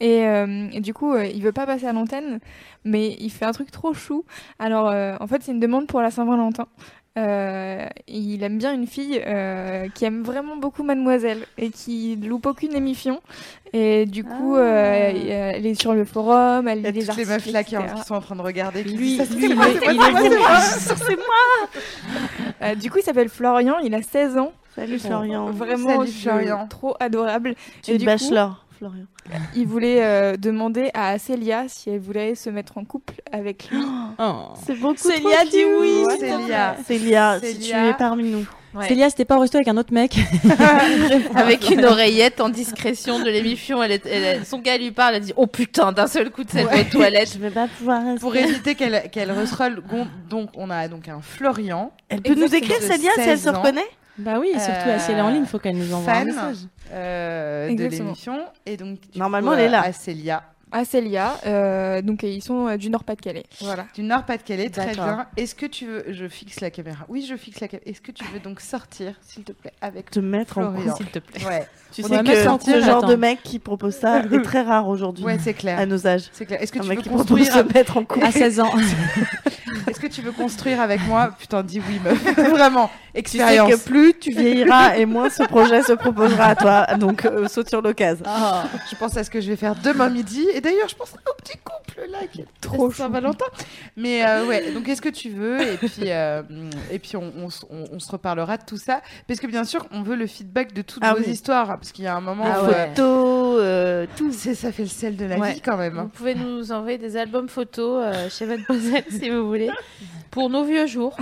et, euh, et du coup euh, il veut pas passer à l'antenne, mais il fait un truc trop chou. Alors euh, en fait c'est une demande pour la Saint-Valentin. Euh, il aime bien une fille euh, qui aime vraiment beaucoup Mademoiselle et qui loupe aucune émission. Et du coup, Ah. euh, elle est sur le forum, elle Il y a lit les toutes les articles. meufs là qui, en- etc. qui sont en train de regarder. qui Lui, disent, ça, c'est lui, moi, il est- c'est moi, il c'est est moi, c'est bon. moi. Euh, du coup, il s'appelle Florian, il a 16 ans. Euh, Salut Florian. Vraiment Salut, je- Florian. trop adorable. Tu Et es du bachelor, Florian. Il voulait euh, demander à Célia si elle voulait se mettre en couple avec lui. Oh. C'est beaucoup Célia trop dit cute. oui, Ouais. s'il te Célia. Célia, si tu Célia. es parmi nous. Ouais. Célia, c'était pas au resto avec un autre mec. Avec une oreillette en discrétion de l'émission, elle est- elle est- son gars lui parle, elle dit Oh putain, d'un seul coup de cette aux toilettes. Je vais pas pouvoir rester. Pour éviter qu'elle qu'elle resserole, gon- donc on a donc un Florian. Elle peut nous Exactement. écrire, De Célia, si elle 16 se ans. reconnaît Bah oui, et surtout, si elle est en ligne, faut qu'elle nous envoie un fan, message. euh, de Exactement. l'émission. Et donc, du Normalement, coup, elle est euh, là. À Célia, à Célia. euh, donc, euh, ils sont euh, du Nord-Pas-de-Calais. Voilà. du Nord-Pas-de-Calais, très D'accord. bien. Est-ce que tu veux. Je fixe la caméra. Oui, je fixe la caméra. Est-ce que tu veux donc sortir, s'il te plaît, avec Te mettre en Florian. couple. S'il te plaît. Ouais, Tu On sais va que mettre sortir, ce genre attends. de mec qui propose ça est très rare aujourd'hui ouais c'est clair. à nos âges. C'est clair. Est-ce que Un tu mec veux qui propose de construire se mettre en couple. À 16 ans. Est-ce que tu veux construire avec moi Putain, dis oui, meuf. Vraiment, Tu sais expérience. que plus tu vieilliras et moins ce projet se proposera à toi. Donc euh, saute sur l'occasion. Ah. Je pense à ce que je vais faire demain midi. Et d'ailleurs, je pense au petit couple là qui est trop Saint-Valentin. Mais euh, ouais, donc est-ce que tu veux Et puis, euh, et puis on, on s- on- on se reparlera de tout ça. Parce que bien sûr, on veut le feedback de toutes Ah vos oui. histoires. hein, Parce qu'il y a un moment Ah où. ouais. euh, Tôt, euh, tout, c'est- ça fait le sel de la Ouais. vie quand même. Vous hein. pouvez nous envoyer des albums photos euh, chez Mademoiselle si vous voulez, pour nos vieux jours.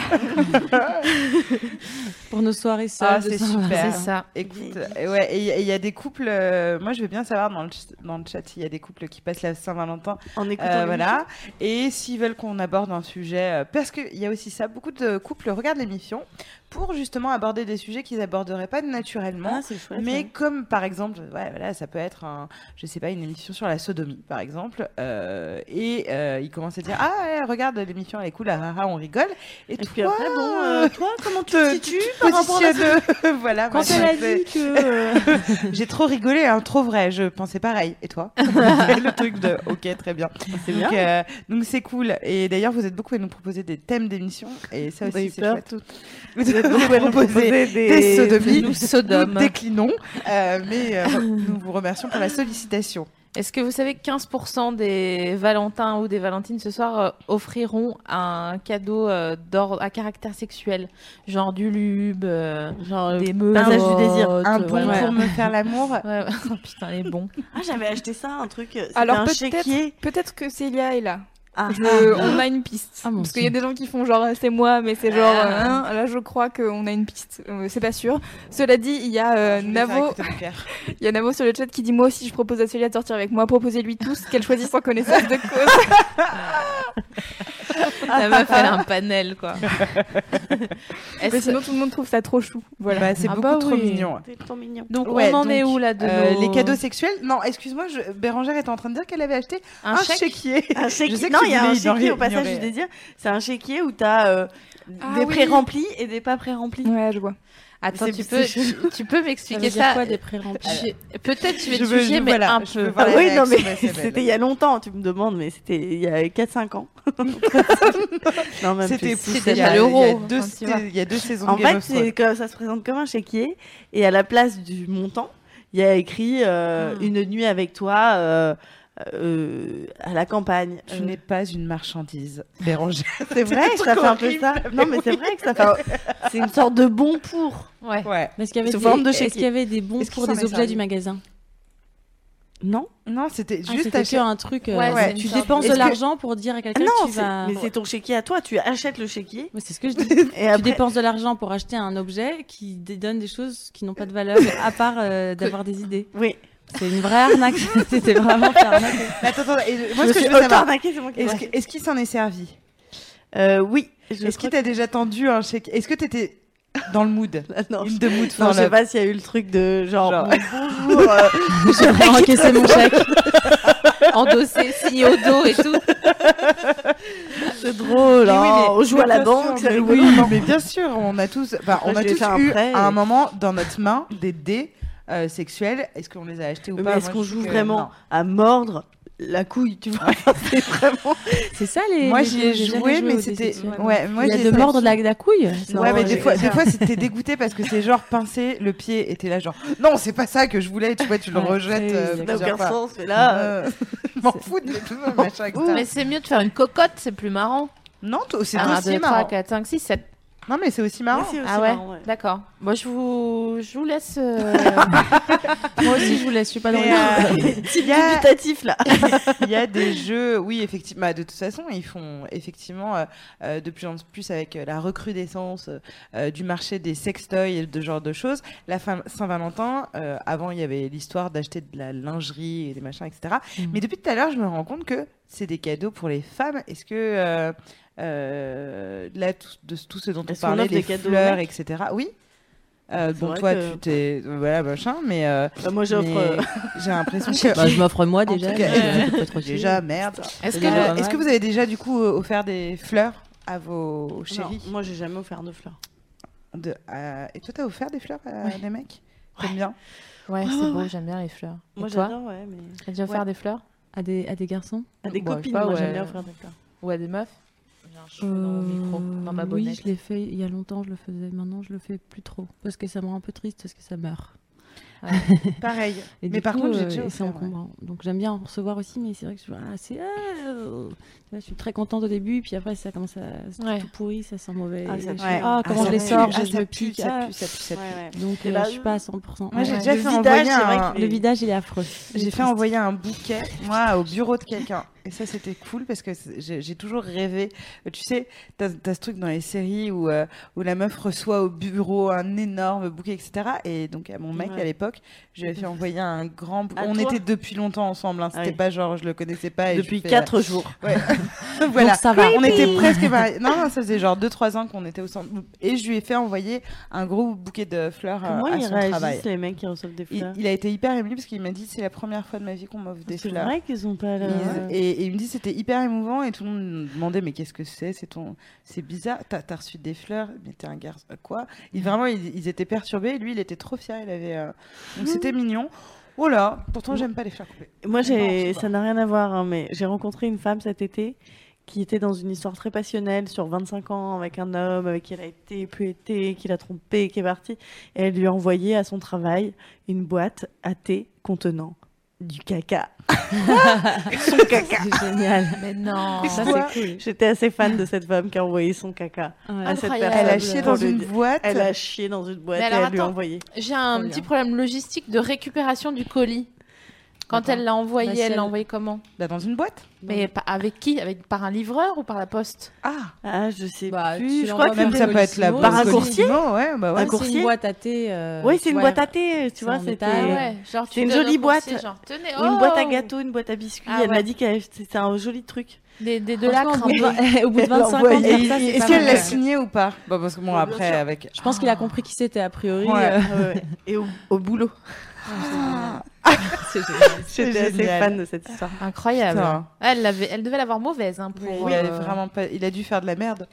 Pour nos soirées Ah, seules. de c'est Saint-Valentin. super. ça. Écoute, euh, ouais, et il y a- il y, a des couples. euh, moi, je veux bien savoir dans le, ch- dans le chat s'il y a des couples qui passent la Saint-Valentin en écoutant. Euh, les voilà. Et s'ils veulent qu'on aborde un sujet, euh, parce qu'il y a aussi ça, beaucoup de couples regardent l'émission pour justement aborder des sujets qu'ils aborderaient pas musiques. Ah, naturellement. c'est chouette. Mais ouais. comme par exemple, ouais, voilà, ça peut être, un, je sais pas, une émission sur la sodomie, par exemple, euh, et euh, ils commencent à dire, ah, ouais, regarde l'émission, elle est cool, ah, ah, ah, on rigole. Et, Et toi, puis après, bon, euh, toi, comment tu te te- situes tu par rapport à ça positionnes- voilà. bah, Quand machin, elle a c'est- dit que. euh, J'ai trop rigolé, hein, trop vrai. Je pensais pareil. Et toi Le truc de, ok, très bien. C'est Donc, bien. euh, donc c'est cool. Et d'ailleurs, vous êtes beaucoup à nous proposer des thèmes d'émission. Et ça On a eu aussi, c'est peur, chouette. tout- Vous êtes beaucoup à nous proposer des sodomies. Nous Nous Sodome. déclinons, euh, mais euh, nous vous remercions pour la sollicitation. Est-ce que vous savez que 15% des Valentins ou des Valentines ce soir euh, offriront un cadeau euh, d'ordre à caractère sexuel, genre du lube, euh, Genre, des meubles, euh, passage du désir. Un bon ouais. pour me faire l'amour. Ouais, Oh, ouais. Putain, les bons. Ah, j'avais acheté ça, un truc. euh, c'était Alors, un peut-être- chéquier. Peut-être que Célia est là. Ah, Je- on a une piste. Ah, mon parce qu'il y a Dieu. des gens qui font genre c'est moi, mais c'est genre Ah. euh, hein, là je crois qu'on a une piste. Euh, c'est pas sûr. Cela dit, il y a euh, Je vais faire Navo, écouter mon cœur. il y a Navo sur le chat qui dit moi aussi je propose à Célia de sortir avec moi. Proposez-lui tous qu'elle choisisse en connaissance de cause. Ah, La meuf, elle a un panel, quoi. Mais Est-ce- sinon tout le monde trouve ça trop chou. Voilà. Bah, c'est Ah beaucoup bah trop oui. mignon. T'es trop mignon. Donc, Ouais, on en donc, est où, là, de Euh, nos- Les cadeaux sexuels Non, excuse-moi, je... Bérangère était en train de dire qu'elle avait acheté un, Un chèque chéquier. Un Je sais chéquier. que Non, tu il y a un voulais chéquier ignorer- au passage ignorer. du désir. C'est un chéquier où t'as euh, Ah des oui. pré-remplis et des pas pré-remplis. Ouais, je vois. Attends, C'est- tu c'est peux, tu, tu peux Ça m'expliquer veut ça, dire quoi des pré-remplis Je- Peut-être tu vais Je te veux- juger, je- mais voilà, un je veux peu. voir la Ah oui, non, réaction mais de Isabelle. c'était il y a longtemps, tu me demandes, mais c'était il y a 4-5 ans. non, même C'était plus. poussé c'était il y a- à l'euro, il y a deux- quand tu vas. Il y a deux saisons En de Game fait, of Thrones. c'est que ça se présente comme un chéquier, et à la place du montant, il y a écrit euh, Ah. une nuit avec toi euh, euh, à la campagne. Tu Euh, n'es pas une marchandise, Bérangère. c'est vrai que ça fait un peu ça. Non, mais c'est vrai que ça fait. un- C'est une sorte de bon pour. Ouais. Ouais. Mais Est-ce qu'il y avait Sous des- forme de est-ce chéquier. qu'il y avait des bons Est-ce qu'ils pour s'en des est objets servi du magasin Non Non, c'était Ah, juste C'était que acheter. un truc. euh, Ouais, ouais. Tu c'est une sorte dépenses de- Est-ce de que- l'argent pour dire à quelqu'un que Non, tu c'est- vas. mais c'est ton chéquier à toi. Tu achètes le chéquier. Ouais, c'est ce que je dis. Et Tu après, dépenses de l'argent pour acheter un objet qui dé- donne des choses qui n'ont pas de valeur, à part euh, d'avoir des idées. oui. C'est une vraie arnaque. C'était vraiment faire arnaque. Mais Attends, attends, et- moi me ce que je suis veux savoir, auto-arnaquée, c'est moi qui est-ce l'ai que- est-ce qu'il s'en est servi acheté. Euh, oui. je Est-ce qu'il t'a crois déjà tendu un chèque Est-ce que t'étais dans le mood que- Ah, Non, In the mood Non, for je sais love. pas s'il y a eu le truc de genre, Genre. bon, bonjour, euh, J'ai encaissé mon chèque. Endossé, signé au dos et tout. c'est drôle, Mais oui, hein, mais- on joue à mais la bien banque, sûr, c'est mais rigolo. oui, mais bien sûr, on a tous, enfin, on Moi, a je l'ai tous fait un eu prêt, à un et- moment dans notre main des dés euh, sexuels. Est-ce qu'on les a achetés ou Mais pas est-ce Moi, qu'on je joue trouve que non. vraiment à mordre la couille, tu vois C'est vraiment. C'est ça les. Moi les j'y jeux, ai jamais joué, mais aux dés c'était. sexuels. Ouais, moi Il y j'ai a de ça. mordre de la, de la couille. Non, ouais, mais j'ai- des fois, des fois c'était dégoûté parce que c'est genre pincé le pied était là genre non c'est pas ça que je voulais tu vois tu le Ouais, rejettes c'est- euh, ça n'a Ça n'a plusieurs aucun fois. sens, mais là. euh, Euh, je m'en fous de tout machin etc. Mais c'est mieux de faire une cocotte, c'est plus marrant. non toi, c'est 1, aussi 2, marrant 3, 4, 5, 6, 7. non mais c'est aussi marrant c'est aussi Ah ouais, marrant, D'accord. Moi, je vous, je vous laisse. euh, Moi aussi, je vous laisse. Je suis pas dans Mais, le. euh, il y a- Dubitatif, là. il y a des jeux oui effectivement bah, de toute façon ils font effectivement euh, euh, de plus en plus avec euh, la recrudescence euh, euh, du marché des sextoys et de ce genre de choses la fin- Saint-Valentin euh, avant il y avait l'histoire d'acheter de la lingerie et des machins etc Mhm. mais depuis tout à l'heure je me rends compte que c'est des cadeaux pour les femmes est-ce que euh, euh, là tout, de tout ce dont on Est-ce qu'on parlait offre les des cadeaux aux fleurs mecs etc oui Euh, bon, vrai toi, que- tu t'es. Voilà, machin, mais. euh, Bah, moi, j'offre, mais euh, J'ai l'impression que. Bah, je m'offre moi, En tout déjà, cas, euh, mais c'est pas trop déjà, chier. merde. Est-ce Est-ce que- que, Déjà, pas est-ce que mal. vous avez déjà, du coup, euh, offert des fleurs à vos chéris Non, moi, j'ai jamais offert de fleurs. de, euh, Et toi, t'as offert des fleurs à Ouais. des mecs T'aimes bien Ouais, Ouais, c'est ouais, beau, ouais. j'aime bien les fleurs. Et Moi, toi j'adore, ouais, mais. T'as déjà offert des fleurs À des, à des garçons À Ah, des Bah, je sais copines, pas, moi, ouais. j'aime bien offrir des fleurs. Ou à des meufs J'ai un cheveu dans mon micro, Euh, dans ma Oui, bonnette. je l'ai fait il y a longtemps, je le faisais. Maintenant, je le fais plus trop. Parce que ça me rend un peu triste, parce que ça meurt. Pareil. Et mais du par coup, contre, j'ai euh, déjà et c'est offert. ouais. encombrant. Donc j'aime bien en recevoir aussi, mais c'est vrai que je, ah, c'est- ah, euh, je suis très contente au début, puis après ça commence à c'est Ouais. tout pourri, ça sent mauvais. Ah, ça Et- pue. Ouais. Ah, comment ça je les pue, sors, ah, je- je ça me pue, pique, Ça ah. pue, ça pue, ça pue. Ouais, ouais. Donc Et euh, bah, je suis pas à 100%. Moi, j'ai Ouais. déjà Le fait vidage, envoyer c'est vrai un- hein. qu'il est- Le vidage, il est affreux. J'ai fait envoyer un bouquet, moi, au bureau de quelqu'un. Et ça, c'était cool parce que c'est- j'ai j'ai toujours rêvé. Euh, Tu sais, t'as as ce truc dans les séries où, euh, où la meuf reçoit au bureau un énorme bouquet, etc. Et donc, à mon mec, Ouais. à l'époque, je lui ai fait envoyer un grand bouquet. À On toi était depuis longtemps ensemble. hein. Ah C'était oui. pas genre, je le connaissais pas. Et je lui Depuis fais, euh, 4 jours. Ouais. voilà. Donc ça va. On était presque pareil. Non, non, ça faisait genre 2-3 ans qu'on était au centre. Et je lui ai fait envoyer un gros bouquet de fleurs euh, Comment à ils son réagissent travail. les mecs qui reçoivent des Il, fleurs il a été hyper ému parce qu'il m'a dit c'est la première fois de ma vie qu'on m'offre des C'est fleurs. vrai qu'ils ont pas. euh, Ils- la- Et, et il me dit c'était hyper émouvant et tout le monde me demandait mais qu'est-ce que c'est c'est ton c'est bizarre t'as t'as reçu des fleurs mais t'es un garçon euh, quoi Mm. il, vraiment ils, ils étaient perturbés lui il était trop fier il avait euh, donc Mm. c'était mignon oh là pourtant j'aime pas les fleurs coupées Moi, Non, j'ai, c'est pas. ça n'a rien à voir, hein, mais j'ai rencontré une femme cet été qui était dans une histoire très passionnelle sur 25 ans avec un homme avec qui elle a été, plus été, qui l'a trompé, qui est parti. Et elle lui a envoyé à son travail une boîte à thé contenant du caca. son caca. C'est génial. Mais non Ça, Quoi c'est cool. J'étais assez fan de cette femme qui a envoyé son caca. Ouais. à cette Incroyable. elle a Incroyable. personne. chié Pour dans le une dire. boîte Elle a chié dans une boîte Mais et alors, elle lui a attends. envoyé. J'ai un Trop petit bien. problème logistique de récupération du colis. Quand D'accord. elle l'a envoyé, Bah, si elle elle- l'a envoyé comment Bah, dans une boîte Mais pa- avec qui Avec Par un livreur ou par la poste ah Ah, je sais Bah, tu plus. Je l'envoies crois Pas que même même ça peut être la Colissimo, boîte par un courtier Colissimo, ouais bah ouais Un Ouais, C'est coursier. une boîte à thé. euh, Oui, c'est une ouais. boîte à thé, tu C'est vois. en C'était métal. Ah genre, tu C'est une donnes au jolie boîte. coursier, genre, tenez, Ou une boîte à oh gâteau, une boîte à biscuits. Ah elle ouais. m'a dit que c'était un joli truc. Des, des de la Franchement, au bout de- Au bout de 25 ans, Et- de faire ça, et- c'est est-ce pas qu'elle mal. l'a signé ou pas bah, parce que bon Bien après sûr. avec Ah. Je pense qu'il a compris qui c'était, a priori. Ouais. euh, Et au, au boulot. Ah. c'est génial. J'étais assez génial. fan de cette histoire. Incroyable. Putain. Elle, l'avait- elle devait l'avoir mauvaise hein, pour. Oui, elle est euh, vraiment pas- il a dû faire de la merde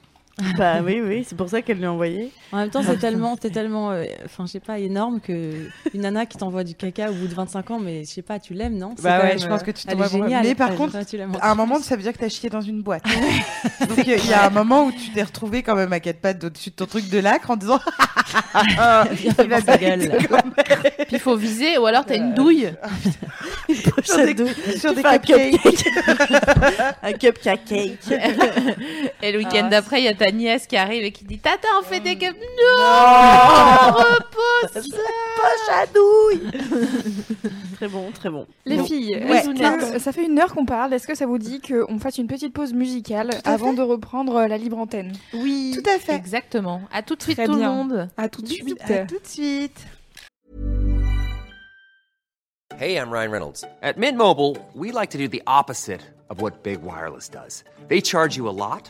bah oui, oui, c'est pour ça qu'elle lui a envoyé. En même temps, c'est tellement, c'est tellement, euh, enfin, je sais pas, énorme que une nana qui t'envoie du caca au bout de 25 ans, mais je sais pas, tu l'aimes, non C'est Bah quand ouais, même, je pense euh, que tu elle t'en est vas pour- géniale. Mais par Elle- contre, ah toi, tu l'aimes À un encore moment, plus. ça veut dire que t'as chié dans une boîte. Donc il y a un moment où tu t'es retrouvé quand même à quatre pattes au-dessus de ton truc de lacre en disant Ah, Bien fait pour sa gueule, là. Puis il faut viser, ou alors t'as Euh, une douille. sur des, sur des cupcakes. Un cupcake cake. Et Ah, le week-end d'après, il y a ta nièce qui arrive et qui dit Tata, on fait des cupcakes. Oh Poche à douille. très bon, très bon. Les Bon. filles, Ouais. Rizounet, ça fait une heure qu'on parle. Est-ce que ça vous dit qu'on fasse une petite pause musicale à avant de reprendre euh, la libre antenne Oui, tout à fait. Exactement. À tout de suite, Très tout bien. le monde. À tout de suite. À tout de suite. Hey, I'm Ryan Reynolds. At Mint Mobile, we like to do the opposite of what Big Wireless does. They charge you a lot,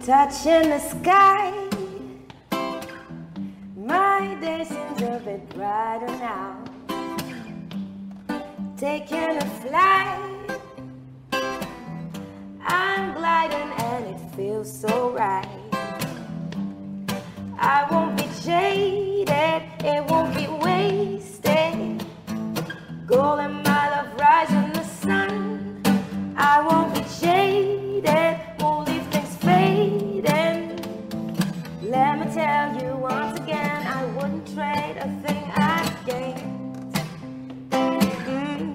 touching the sky. My day seems a bit brighter now. Taking a flight, I'm gliding and it feels so right. I won't be jaded, it won't be wasted. Golden mile of rising the sun. I won't be jaded, won't leave things fading. Let me tell you once again, I wouldn't trade a thing Mm,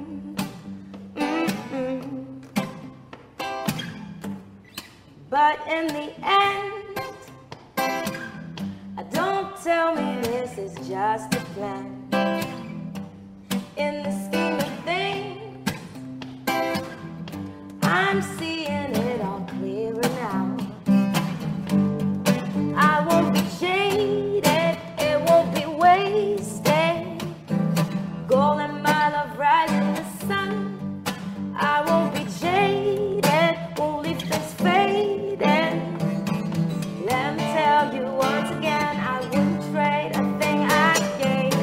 mm. in the end. Uh, Don't tell me this is just a plan. In the scheme of things, I'm seeing it all clearer now. I won't be jaded, it won't be wasted. Golden mile of rising the sun. I won't be jaded, won't leave things faded. Let me tell you once again, I wouldn't trade a thing I gained.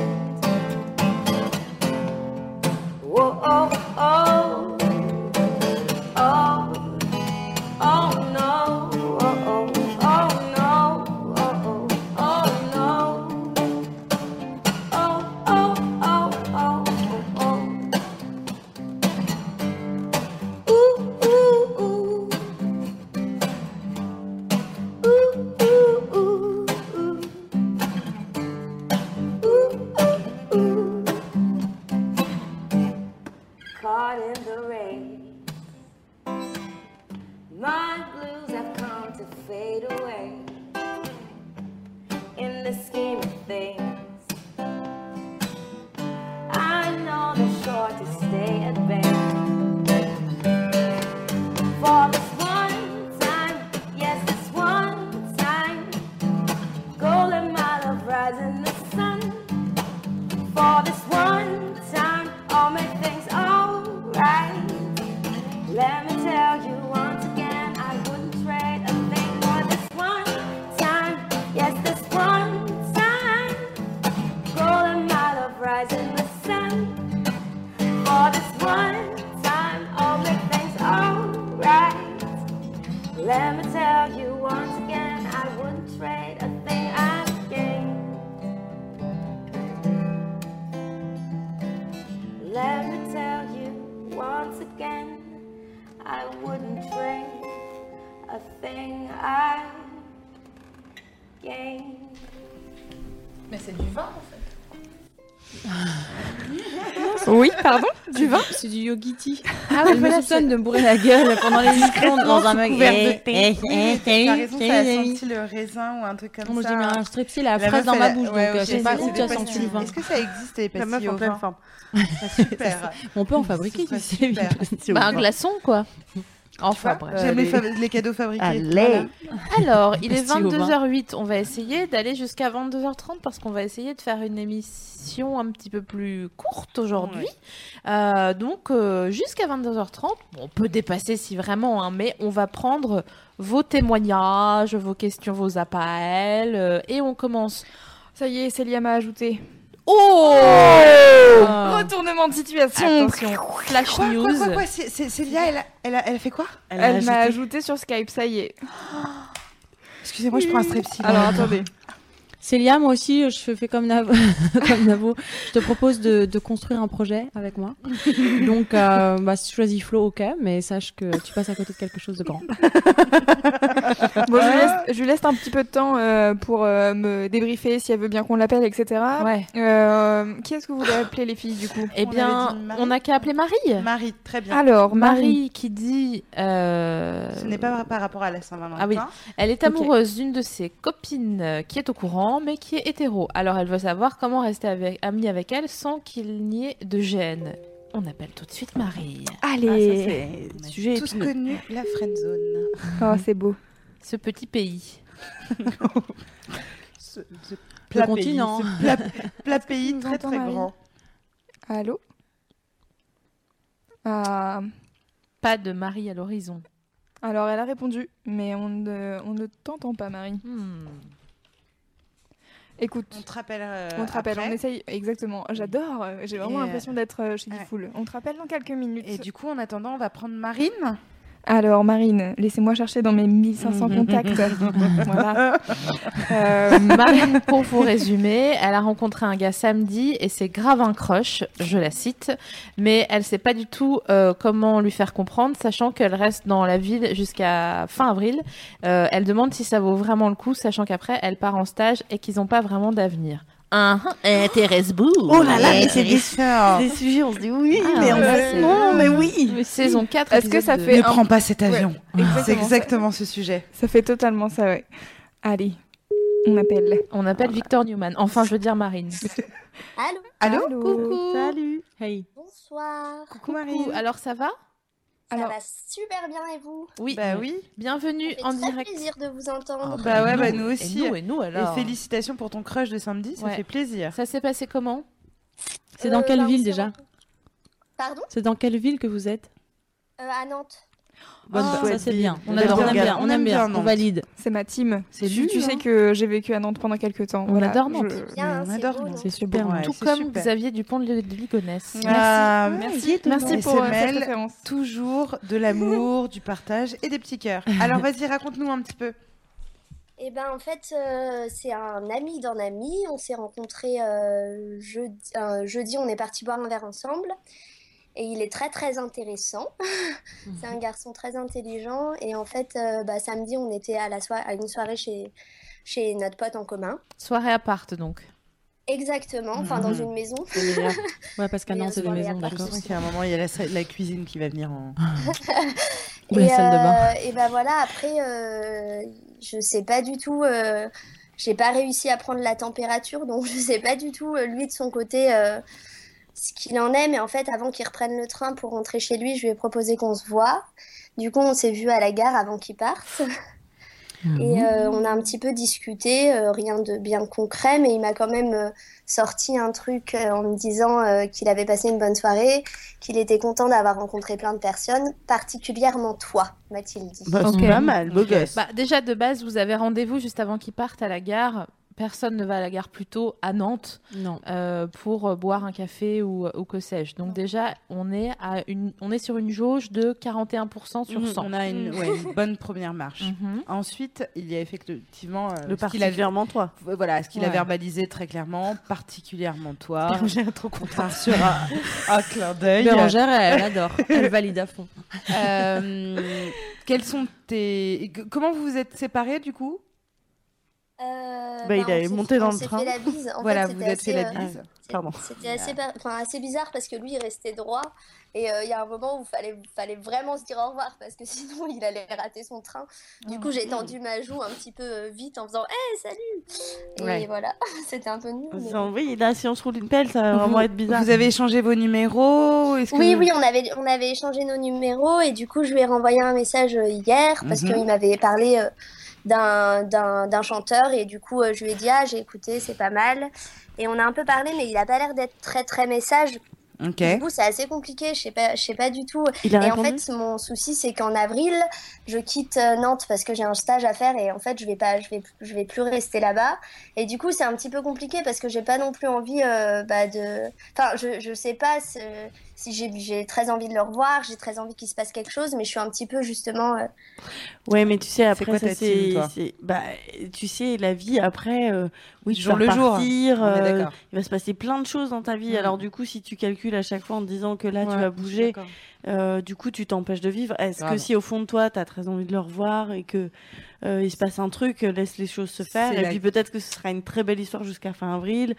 Whoa, oh, oh, oh, oh no, oh, oh, oh no, oh, oh, oh no, oh, oh, oh, oh, oh, oh. caught in the rain. My blues have come to fade away. In the scheme of things, I know they're sure to stay at bay. For this one time, yes, this one time, golden mile of rising the sun. For this one time, I'll make things alright. Let me tell you once again, I wouldn't trade a thing for this one time. Yes, this one time. Golden mile of rising the sun. For this one time, I'll make things alright. Let me tell you once again, I wouldn't trade a thing I gained. Let me tell you once again, I wouldn't trade a thing I gained. Mais c'est du vin en fait. Oui, pardon Du vin C'est du yogiti. Ah oui, Je me voilà, soupçonne c'est- de me bourrer la gueule pendant les micros dans un mug. couvert de Eh, thé. eh, eh, Oui, t'as T'as eu, raison, t'as ça a eu, t'as eu. senti le raisin ou un truc comme Moi, ça. j'ai mis un strepsil à la meuf, fraise dans elle ma a- bouche, donc ouais, euh, je ok, sais pas c'est où des tu as pastilles. senti le vin. Est-ce que ça existe les La meuf pastilles en au pleine vin forme. Ah, Super. On peut en fabriquer, Ce tu serait sais. mais- super. Bah, un glaçon quoi. Enfin Quoi bref. J'aime les, fab- les cadeaux fabriqués. Allez. Alors, il est Esti au vin. 22h08. On va essayer d'aller jusqu'à 22h30 parce qu'on va essayer de faire une émission un petit peu plus courte aujourd'hui. Euh, donc, euh, jusqu'à 22h30, on peut dépasser si vraiment, hein, mais on va prendre vos témoignages, vos questions, vos appels. euh, et on commence. Ça y est, Célia m'a ajouté. Oh, Oh Ah. Retournement de situation. Attention, flash Quoi, news. quoi, quoi, quoi c'est- c'est- Célia, elle a, elle, a, elle a fait quoi Elle m'a ajouté sur Skype, ça y est. Excusez-moi, je prends un strepsil. Alors attendez. Célia, moi aussi, je fais comme Navo. comme Navo. Je te propose de, de construire un projet avec moi. Donc, euh, bah, si tu choisis Flo, ok, mais sache que tu passes à côté de quelque chose de grand. Bon, je, lui Ah. laisse, je lui laisse un petit peu de temps euh, pour euh, me débriefer si elle veut bien qu'on l'appelle, etc. Ouais. Euh, qui est-ce que vous voulez appeler les filles du coup Eh On bien, avait dit Marie. on n'a qu'à appeler Marie. Marie, très bien. Alors, Marie, Marie. qui dit. euh, Ce n'est pas par rapport à la Saint-Valentin. Ah oui. Elle est Ok. amoureuse d'une de ses copines euh, qui est au courant, mais qui est hétéro. Alors elle veut savoir comment rester avec- amie avec elle sans qu'il n'y ait de gêne. On appelle tout de suite Marie. Ah, Allez. on a Sujet tous épineux. connu la friendzone. oh, c'est beau. Ce petit pays. Ce, ce plat pays, continent. ce plat, plat pays nous très entend, très Marie grand. Allô Ah, Pas de Marie à l'horizon. Alors, elle a répondu, mais on ne, on ne t'entend pas, Marie. Hmm. On Écoute, te rappelle. euh, on te rappelle, après. on essaye. Exactement. J'adore. euh, J'ai vraiment Et, euh, l'impression d'être euh, chez ouais. Difool. On te rappelle dans quelques minutes. Et du coup, en attendant, on va prendre Marine. Alors, Marine, laissez-moi chercher dans mes 1500 Mm, contacts. voilà. Euh, Marine, pour vous résumer, elle a rencontré un gars samedi et c'est grave un crush, je la cite, mais elle sait pas du tout euh, comment lui faire comprendre, sachant qu'elle reste dans la ville jusqu'à fin avril. Euh, elle demande si ça vaut vraiment le coup, sachant qu'après elle part en stage et qu'ils n'ont pas vraiment d'avenir. Ah, ah, Thérèse Bou. Oh là là, mais Ouais. c'est des, des sujets, on se dit oui, Ah, mais on ouais. non, mais oui. Saison 4. Est-ce que ça épisode fait Ne un- prends pas cet avion. Ouais, C'est exactement ça. exactement ce sujet. Ça fait totalement ça, ouais. Allez, on appelle. On appelle Victor Newman. Enfin, je veux dire Marine. Allô Allô Coucou. Salut. Hey. Bonsoir. Coucou Coucou. Alors, ça va Ça Alors- va super bien et vous Oui. Bah oui. Bienvenue C'est en très direct. plaisir de vous entendre. Bah ouais, nous, bah nous et aussi. nous, et nous, alors. félicitations pour ton crush de samedi, ça Ouais. fait plaisir. Ça s'est passé comment C'est dans Euh, quelle bah, on ville s'est déjà rencontrés- Pardon C'est dans quelle ville que vous êtes Euh, À Nantes. Oh, Oh, Bonne Ah, chance, ça c'est chouette bien. ville. On J'adore. adore, on aime Regarde, bien, on on aime aime bien bien, on Nantes. valide. C'est ma team. C'est Tu, tu nul, sais hein. que j'ai vécu à Nantes pendant quelques temps. On voilà, adore Nantes. je- Bien, hein, on c'est adore beau, Nantes. Nantes. C'est super. Ouais, Tout c'est comme super. Xavier Dupont de Ligonnès. Ah, Merci, de merci nous. pour euh, cette SML. référence. Toujours de l'amour, du partage et des petits cœurs. Alors vas-y, raconte-nous un petit peu. Et ben en fait, euh, c'est un ami d'un ami. On s'est rencontrés euh, jeudi, un jeudi, on est parti boire un verre ensemble. Et il est très très intéressant. c'est Mhm. un garçon très intelligent. Et en fait, euh, bah, samedi, on était à, la soi- à une soirée chez, chez notre pote en commun. Soirée à part, donc. Exactement, enfin dans Mhm. une maison. Ouais, parce qu'à Mais Nantes, c'est des on se maisons, voit d'accord. après. Je sais qu'à un moment, il y a la, sa- la cuisine qui va venir en. Ou la salle de euh, bain. et ben voilà, après, euh, je sais pas du tout. euh, j'ai pas réussi à prendre la température, donc je sais pas du tout, euh, lui, de son côté, euh, ce qu'il en est. Mais en fait, avant qu'il reprenne le train pour rentrer chez lui, je lui ai proposé qu'on se voit. Du coup, on s'est vu à la gare avant qu'il parte. Mhm. Et Mm. euh, on a un petit peu discuté, euh, rien de bien concret, mais il m'a quand même euh, sorti un truc euh, en me disant euh, qu'il avait passé une bonne soirée, qu'il était content d'avoir rencontré plein de personnes, particulièrement toi, m'a-t-il dit. Bah, Ok. C'est pas mal, beau gosse. Bah, déjà, de base, vous avez rendez-vous juste avant qu'ils partent à la gare. Personne ne va à la gare plus tôt à Nantes Non. euh, pour euh, boire un café ou, euh, ou que sais-je. Donc déjà, on est, à une, on est sur une jauge de 41% sur Mmh, Mmh. Mm, 100. On a une, ouais, une bonne première marche. Mhm. Ensuite, il y a effectivement euh, Le ce qu'il a, particulièrement toi. voilà, ce qu'il a Ouais. verbalisé très clairement, particulièrement toi. J'ai trop On part sur un, un clin d'œil. Bérangère, elle, elle adore. Elle valide à fond. Euh, quels sont tes. que- Comment vous vous êtes séparés du coup Euh, Bah, il on est s'est- monté dans on le s'est train. fait la bise. En Voilà, fait, vous c'était êtes fait assez, la euh, bise. C'est- Pardon. C'était assez, par- enfin, assez bizarre parce que lui, il restait droit. Et euh, il y a un moment où il fallait, fallait vraiment se dire au revoir parce que sinon, il allait rater son train. Du coup, j'ai tendu ma joue un petit peu euh, vite en faisant Hey, salut Et Ouais. voilà, c'était un peu nul. Bah, En mais- disant, oui, là, si on se roule une pelle, ça va Euh, vraiment Vous- être bizarre. Vous avez échangé vos numéros Est-ce que Oui, vous- oui, on avait, on avait échangé nos numéros et du coup, je lui ai renvoyé un message euh, hier parce Mhm. qu'il m'avait parlé euh, d'un- d'un d'un chanteur et du coup, euh, je lui ai dit Ah, j'ai écouté, c'est pas mal. Et on a un peu parlé, mais il a pas l'air d'être très très message. Ok. Du coup, c'est assez compliqué, je sais pas, je sais pas du tout. Il a et en répondu. fait, mon souci, c'est qu'en avril, je quitte euh, Nantes parce que j'ai un stage à faire et en fait, je vais pas, je vais, je vais plus rester là-bas. Et du coup, c'est un petit peu compliqué parce que j'ai pas non plus envie euh, bah, de. Enfin, je, je sais pas c'est- si j'ai, j'ai très envie de le revoir, j'ai très envie qu'il se passe quelque chose, mais je suis un petit peu justement. euh, Ouais, mais tu sais, après, quoi ça, ta c'est- team, toi c'est- Bah, tu sais, la vie, après, euh, oui, tu Jour vas le jour, partir, On est euh, d'accord. il va se passer plein de choses dans ta vie. Mm. Alors, du coup, si tu calcules à chaque fois en te disant que là, tu Ouais, vas je suis bouger, d'accord. euh, du coup, tu t'empêches de vivre. Est-ce que Grave. si au fond de toi, tu as très envie de le revoir et que euh, il se passe un truc, euh, laisse les choses se faire. C'est Et la- puis, peut-être que ce sera une très belle histoire jusqu'à fin avril.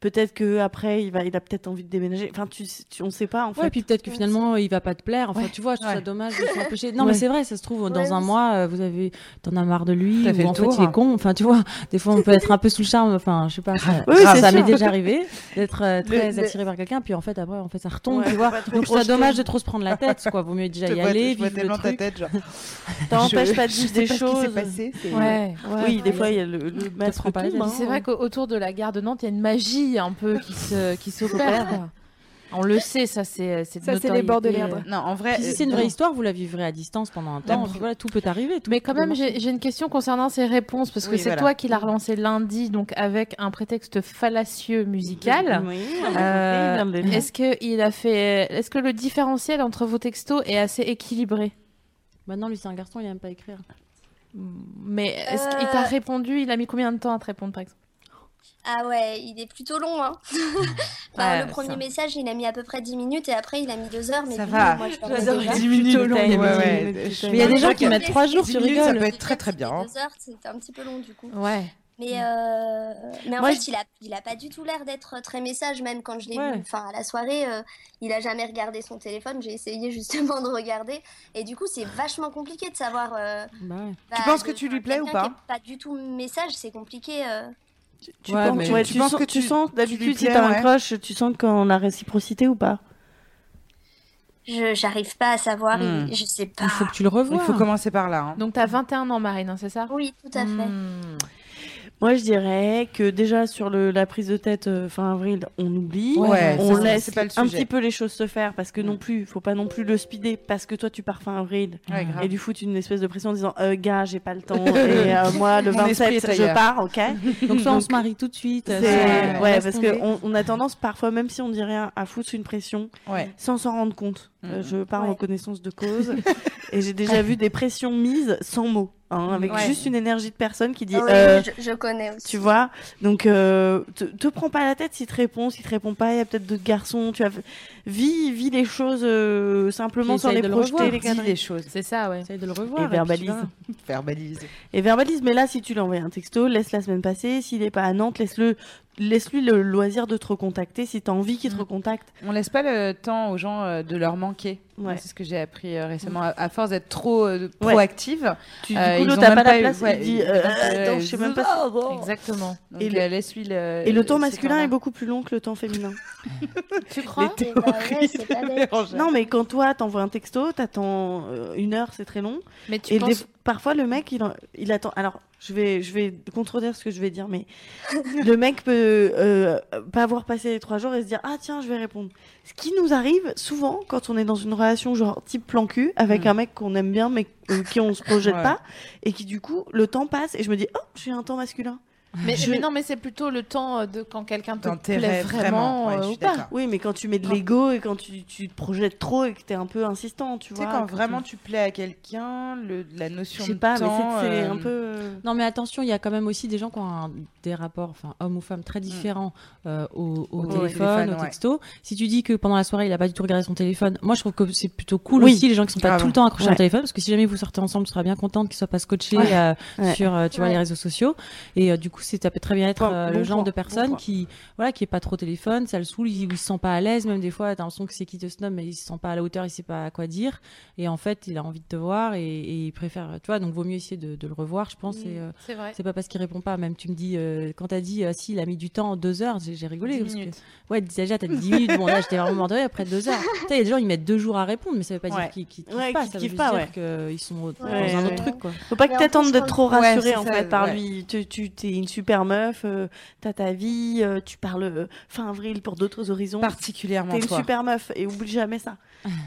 Peut-être que après, il, va, il a peut-être envie de déménager. Enfin, tu, tu- on sait pas, en fait. Ouais, et puis peut-être que finalement il va pas te plaire. Enfin, tu vois, je trouve Ouais. ça dommage de s'empêcher. Non, Ouais. mais c'est vrai, ça se trouve dans Ouais, un oui. mois, euh, vous avez, t'en as marre de lui, T'as ou fait le en tour. fait il est con. Enfin, tu vois, des fois on peut être un peu sous le charme. Enfin, je sais pas. Ça, Oui, ça- c'est ça sûr. m'est déjà arrivé d'être euh, très le- attiré par quelqu'un, puis en fait après, en fait, ça retombe, Ouais, tu vois. faut pas trop Donc, je trouve ça projeter. dommage de trop se prendre la tête. Quoi, vaut mieux déjà Je y vois- aller, je vois vivre le tellement ta truc. tête, genre. T'empêches pas de je vivre sais des pas ce qui s'est choses. passé, c'est- Ouais. oui, des fois, il y a le, le masque prends pas la tout, tête. hein. C'est vrai qu'autour de la gare de Nantes, il y a une magie un peu qui se qui s'opère. quoi. On le sait, ça c'est c'est de Ça, c'est les notoriété, bords de euh, l'herbe. Non, en vrai. Puis si euh, c'est une non. vraie histoire, vous la vivrez à distance pendant un temps. Non. Puis voilà, tout peut arriver. tout Mais quand peut même, marcher. j'ai j'ai une question concernant ces réponses, parce que Oui, c'est voilà. toi qui l'as relancé lundi, donc avec un prétexte fallacieux musical. Oui, Euh, on est dans le- Est-ce que il a fait Est-ce que le différentiel entre vos textos est assez équilibré Maintenant, lui, c'est un garçon, il aime pas écrire. Mais est-ce qu'il t'a Euh. répondu Il a mis combien de temps à te répondre, par exemple Ah ouais, il est plutôt long, hein. Enfin, Ouais, le premier ça. message, il a mis à peu près 10 minutes et après, il a mis 2 heures, mais Ça bon, va. moi, je parle J'adore déjà. 10 minutes, plutôt long, t'as ouais, aimé ouais. dix minutes, Je- putain. Mais il y a des gens qui mettent trois jours, Dix tu minutes, Ça rigoles. hein. peut être très très bien. hein. Deux heures, c'était un petit peu long du coup. Ouais. Mais, euh, mais en Moi, fait, je- il, a, il a pas du tout l'air d'être très message, même quand je l'ai Ouais. vu enfin, à la soirée, euh, il a jamais regardé son téléphone. J'ai essayé justement de regarder. Et du coup, c'est vachement compliqué de savoir. euh, bah, tu penses que de- tu lui plais ou quelqu'un pas qui est Pas du tout message, c'est compliqué. euh. Tu, Ouais, penses, mais- ouais, tu tu, penses sens- que tu tu- sens tu lui d'habitude si plais, t'as ouais. un crush, tu sens qu'on a réciprocité ou pas Je J'arrive pas à savoir, Hmm. il- je sais pas. faut que tu le revoies. Il faut commencer par là. hein. Donc t'as 21 ans, Marine, hein, c'est ça Hmm. Oui, tout à fait. Moi, je dirais que déjà sur le, la prise de tête euh, fin avril, on oublie, Ouais, on ça, c'est- laisse c'est pas le un sujet. petit peu les choses se faire parce que non plus, faut pas non plus le speeder parce que toi tu pars fin avril Ouais, grave. et lui foutre une espèce de pression en disant euh, gars, j'ai pas le temps et euh, moi le Mon 27 esprit est je ailleurs. pars, OK Donc soit on Donc, se marie tout de suite. c'est- euh, soit- ouais, laisse parce tomber. que on, on a tendance parfois même si on dit rien à foutre une pression Ouais. sans s'en rendre compte. Euh, Mhm. je pars en Ouais. connaissance de cause et j'ai déjà vu des pressions mises sans mots hein, avec Ouais. juste une énergie de personne qui dit Ah oui, euh, je, je connais aussi. tu vois, donc euh, te, te prends pas la tête s'il te répond, s'il te répond pas, il y a peut-être d'autres garçons. Tu as vis, vis les choses euh, simplement sans les projeter, les Dis cadrer. les choses. C'est ça, ouais. Essaye de le Et revoir. verbalise. Verbalise. Et verbalise. Mais là, si tu lui envoies un texto, laisse la semaine passer. S'il n'est pas à Nantes, laisse-le, laisse-lui le loisir de te recontacter si tu as envie qu'il te recontacte. On laisse pas le temps aux gens euh, de leur manquer. Ouais. C'est ce que j'ai appris euh, récemment. À, à force d'être trop euh, Ouais. proactive, Tu, euh, du ils coup, ont l'autre, t'as même pas la eu- place. ouais, il dit, ils ont même euh, pas- attends, je sais même pas. si- Exactement. Donc, Et euh, le- laisse-lui le. Et le temps ce masculin temps-là. est beaucoup plus long que le temps féminin. tu crois Les Bah théories. ouais, c'est pas bête. Non, mais quand toi, t'envoies un texto, t'attends euh, une heure, c'est très long. Mais tu et penses- des- parfois, le mec, il, en- il attend. Alors, je vais, je vais contredire ce que je vais dire, mais le mec peut euh, pas avoir passé les trois jours et se dire Ah, tiens, je vais répondre. Ce qui nous arrive souvent quand on est dans une relation, genre type plan cul, avec un mec qu'on aime bien, mais euh, qui on se projette Ouais. pas, et qui du coup, le temps passe, et je me dis Oh, j'ai un temps masculin. Hmm. Mais, Je- mais non, mais c'est plutôt le temps euh, de quand quelqu'un te Dans tes plaît rêves, vraiment, vraiment, ouais, euh, je suis ou pas. d'accord. Oui, mais quand tu mets de l'ego et quand tu, tu te projettes trop et que t'es un peu insistant, tu Tu vois. sais, quand que vraiment tu plais à quelqu'un, le- la notion Je sais de pas, mais temps. c'est- c'est euh, un peu. Non, mais attention, il y a quand même aussi des gens qui ont un- des rapports, enfin, hommes ou femmes, très différents euh, au, au Au téléphone, téléphone, au ouais. texto. Si tu dis que pendant la soirée, il a pas du tout regardé son téléphone, moi, je trouve que c'est plutôt cool Oui, aussi, les gens qui sont pas grave. tout le temps accrochés Ouais. au téléphone, parce que si jamais vous sortez ensemble, tu seras bien contente qu'ils soient pas scotchés Ouais. euh, Ouais. sur, euh, tu vois, les réseaux sociaux. Et euh, du coup, c'est, ça peut très bien être Point, euh, bon le genre point, de bon personne point. qui, voilà, qui est pas trop au téléphone, ça le saoule, il, il se sent pas à l'aise, même des fois, t'as l'impression que c'est qui te snob, mais il se sent pas à la hauteur, il sait pas à quoi dire. Et en fait, il a envie de te voir et, et il préfère, tu vois, donc vaut mieux essayer de, de le revoir, je pense. et, euh, C'est vrai. c'est pas parce qu'il répond pas. Même tu me dis, euh, quand t'as dit, euh, si, il a mis du temps, deux heures, j'ai j'ai rigolé. Dix parce que- minutes. Ouais, déjà, t'as dit 10 minutes. Bon, là, j'étais vraiment mort de rire après deux heures. Tu sais, il y a des gens, ils mettent deux jours à répondre, mais ça veut pas Ouais. dire qu'ils qu'ils kiffent Ouais, pas. qu'ils Ça veut kiffent juste pas, dire ouais. qu'ils sont au- dans Ouais, un ouais. autre truc, quoi. Faut pas Mais que en t'attendes plus, d'être quand- trop Ouais, rassuré c'est en ça, fait par ouais. lui. Tu, tu t'es une super meuf, euh, t'as ta vie, euh, tu parles euh, fin avril pour d'autres horizons. Particulièrement T'es une toi. super meuf et oublie jamais ça.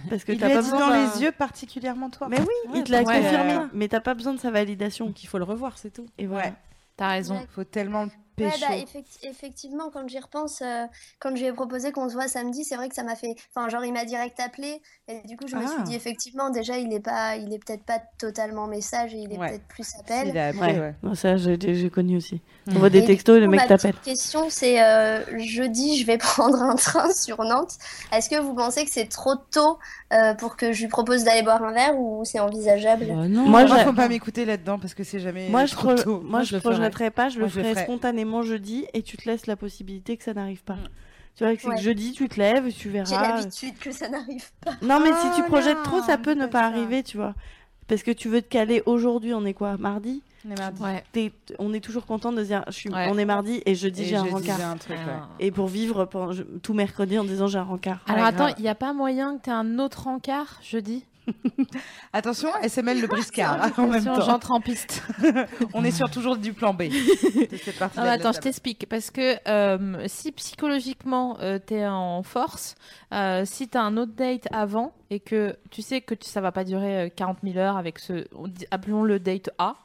Parce que Il t'as lui a pas dit besoin dans d'un- les yeux, particulièrement toi. Mais oui, il te ouais. l'a confirmé. Ouais. euh, Mais t'as pas besoin de sa validation. Donc, il faut le revoir, c'est tout. Et voilà. Ouais. T'as raison. Faut tellement le Ouais, pécho. bah, effecti- effectivement, quand j'y repense, euh, quand je lui ai proposé qu'on se voit samedi, c'est vrai que ça m'a fait. Enfin, genre, il m'a direct appelé. Et du coup, je me Ah. suis dit, effectivement, déjà, il n'est pas... il est peut-être pas totalement message et il est Ouais. peut-être plus Si, appel. il a appelé, Ouais. ouais. Bon, ça, j'ai, j'ai connu aussi. On Mm. voit Et des du textos et le coup, mec ma t'appelle. petite question, c'est euh, jeudi, je vais prendre un train sur Nantes. Est-ce que vous pensez que c'est trop tôt euh, pour que je lui propose d'aller boire un verre ou c'est envisageable Bah, non. Moi, Moi, je- faut pas m'écouter là-dedans parce que c'est jamais Moi, je, trop pro- tôt. moi, Moi, je je le ferais. projetterai pas, je le Moi, je le ferai ferais. spontanément jeudi et tu te laisses la possibilité que ça n'arrive pas. Mm. Tu vois, c'est que Ouais. jeudi, tu te lèves, tu J'ai verras. l'habitude que ça n'arrive pas. Non, mais Ah, si Oh tu projettes non, trop, ça peut ne fais pas ça. arriver, tu vois. Parce que tu veux te caler aujourd'hui, on est quoi Mardi On est mardi. Ouais. T'es- t- On est toujours content de se dire, je suis... Ouais. on est mardi et jeudi Et j'ai un jeudi, rencard. j'ai un truc, ouais. Et pour vivre pendant- je- tout mercredi en disant j'ai un rencard. Alors Ouais, Ah, attends, grave. il n'y a pas moyen que t'aies un autre encart jeudi Attention, SML le briscard hein, en même Attention, temps. J'entre en piste. On est sur toujours du plan B. de cette partie Non, mais Ah, attends, je t'explique. Parce que euh, si psychologiquement euh, t'es en force, euh, si t'as un autre date avant et que tu sais que tu- ça va pas durer euh, 40 000 heures avec ce, on dit- appelons-le date A.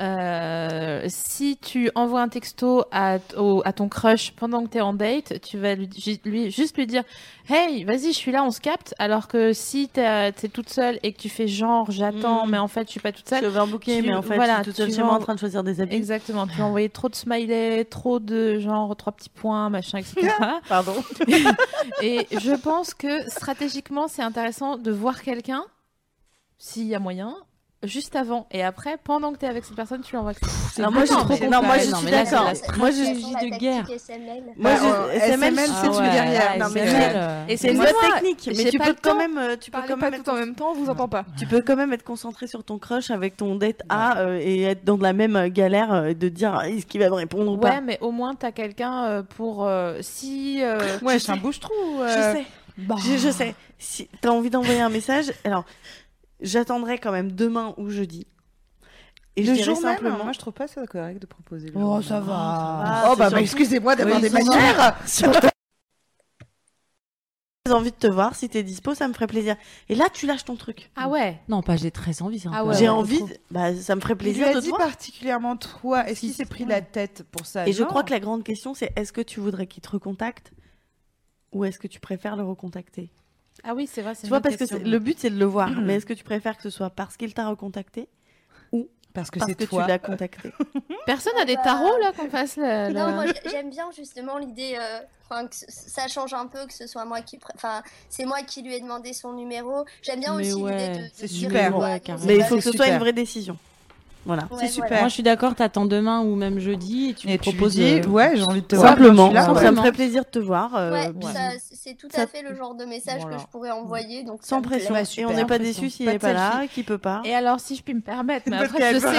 euh, si tu envoies un texto à, t- au- à ton crush pendant que t'es en date, tu vas lui, ju- lui- juste lui dire Hey, vas-y, je suis là, on se capte. Alors que si t'as- t'es toute seule et que tu fais genre, j'attends, Mm. mais en fait, je suis pas toute seule. Je veux un bouquet, tu- mais en fait, voilà, je suis toute seule tu chez moi en vas- train de choisir des habits. Exactement, tu as envoyé trop de smileys, trop de genre trois petits points, machin, etc. Pardon. Et je pense que stratégiquement, c'est intéressant de voir quelqu'un, s'il y a moyen, juste avant et après, pendant que t'es avec cette personne, tu l'envoies. c'est Alors moi, je suis violent, trop mais- contre. Non, moi, je Non, suis mais là, c'est d'accord. la Moi, je stratégie suis de de guerre. guerre. Moi, Ouais, je- ouais, SML, SML, c'est ouais, celui derrière. ouais, Non, mais SML, c'est- euh, et c'est une moi, bonne moi, technique, j'ai mais tu pas peux le quand temps. même, euh, tu peux Parlez quand pas même tout en même temps, on vous entend pas. Tu peux quand même être concentré sur ton crush avec ton date A euh, et être dans de la même euh, galère euh, et de dire ah, est-ce qu'il va me répondre ou pas. Ouais, mais au moins t'as quelqu'un euh, pour euh, si. euh, Ouais, tu je sais. sais. euh, Je sais. Je, je sais. Si t'as envie d'envoyer un message, alors j'attendrai quand même demain ou jeudi. Et le je dirai jour même, simplement. moi je trouve pas ça correct de proposer. Le Oh, jour ça même. va. Oh bah, C'est surtout- bah, excusez-moi d'avoir Oui, des surtout- manières. surtout- J'ai envie de te voir, si t'es dispo, ça me ferait plaisir. Et là, tu lâches ton truc. Ah ouais. Non, pas j'ai très envie. c'est un peu- J'ai envie, de- bah, ça me ferait Il lui plaisir a de te dit voir. particulièrement toi. Est-ce qu'il s'est pris la tête pour ça Et je Non. crois que la grande question, c'est est-ce que tu voudrais qu'il te recontacte ou est-ce que tu préfères le recontacter Ah oui, c'est vrai. Tu vois, parce que c'est- le but, c'est de le voir. mais est-ce que tu préfères que ce soit parce qu'il t'a recontacté ou parce que parce c'est que toi. tu l'as contacté Personne a des tarots là qu'on fasse. le- Ah Mmh. Non, le- moi j'ai- j'aime bien justement l'idée euh, enfin, que c- ça change un peu, que ce soit moi qui. pr- Enfin, c'est moi qui lui ai demandé son numéro. J'aime bien aussi l'idée de. c'est super. Ouais, carrément. Mais il faut que ce soit une vraie décision. Voilà. C'est super. Moi, je suis d'accord, t'attends demain ou même jeudi et tu me tu lui proposes. dis, euh, ouais, j'ai envie de te voilà, voir quand je Simplement. suis là, Simplement. ça me ferait plaisir de te voir. euh, Ouais, bisous. ça, c'est- c'est tout à fait le genre de message que je pourrais envoyer. Donc ça Sans me plaît. pression. et on n'est pas déçu s'il Pas n'est de pas là, selfie. qu'il peut pas. Et alors, si je puis me permettre, mais Parce après, qu'elle je veut sais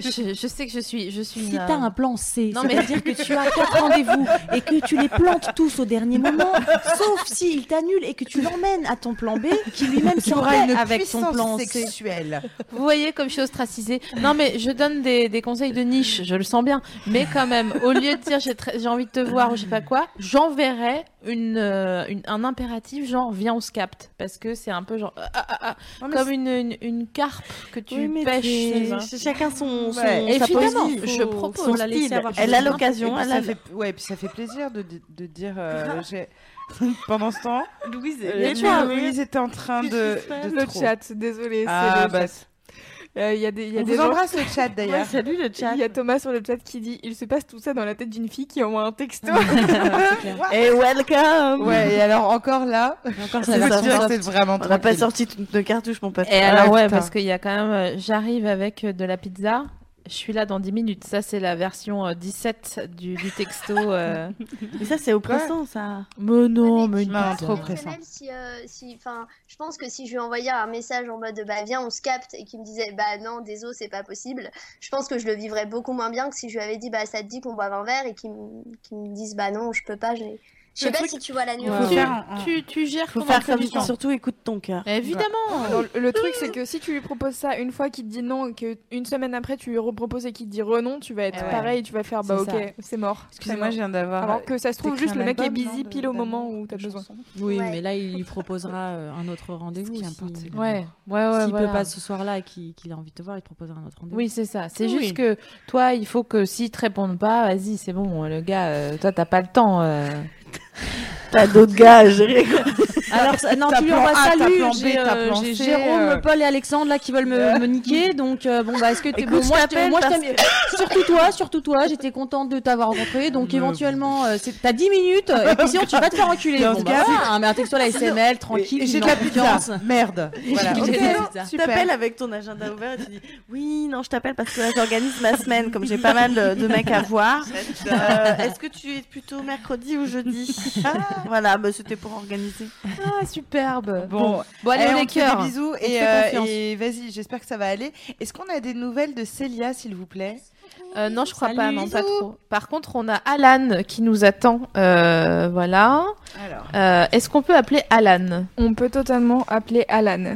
que je, je sais que je suis, je suis. Si une, t'as euh, un plan C, Non, ça mais- veut dire que tu as quatre rendez-vous et que tu les plantes tous au dernier moment, sauf s'il t'annule et que tu l'emmènes à ton plan B, qui lui-même Tu s'en auras paie une avec son puissance plan C. sexuelle. Vous voyez comme je suis ostracisée. Non, mais je donne des, des conseils de niche, je le sens bien. Mais quand même, au lieu de dire j'ai très- j'ai envie de te voir ou je sais pas quoi, j'enverrai une, euh, une- un impératif genre viens, on se capte. Parce que c'est un peu genre. ah, ah, ah, Ouais, mais comme c'est- une, une, une carpe que tu Oui, mais pêches. c'est- tu vois. c'est chacun son- son- Et sa finalement, poésie. je propose Son la laisser style. avoir Elle son a chemin. l'occasion, Et puis elle ça a- fait- Ouais, puis ça fait plaisir de, de- de dire. euh, j'ai- Pendant ce temps, Louise, euh, il y a du rire. Louise était en train de. de Le trop. chat, désolé, c'est Ah, le bah, chat. Euh, Il y a des, il y a On des vous gens- embrasse, le chat, d'ailleurs. Ouais, salut le chat. Il y a Thomas sur le chat qui dit il se passe tout ça dans la tête d'une fille qui envoie un texto. Et welcome Ouais, et alors encore là, encore ça va dire, c'est vraiment On n'a pas tranquille. sorti de de cartouche, mon pote. Et alors, ouais, Ah, putain. parce qu'il y a quand même. euh, J'arrive avec euh, de la pizza. Je suis là dans 10 minutes. Ça, c'est la version euh, 17 du, du texto. euh. Mais ça, c'est oppressant, ça. Mais non, mais une Non, pizza. trop pressant. Même si, euh, si, enfin, je pense que si je lui envoyais un message en mode bah viens on se capte et qu'il me disait bah non désolé c'est pas possible, je pense que je le vivrais beaucoup moins bien que si je lui avais dit bah ça te dit qu'on boive un verre et qu'il me, qu'il me dise bah non je peux pas, j'ai- je sais Le pas truc- si tu vois la Tu- nuance. tu, faire un- tu, tu gères Faut ton faire emploi comme du ça. temps. Surtout, écoute ton cœur. Évidemment. Non, Bah, le- le truc, c'est que si tu lui proposes ça une fois, qu'il te dit non, et qu'une semaine après, tu lui reproposes et qu'il te dit renon, tu vas être Eh ouais. pareil, tu vas faire bah C'est ok, ça. c'est mort. Excusez-moi, je viens d'avoir. Alors que ça se trouve, t'écris juste un le mec est album, busy non, de- pile au d'amour, moment où t'as de besoin. chansons Oui, Ouais. mais là, il lui proposera euh, un autre rendez-vous. qui si- importe, c'est Ouais, ouais, ouais. S'il voilà. peut pas ce soir-là et qu'il qu'il a envie de te voir, il te proposera un autre rendez-vous. Oui, c'est ça. C'est Oui. juste que toi, il faut que s'ils te répondent pas, vas-y, c'est bon, le gars, euh, toi, t'as pas le temps. euh. T'as d'autres gars à gérer. quoi. Ah, Alors, ça- non, T'as tu lui plan envoies A, t'as salut. plan B, J'ai t'as euh, plan j'ai C, Jérôme, euh. Paul et Alexandre là qui veulent me, me niquer. Donc, euh, bon, bah, est-ce que t'es Écoute, bon je Moi, je t'appelle t'aime- moi, je parce t'aime- Surtout toi, surtout toi. J'étais contente de t'avoir rencontré. Donc, éventuellement, euh, c'est- t'as 10 minutes. euh, Et puis, sinon, tu vas te faire enculer. Dans Bon, ce bah, cas- voilà, hein, mais un texto à la SML, tranquille. Et tu j'ai de mets la en confiance. pizza. Merde. Voilà. J'ai de ok. la pizza. Tu t'appelles avec ton agenda ouvert et tu dis Oui, non, je t'appelle parce que là, j'organise ma semaine, comme j'ai pas mal de, de mecs à voir. Euh, Est-ce que tu es plutôt mercredi ou jeudi Voilà, bah, c'était pour organiser. Ah, superbe. Bon, bon allez, Eh, on on est te fait des cœur. bisous te et, fait euh, confiance. et vas-y, j'espère que ça va aller. Est-ce qu'on a des nouvelles de Célia, s'il vous plaît Euh, non, je crois pas, Salut. non, pas trop. Par contre, on a Alan qui nous attend. euh, voilà. Alors, Euh, Est-ce qu'on peut appeler Alan On peut totalement appeler Alan.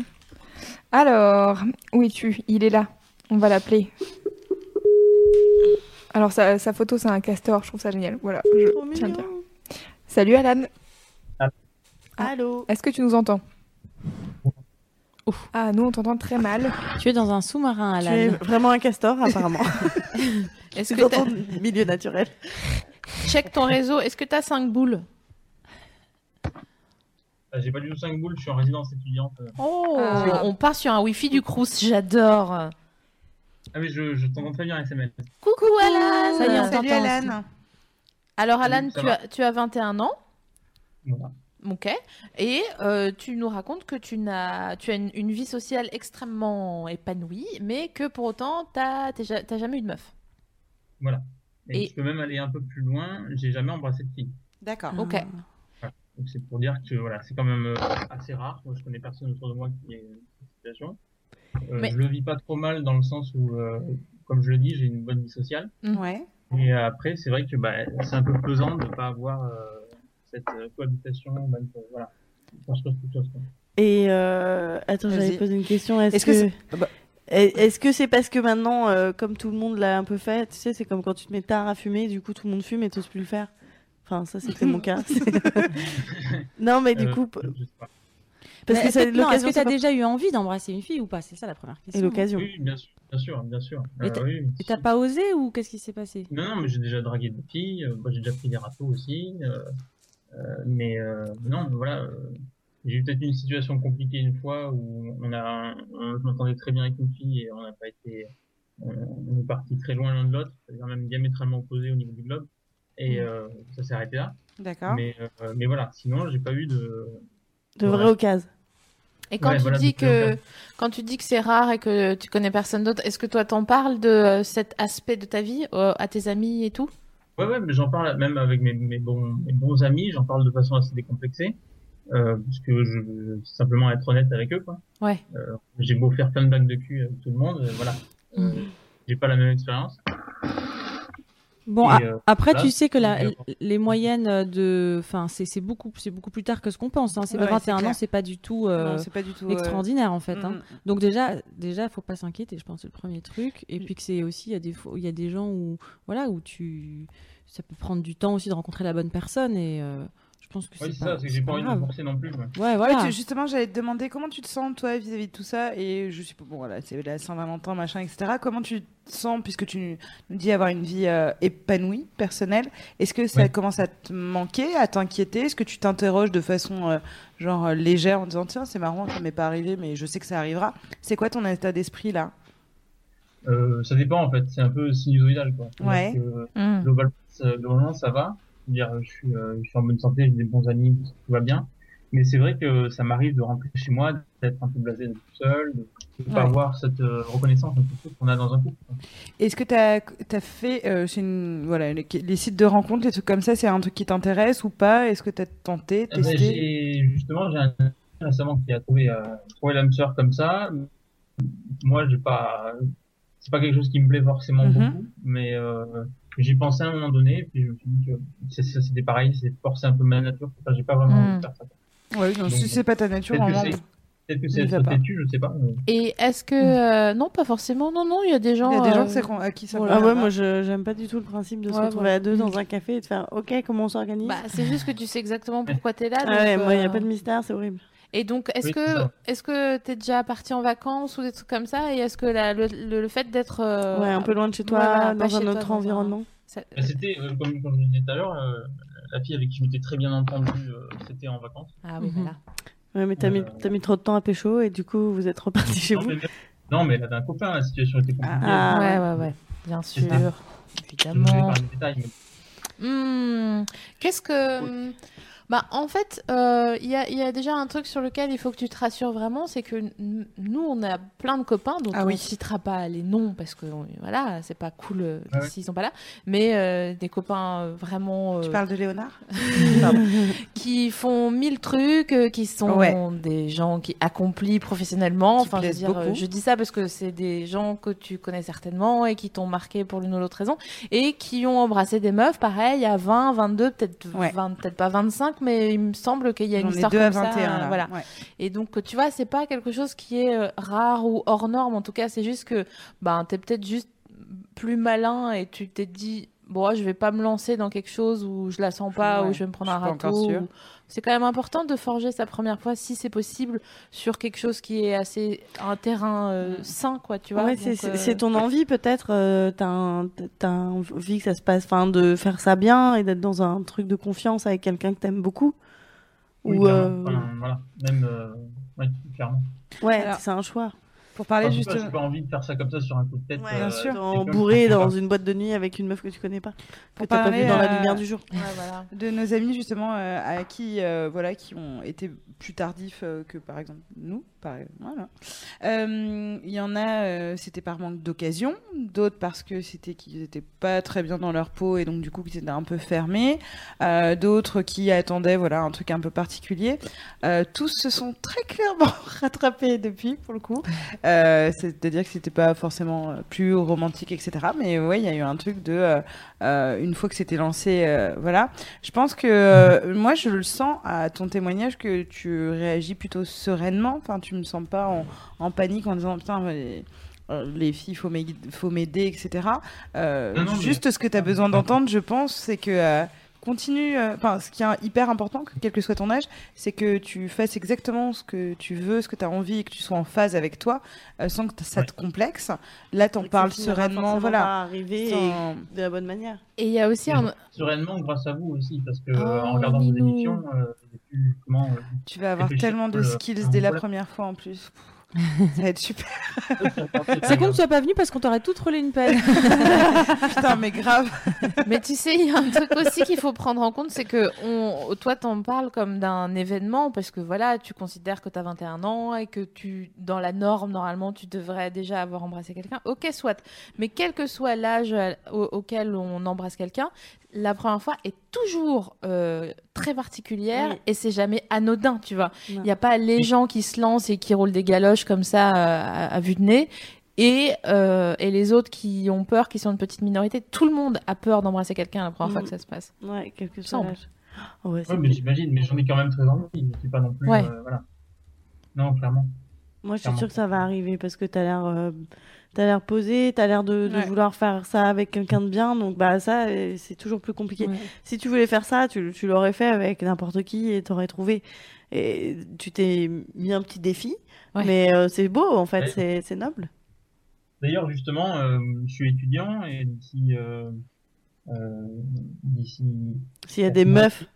Alors, où es-tu Il est là. On va l'appeler. Alors, sa, sa photo, c'est un castor. Je trouve ça génial. Voilà, je Trop tiens à le mignon. dire. Salut Alan. Ah, Allô Est-ce que tu nous entends Ah, nous, on t'entend très mal. Tu es dans un sous-marin, Tu Ah Alan. es vraiment un castor, apparemment. Est-ce C'est que dans t'as... ton milieu naturel. Check ton réseau. Est-ce que t'as 5 boules Ah, J'ai pas du tout 5 boules, je suis en résidence étudiante. Oh Ah. On part sur un wifi du Crous. J'adore. Ah oui, je, je t'entends très bien, SML. Coucou Alan. Ça y est, on salut t'entend aussi. Alan. Alors Alan, Ça tu va. as, tu as 21 ans. Voilà. Ok. Et euh, tu nous racontes que tu, n'as, tu as une, une vie sociale extrêmement épanouie, mais que pour autant, t'as, t'es ja- t'as jamais eu de meuf. Voilà. Et, Et- je peux même aller un peu plus loin, j'ai jamais embrassé de fille. D'accord. Ok. Voilà. Donc c'est pour dire que voilà, c'est quand même euh, assez rare. Moi, je connais personne autour de moi qui est dans cette situation. Euh, Mais- Je le vis pas trop mal dans le sens où, euh, comme je le dis, j'ai une bonne vie sociale. Ouais. Et après, c'est vrai que bah, c'est un peu pesant de pas avoir euh, cette euh, cohabitation. même, euh, voilà. Construire quelque chose. quoi. Et euh, attends, Vas-y. j'avais posé une question. Est-ce Est-ce que que est-ce c'est- que c'est parce que maintenant, euh, comme tout le monde l'a un peu fait, tu sais, c'est comme quand tu te mets tard à fumer, du coup tout le monde fume et t'oses plus le faire. Enfin, ça c'était mon cas. non, mais du Euh, coup, je parce Mais que est-ce c'est que- non, est-ce l'occasion. que c'est t'as pas- déjà eu envie d'embrasser une fille ou pas C'est ça la première question. Et l'occasion. Oui, bien sûr, bien sûr, bien sûr. Et Euh, t'as- oui. et t'as pas osé ou qu'est-ce qui s'est passé Non, non, mais j'ai déjà dragué des filles, euh, moi, j'ai déjà pris des râteaux aussi. euh, euh, mais euh, non, voilà. euh, j'ai eu peut-être une situation compliquée une fois où on a, on- je m'entendais très bien avec une fille et on n'a pas été. On, on est parti très loin l'un de l'autre, c'est-à-dire même diamétralement opposés au niveau du globe. Et Mhm. euh, ça s'est arrêté là. D'accord. Mais, euh, mais voilà, sinon, j'ai pas eu de. De vraies occasions. Et quand Ouais, tu voilà, dis donc, euh, que quand tu dis que c'est rare et que tu connais personne d'autre, est-ce que toi t'en parles de euh, cet aspect de ta vie euh, à tes amis et tout Ouais, ouais, mais j'en parle même avec mes, mes, bons, mes bons amis, j'en parle de façon assez décomplexée, euh, parce que je veux simplement être honnête avec eux, quoi. Ouais. Euh, j'ai beau faire plein de blagues de cul avec tout le monde, euh, voilà, Mm. j'ai pas la même expérience. Bon, Et, a- euh, après, voilà. tu sais que la, Mais, euh, les moyennes de. Enfin, c'est c'est beaucoup, c'est beaucoup plus tard que ce qu'on pense. hein. C'est pas Ouais, c'est 21 ans, clair. c'est pas du tout, Non, c'est pas du tout, euh, extraordinaire, en fait. hein. mm, mm. Donc, déjà, déjà, faut pas s'inquiéter, je pense, c'est le premier truc. Et Mm. puis que c'est aussi, il y, a des fois- il y a des gens où, voilà, où tu. Ça peut prendre du temps aussi de rencontrer la bonne personne. Et euh, je pense que Ouais, c'est c'est pas, ça, c'est que j'ai c'est pas envie de me grave. forcer non plus, ouais. Ouais, voilà. tu- justement, j'allais te demander comment tu te sens, toi, vis-à-vis de tout ça. Et je suis pas. Bon, voilà, c'est la Saint-Valentin, machin, etc. Comment tu te sens, puisque tu nous dis avoir une vie euh, épanouie, personnelle Est-ce que ça Ouais. commence à te manquer, à t'inquiéter Est-ce que tu t'interroges de façon, euh, genre, euh, légère en disant Tiens, c'est marrant, ça m'est pas arrivé, mais je sais que ça arrivera C'est quoi ton état d'esprit, là Euh, ça dépend en fait, c'est un peu sinusoïdal quoi. Ouais. C'est-à-dire que, Mm. global- euh, globalement, ça va. C'est-à-dire, je suis, euh, je suis en bonne santé, j'ai des bons amis, tout va bien. Mais c'est vrai que ça m'arrive de rentrer chez moi, d'être un peu blasé d'être tout seul, de ne pas Ouais. avoir cette euh, reconnaissance un peu plus qu'on a dans un couple. Est-ce que tu as, fait euh, c'est une, voilà, les, les sites de rencontres, les trucs comme ça, c'est un truc qui t'intéresse ou pas Est-ce que tu as tenté, Eh ben, testé j'ai- justement, j'ai un ami récemment qui a trouvé, euh, trouvé l'âme sœur comme ça. Moi, j'ai pas, c'est pas quelque chose qui me plaît forcément Mhm. beaucoup, mais euh, j'y pensais à un moment donné, puis je me suis dit que c'est- c'est- c'était pareil, c'est forcer un peu ma nature. Enfin, j'ai pas vraiment Mhm. envie de faire ça. Ouais, non, Donc, si c'est pas ta nature, peut-être que vraiment, c'est- Peut-être que on c'est le fait être pas. têtu, je sais pas. mais- Et est-ce que Hmm. euh, non, pas forcément. Non, non, il y a des gens. Il y a des gens euh, que c'est qu'on- à qui ça Ah va pas. ouais, moi je- j'aime pas du tout le principe de se Ouais, retrouver voilà. Mm. à deux dans un café et de faire OK, comment on s'organise Bah, c'est juste que tu sais exactement pourquoi t'es là. Ah donc, ouais, moi il n'y euh, a pas de mystère, c'est horrible. Et donc, est-ce Oui, c'est que ça. est-ce que t'es déjà parti en vacances ou des trucs comme ça Et est-ce que la- le, le- le fait d'être euh, Ouais, un peu loin de chez toi, voilà, dans pas chez un toi, autre dans environnement. ça- Bah, c'était, euh, comme, comme je disais tout à l'heure, euh, la fille avec qui je m'étais très bien entendu, euh, c'était en vacances. Ah oui, Mhm. voilà. Ouais, mais t'as mis, t'as mis trop de temps à pécho et du coup vous êtes reparti chez Non, vous. mais, non, mais elle avait un copain, la situation était compliquée. Ah, Ouais, ouais, ouais, bien C'est ça. sûr, Je ne vais évidemment. pas dans les détails, mais- Hmm, Qu'est-ce que. Bah, en fait, euh, il y, a, il y a déjà un truc sur lequel il faut que tu te rassures vraiment, c'est que n- nous, on a plein de copains dont Ah on oui. citera pas les noms parce que on- voilà, c'est pas cool euh, Ah ouais. s'ils sont pas là, mais euh, des copains euh, vraiment. Tu euh, parles de Léonard qui font mille trucs, euh, qui sont Ouais. des gens qui accomplissent professionnellement. Enfin, je, veux plaisent dire, euh, beaucoup. je dis ça parce que c'est des gens que tu connais certainement et qui t'ont marqué pour l'une ou l'autre raison et qui ont embrassé des meufs, pareil, à 20, 22, peut-être 20, peut-être pas 25, mais il me semble qu'il y a une J'en ai histoire deux à comme ça, 21, euh, là. voilà. Ouais. Et donc, tu vois, c'est pas quelque chose qui est euh, rare ou hors norme. En tout cas, c'est juste que ben, t'es peut-être juste plus malin et tu t'es dit, bon, je vais pas me lancer dans quelque chose où je la sens pas, ouais, où je vais me prendre je un suis pas râteau. encore sûre. ou- C'est quand même important de forger sa première fois, si c'est possible, sur quelque chose qui est assez un terrain euh, sain, quoi, tu vois. Ouais, c'est Donc, c'est- euh, c'est ton envie peut-être, euh, t'as un- t'as un- envie que ça se passe, enfin de faire ça bien et d'être dans un truc de confiance avec quelqu'un que t'aimes beaucoup. Oui, Ou, clairement. euh, Enfin, voilà, même, euh, ouais, clairement. Ouais, c'est un choix. Pour parler Enfin, je sais pas, justement. J'ai pas envie de faire ça comme ça sur un coup de tête. Ouais, euh, sûr. quelqu'un En que bourré je connais dans pas. une boîte de nuit avec une meuf que tu connais pas. Que pour t'as pas parler vu dans la euh, lumière du jour. de nos amis justement euh, à qui euh, voilà qui ont été plus tardifs euh, que par exemple nous par e-, voilà Euh, il y en a euh, c'était par manque d'occasion d'autres parce que c'était qu'ils étaient pas très bien dans leur peau et donc du coup qu'ils étaient un peu fermés Euh, d'autres qui attendaient voilà un truc un peu particulier Euh, tous se sont très clairement rattrapés depuis pour le coup Euh, c'est-à-dire que c'était pas forcément euh, plus romantique etc mais ouais il y a eu un truc de euh, euh, une fois que c'était lancé, euh, voilà. Je pense que euh, moi, je le sens à ton témoignage que tu réagis plutôt sereinement. Enfin, tu me sens pas en, en panique en disant putain. mais, euh, Les filles, faut m'aider, faut m'aider, etc. Euh, Non, non, mais- juste ce que tu as besoin d'entendre, je pense, c'est que euh, continue. euh, Enfin, ce qui est hyper important, que- quel que soit ton âge, c'est que tu fasses exactement ce que tu veux, ce que tu as envie, et que tu sois en phase avec toi, euh, sans que t- ça te complexe. Là, t'en parles sereinement, voilà. Arriver Sans- de la bonne manière. Et il y a aussi un- Sereinement, grâce à vous aussi, parce que euh, Oh, en regardant vos émissions, euh, j'ai pu comment. euh, Tu vas avoir réfléchir tellement de sur le- skills dès la Voilà. première fois en plus. Ça va être super. Ça compte que tu sois pas venu parce qu'on t'aurait tout trollé une pelle. Putain, mais grave. Mais tu sais, il y a un truc aussi qu'il faut prendre en compte, c'est que on, toi, t'en parles comme d'un événement, parce que voilà, tu considères que t'as 21 ans et que tu, dans la norme, normalement, tu devrais déjà avoir embrassé quelqu'un. Ok, soit. Mais quel que soit l'âge à- au- auquel on embrasse quelqu'un, la première fois est toujours euh, très particulière Oui. et c'est jamais anodin, tu vois. Non. Il n'y a pas les gens qui se lancent et qui roulent des galoches comme ça euh, à, à vue de nez. Et, euh, et les autres qui ont peur, qui sont une petite minorité, tout le monde a peur d'embrasser quelqu'un la première fois que ça se passe. Mm. Ouais, quelque soit chose. l'âge. Ouais, Ouais, mais j'imagine, mais j'en ai quand même très envie. Je suis pas non plus. Ouais. euh, voilà. Non, clairement. Moi, je suis Ah, Clairement. sûre que ça va arriver parce que t'as l'air, euh, t'as l'air posé, t'as l'air de, de Ouais. vouloir faire ça avec quelqu'un de bien. Donc, bah ça, euh, c'est toujours plus compliqué. Ouais. Si tu voulais faire ça, tu, tu l'aurais fait avec n'importe qui et t'aurais trouvé. Et tu t'es mis un petit défi, Ouais. mais euh, c'est beau en fait, Ouais. c'est, c'est noble. D'ailleurs, justement, euh, je suis étudiant et d'ici. euh, euh, d'ici. S'il y a des meufs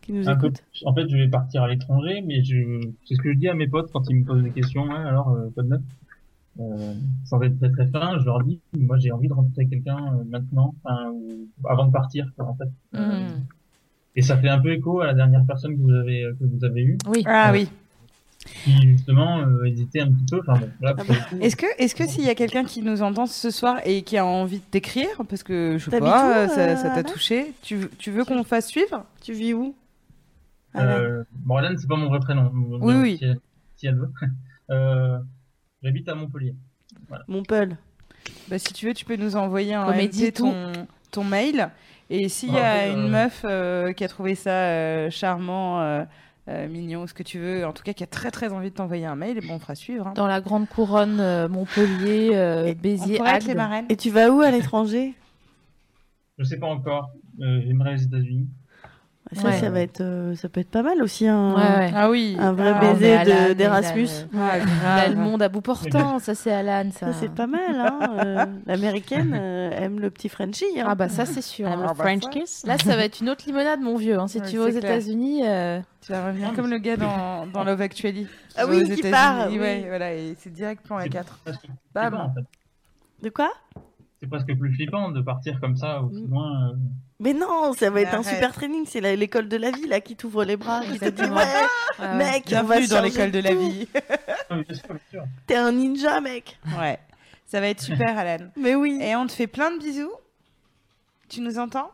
qui nous un peu- écoutent. en fait, je vais partir à l'étranger, mais je... c'est ce que je dis à mes potes quand ils me posent des questions. Ouais, alors, euh, quoi de neuf Euh, sans être très très fin, je leur dis, moi j'ai envie de rencontrer quelqu'un euh, maintenant, enfin, ou avant de partir, quoi, en fait. Euh, Et ça fait un peu écho à la dernière personne que vous avez, euh, que vous avez eue. Oui. Ah oui. Qui justement euh, hésitait un petit peu. Enfin bon, Ah là, pour bah. le coup, Est-ce que, est-ce que s'il y a quelqu'un qui nous entend ce soir et qui a envie de t'écrire, parce que je sais T'habites pas, où, euh, ça, euh, ça t'a Anna touché, tu, tu veux qu'on fasse suivre Tu vis où Euh, bon, Alan, c'est pas mon vrai prénom. Ah Oui, oui. Si elle, si elle veut. Euh, J'habite à Montpellier. Voilà. Montpellier. Bah, si tu veux, tu peux nous envoyer un Oh, mais MT, dis tout. ton, ton mail. Et s'il y Ah, a oui, une euh. meuf euh, qui a trouvé ça euh, charmant, euh, euh, mignon, ce que tu veux, en tout cas qui a très très envie de t'envoyer un mail, et bon, on fera suivre. hein. Dans la grande couronne, euh, Montpellier, euh, Béziers, pourrait être Agde. les marraines. Et tu vas où à l'étranger Je sais pas encore. Euh, J'aimerais les États-Unis. Ça, Ouais. ça va être, euh, ça peut être pas mal aussi un, Ouais, ouais. Ah oui. un vrai Ah, mais baiser de- Alan, mais d'Erasmus. Alan, ouais. Là, le euh, monde à bout portant, ça c'est Alan. Ça, Ça, c'est pas mal, hein. euh, L'américaine euh, aime le petit Frenchie. hein. Ah bah ça c'est sûr. Ah, le hein. French kiss. Là, ça va être une autre limonade, mon vieux. hein. Si Ouais, tu vas aux c'est clair. États-Unis, euh, Tu vas revenir comme le gars dans, dans Love Actually. Ah va aux oui, qui États-Unis, part, ouais, oui. voilà, et c'est direct plan C'est A4. presque plus Bam. flippant, en fait. De quoi C'est presque plus flippant de partir comme ça, Mm. aussi loin. euh. Mais non, ça va Mais être un arrête. super training. C'est la- l'école de la vie là qui t'ouvre les bras, qui te dit Exactement. ouais, Ouais, ouais. mec, on va Bienvenue dans changer l'école de la tout. vie. Non, mais bien sûr, bien sûr. T'es un ninja, mec. Ouais, ça va être super, Alan. Mais oui. Et on te fait plein de bisous. Tu nous entends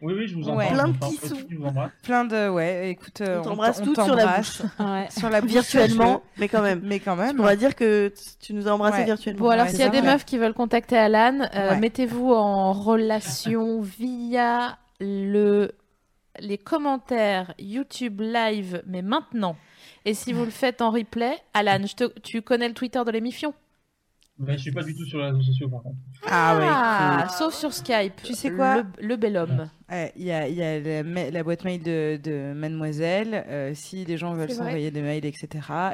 Oui, oui, je vous Ouais. entends. Plein de je vous entends. petits sous. Je vous embrasse. Plein de. Ouais, écoute, euh, On t'embrasse t- toutes sur la t'embrasse Ouais. Sur la bouche, Virtuellement, sur mais quand le- même. Mais quand On même. pourra dire que t- tu nous as embrassés Ouais. Ah, virtuellement. Bon, alors Ouais, s'il y a c'est des vrai. meufs qui veulent contacter Alan, euh, Ouais. mettez-vous en relation via le les commentaires YouTube live, mais maintenant. Et si vous le faites en replay, Alan, je te- tu connais le Twitter de l'émission Mais je suis pas du tout sur les réseaux sociaux, par contre. Ah, sauf sur Skype. Tu sais quoi le, le bel homme. ouais, cool. Ouais, Il y a, il y a la, ma- la boîte mail de, de Mademoiselle. euh, si des gens veulent C'est vrai. s'envoyer des mails, etc.,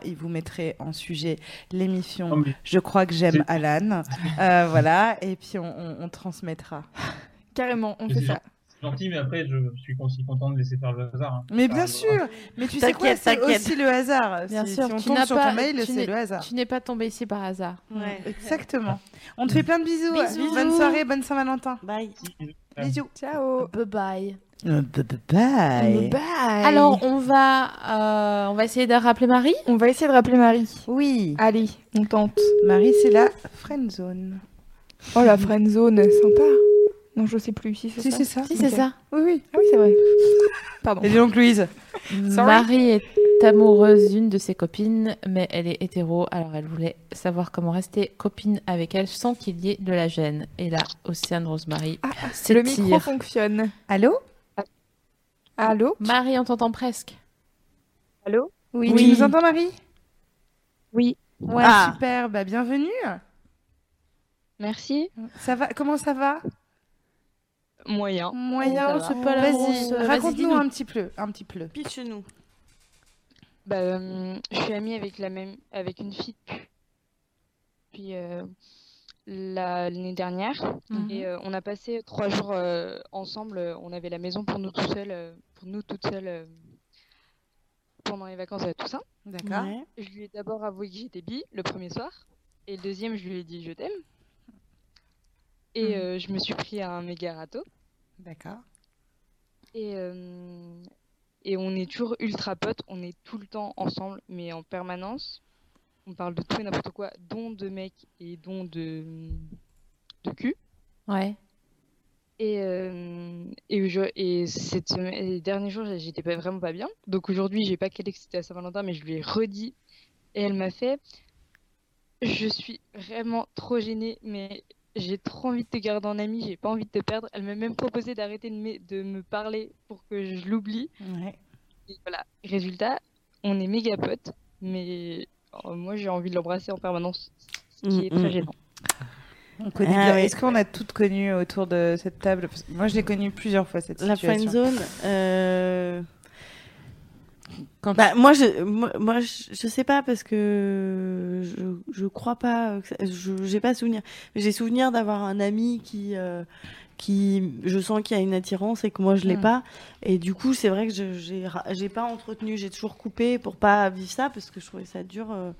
ils vous mettraient en sujet l'émission Non, Oh, mais Je crois que j'aime C'est- Alan. Euh, voilà, et puis on, on- on transmettra. Carrément, on Mais fait c'est ça. gentil. gentil, mais après, je suis aussi content de laisser faire le hasard. hein. Mais Faire bien le- sûr, mais tu sais quoi, T'inquiète, c'est t'inquiète. aussi le hasard. Bien si, sûr, si on tu tombe n'as sur pas- ton mail, tu c'est n'es- le hasard. Tu n'es pas tombé ici par hasard. Exactement. On te fait plein de bisous. Bisous. Bonne soirée, bonne Saint-Valentin. Bye. Bisous. Ciao. Bye bye. Bye. Alors, on va, euh, on va essayer de rappeler Marie On va essayer de rappeler Marie. Oui. Allez, on tente. Marie, c'est la friend zone. Oh, la friend zone, sympa. Non, je sais plus. Si, c'est Si, ça. c'est ça. Si, c'est Ok. ça. Oui, oui. Ah oui, c'est vrai. Pardon. Et dis donc, Louise. Sorry. Marie est amoureuse d'une de ses copines, mais elle est hétéro, alors elle voulait savoir comment rester copine avec elle sans qu'il y ait de la gêne. Et là, Océane Rosemary, c'est Le micro tire. fonctionne. Allô Allô Marie, on t'entend presque. Allô Oui, Oui. tu nous entends, Marie Oui. Ouais, Ah. super. Bah, bienvenue. Merci. Ça va Comment ça va Moyen. Moyen, Ça c'est va. pas la Vas-y, grosse. euh, vas-y, Raconte-nous dis-nous. un petit peu, un petit peu. Pitch-nous. Bah, euh, je suis amie avec la même avec une fille depuis depuis, euh, la- l'année dernière Mhm. et euh, on a passé trois jours euh, ensemble. euh, On avait la maison pour nous tout seuls, euh, pour nous toutes seules euh, pendant les vacances à Toussaint. D'accord. Ouais. Je lui ai d'abord avoué que j'étais bi le premier soir et le deuxième je lui ai dit je t'aime et euh, je me suis pris à un méga râteau. D'accord. Et, euh, et on est toujours ultra potes, on est tout le temps ensemble, mais en permanence. On parle de tout et n'importe quoi, dont de mecs et dont de, de cul. Ouais. Et, euh, et, je- et cette semaine- et les derniers jours, j'ai- j'étais pas, vraiment pas bien. Donc aujourd'hui, j'ai pas calé que c'était à Saint-Valentin, mais je lui ai redit. Et elle m'a fait Je suis vraiment trop gênée, mais j'ai trop envie de te garder en ami, j'ai pas envie de te perdre. Elle m'a même proposé d'arrêter de, me- de me parler pour que je l'oublie. Ouais. Et voilà, résultat, on est méga potes, mais euh, moi j'ai envie de l'embrasser en permanence, ce qui est Mm, mm. très gênant. On connaît Ah bien. ouais. Est-ce qu'on a toutes connu autour de cette table Parce que Moi, je l'ai connue plusieurs fois cette La situation. friendzone. Euh... Quand- Bah, moi, je, moi, moi, je, je sais pas parce que je, je crois pas. que ça- je j'ai pas souvenir. Mais J'ai souvenir d'avoir un ami qui, euh, qui, je sens qu'il y a une attirance et que moi je l'ai Mm. pas. Et du coup, c'est vrai que je- j'ai, ra- j'ai pas entretenu. J'ai toujours coupé pour pas vivre ça parce que je trouvais ça dur. euh,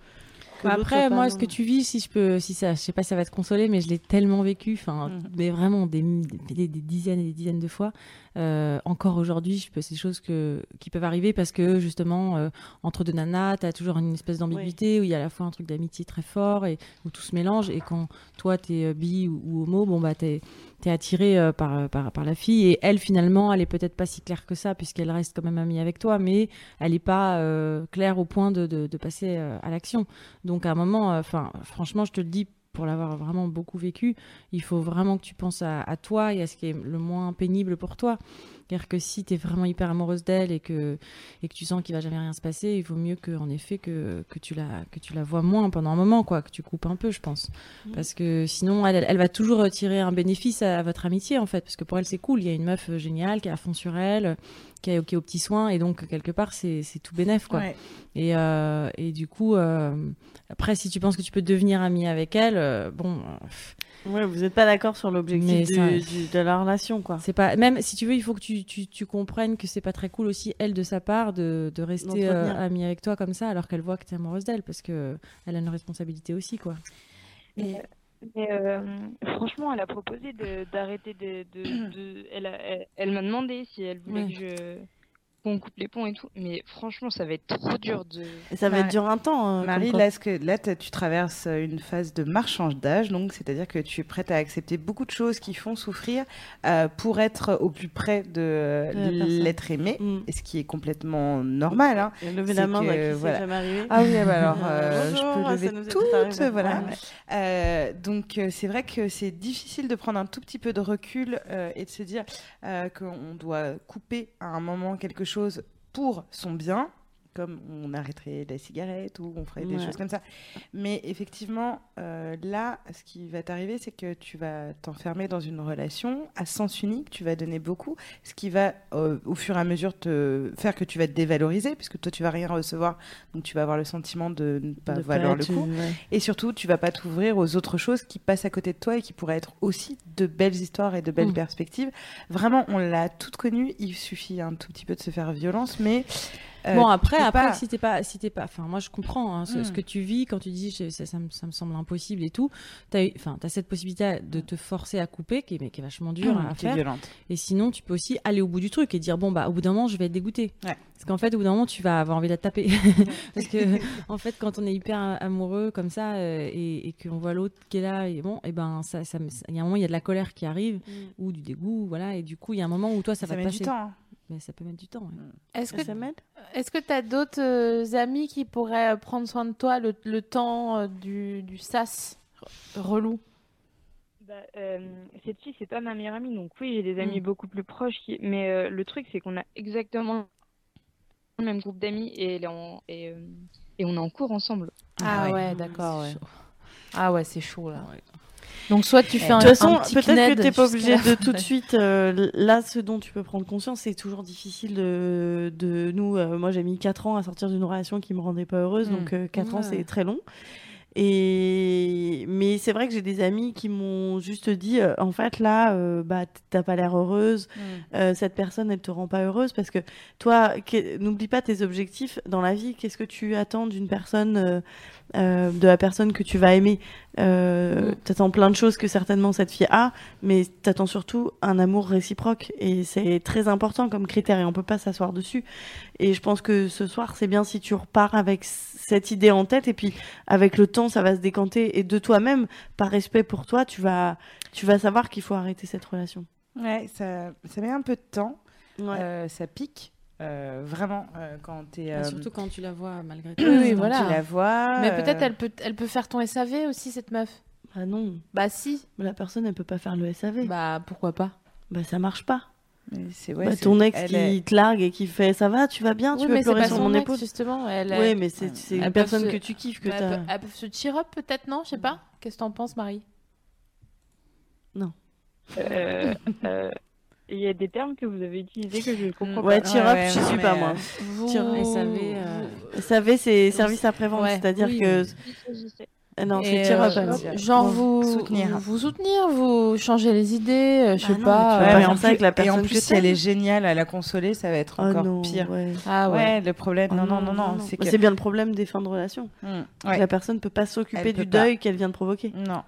que l'autre soit Après, pas moi, dans- ce que tu vis, si je peux, si ça, je sais pas, si ça va te consoler, mais je l'ai tellement vécu, enfin, Mhm. mais vraiment des, des- des dizaines et des dizaines de fois. Euh, encore aujourd'hui, je peux, c'est des choses que, qui peuvent arriver parce que justement, euh, entre deux nanas, t'as toujours une espèce d'ambiguïté où il y a à la fois un truc d'amitié très fort et où tout se mélange. Et quand toi, t'es euh, bi ou, ou homo, bon bah t'es t'es attiré euh, par, par, par la fille et elle finalement elle est peut-être pas si claire que ça puisqu'elle reste quand même amie avec toi mais elle est pas euh, claire au point de, de, de passer euh, à l'action donc à un moment euh, enfin franchement je te le dis pour l'avoir vraiment beaucoup vécu il faut vraiment que tu penses à, à toi et à ce qui est le moins pénible pour toi c'est-à-dire que si tu es vraiment hyper amoureuse d'elle et que, et que tu sens qu'il va jamais rien se passer, il vaut mieux que, en effet que, que, tu la, que tu la vois moins pendant un moment, quoi, que tu coupes un peu, je pense. Parce que sinon, elle, elle- elle va toujours tirer un bénéfice à, à votre amitié, en fait. Parce que pour elle, c'est cool. Il y a une meuf euh, géniale qui est à fond sur elle, euh, qui est qui est aux petits soins. Et donc, quelque part, c'est c'est tout bénef, quoi. Ouais. Et, euh, et du coup, euh, après, si tu penses que tu peux devenir amie avec elle, euh, bon, euh, Ouais, vous êtes pas d'accord sur Mais l'objectif ça- du- du- de la relation, quoi. c'est pas même si tu veux, il faut que tu, tu, tu comprennes que c'est pas très cool aussi elle de sa part de, de rester euh, D'entretenir. amie avec toi comme ça alors qu'elle voit que t'es amoureuse d'elle parce que elle a une responsabilité aussi quoi. Et- Mais euh, franchement, elle a proposé de- d'arrêter de. de- de- elle a- elle, elle m'a demandé si elle voulait Ouais. que je. qu'on coupe les ponts et tout. Mais franchement, ça va être trop dur de. Et ça va Marie- être dur un temps. euh, comme Marie, quoi. là, ce que, là, t'as- tu traverses euh, une phase de marchandage d'âge, donc c'est-à-dire que tu es prête à accepter beaucoup de choses qui font souffrir euh, pour être au plus près de euh, De la personne. l'être aimé, Mm. et ce qui est complètement normal. hein. Et Levez C'est la main, que, bah, qui c'est voilà. jamais arrivé. Ah oui, ah bah alors, Euh, euh, bonjour, je ça peux nous lever est tout arrivé. toutes, voilà. Ouais. Euh, donc euh, c'est vrai que c'est difficile de prendre un tout petit peu de recul euh, et de se dire euh, qu'on doit couper à un moment quelque chose pour son bien, comme on arrêterait la cigarette ou on ferait des Ouais. choses comme ça. Mais effectivement, euh, là, ce qui va t'arriver, c'est que tu vas t'enfermer dans une relation à sens unique, tu vas donner beaucoup, ce qui va euh, au fur et à mesure te faire que tu vas te dévaloriser, puisque toi, tu vas rien recevoir, donc tu vas avoir le sentiment de ne pas De pas valoir le être coup. une- ouais. Et surtout, tu vas pas t'ouvrir aux autres choses qui passent à côté de toi et qui pourraient être aussi de belles histoires et de belles Mm. perspectives. Vraiment, on l'a toutes connue. Il suffit un tout petit peu de se faire violence, mais euh, bon tu après, peux après pas- si t'es pas, si t'es pas, enfin moi je comprends hein, ce, ce Mm. que tu vis quand tu dis je- ça, ça me, ça me semble impossible et tout. T'as, eu- enfin t'as cette possibilité de te forcer à couper qui est, mais qui est vachement dure Mm, à qui est faire. violente. Et sinon tu peux aussi aller au bout du truc et dire bon bah au bout d'un moment je vais être dégoûté. Parce qu'en fait au bout d'un moment tu vas avoir envie de la taper. Parce que en fait quand on est hyper amoureux comme ça euh, et, et qu'on voit l'autre qui est là et bon et ben ça, ça me- il y a un moment il y a de la colère qui arrive Hmm. ou du dégoût voilà et du coup il y a un moment où toi ça, Ça va met te du passer. temps. hein. Mais ça peut mettre du temps. ouais. Hmm. Est-ce que Ça m'aide Est-ce que tu as d'autres euh, amis qui pourraient euh, prendre soin de toi le, le temps euh, du, du sas re- relou Bah, euh, cette fille, c'est pas ma meilleure amie, donc oui, j'ai des amis Mm. beaucoup plus proches. qui- Mais euh, le truc, c'est qu'on a exactement le même groupe d'amis et, elle est en- et, euh, et on est en cours ensemble. Ah, ouais, d'accord. ouais. Ah ouais, c'est chaud là. Donc soit tu fais Eh, de un, toute façon, un petit peut-être kned que t'es pas obligé jusqu'à la de fin tout de la- suite. euh, là, ce dont tu peux prendre conscience, c'est toujours difficile de, de nous. euh, moi, j'ai mis 4 ans à sortir d'une relation qui me rendait pas heureuse, Mm. donc 4 ans, Ouais. c'est très long. Et mais c'est vrai que j'ai des amis qui m'ont juste dit, euh, en fait, là, euh, bah, t- t'as pas l'air heureuse. Mm. euh, cette personne, elle te rend pas heureuse parce que toi, que- n'oublie pas tes objectifs dans la vie. Qu'est-ce que tu attends d'une personne, euh, euh, de la personne que tu vas aimer euh, Mm. T'attends plein de choses que certainement cette fille a, mais t'attends surtout un amour réciproque et c'est très important comme critère et on peut pas s'asseoir dessus. Et je pense que ce soir, c'est bien si tu repars avec c- cette idée en tête et puis avec le temps, ça va se décanter et de toi-même, par respect pour toi, tu vas, tu vas savoir qu'il faut arrêter cette relation. Ouais, ça, ça met un peu de temps. Euh, ça pique. euh, vraiment, euh, quand t'es. Bah, euh, surtout quand tu la vois malgré tout. Oui, oui, Quand voilà. tu la vois, Mais euh, peut-être elle peut, elle peut faire ton SAV aussi, cette meuf. Bah non. Bah si. La personne, elle peut pas faire le SAV. Bah pourquoi pas Bah ça marche pas. Mais c'est- ouais, Bah, c'est- ton ex elle qui est- te largue et qui fait ça va, tu vas bien, Oui, tu veux mais c'est pleurer pas sur son mon ex, épaule. justement. Elle, Ouais, elle- mais c'est c'est Elles peuvent une personne se- que tu kiffes que Bah, t'as. Elles peuvent se cheer up peut-être, non Je sais pas. Qu'est-ce que t'en penses, Marie Euh, euh, Il y a des termes que vous avez utilisés que je comprends Ouais, pas. cheer up, je suis pas moi. Cheer up. SAV, c'est service après-vente, Ouais, c'est-à-dire oui, que. mais- Ah Non, Et, c'est cheer up. euh, elle. Genre Bon. vous Soutenir. vous- Vous soutenir, vous changer les idées, euh, Bah je sais pas. Ouais, euh, mais en plus, et en personne plus, que si elle est t'aimes. géniale à la consoler, ça va être Ah encore non, pire. ouais. Ah ouais. le problème. Ah non, non, non, non. Bah, C'est C'est que bien le problème des fins de relation. Mm, ouais. La personne peut pas s'occuper Elle du peut pas. deuil qu'elle vient de provoquer. Non.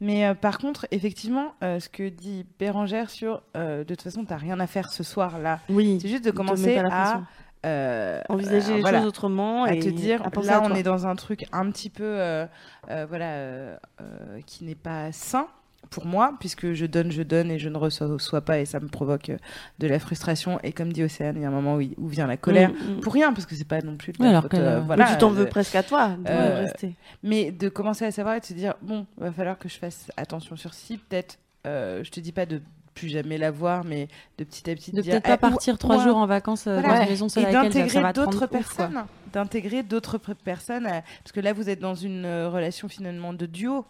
Mais euh, par contre, effectivement, euh, ce que dit Bérangère sur euh, de toute façon, t'as rien à faire ce soir-là. Oui. C'est juste de te mets commencer pas la à pression. euh, Envisager les choses autrement à et te dire à penser là, à on toi. est dans un truc un petit peu euh, euh, voilà euh, euh, qui n'est pas sain. Pour moi, puisque je donne, je donne et je ne reçois pas, et ça me provoque euh, de la frustration. Et comme dit Océane, il y a un moment où, il- où vient la colère Mm, mm. pour rien, parce que c'est pas non plus de Oui, ta alors faute, qu'elle, euh, euh, voilà, Mais tu t'en euh, veux presque à toi de rester. Mais de commencer à savoir et de se dire bon, va falloir que je fasse attention sur ci, peut-être. euh, je te dis pas de plus jamais la voir, mais de petit à petit. De dire, peut-être eh, pas ou- partir ou trois un- jours en vacances, euh, dans une maison seule et avec elle, ça- ça d'intégrer va te rendre d'autres ouf, quoi. personnes, d'intégrer d'autres pr- personnes, à- parce que là vous êtes dans une euh, relation finalement de duo.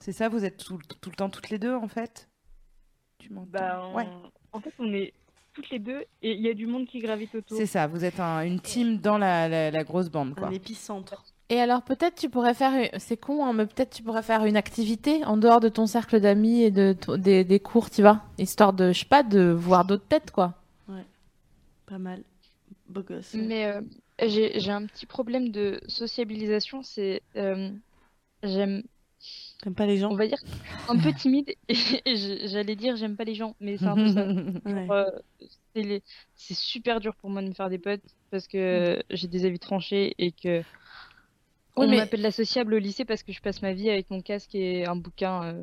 C'est ça, vous êtes tout, tout le temps toutes les deux en fait. Tu m'entends Bah, on- Ouais. En fait, on est toutes les deux et il y a du monde qui gravite autour. C'est ça, vous êtes un- une team dans la, la- la grosse bande quoi. épicentre. Et alors peut-être tu pourrais faire, une- c'est con, hein, mais peut-être tu pourrais faire une activité en dehors de ton cercle d'amis et de ton- des, des cours, tu vois, histoire de, je sais pas, de voir d'autres têtes, quoi. Pas mal. Beau gosse. Mais euh, j'ai j'ai un petit problème de sociabilisation, c'est euh, j'aime Comme pas les gens. On va dire un peu timide et, et je- j'allais dire j'aime pas les gens, mais c'est un peu ça. Genre, euh, c'est les- c'est super dur pour moi de me faire des potes parce que j'ai des avis tranchés et que on mais- m'appelle la sociable au lycée parce que je passe ma vie avec mon casque et un bouquin euh,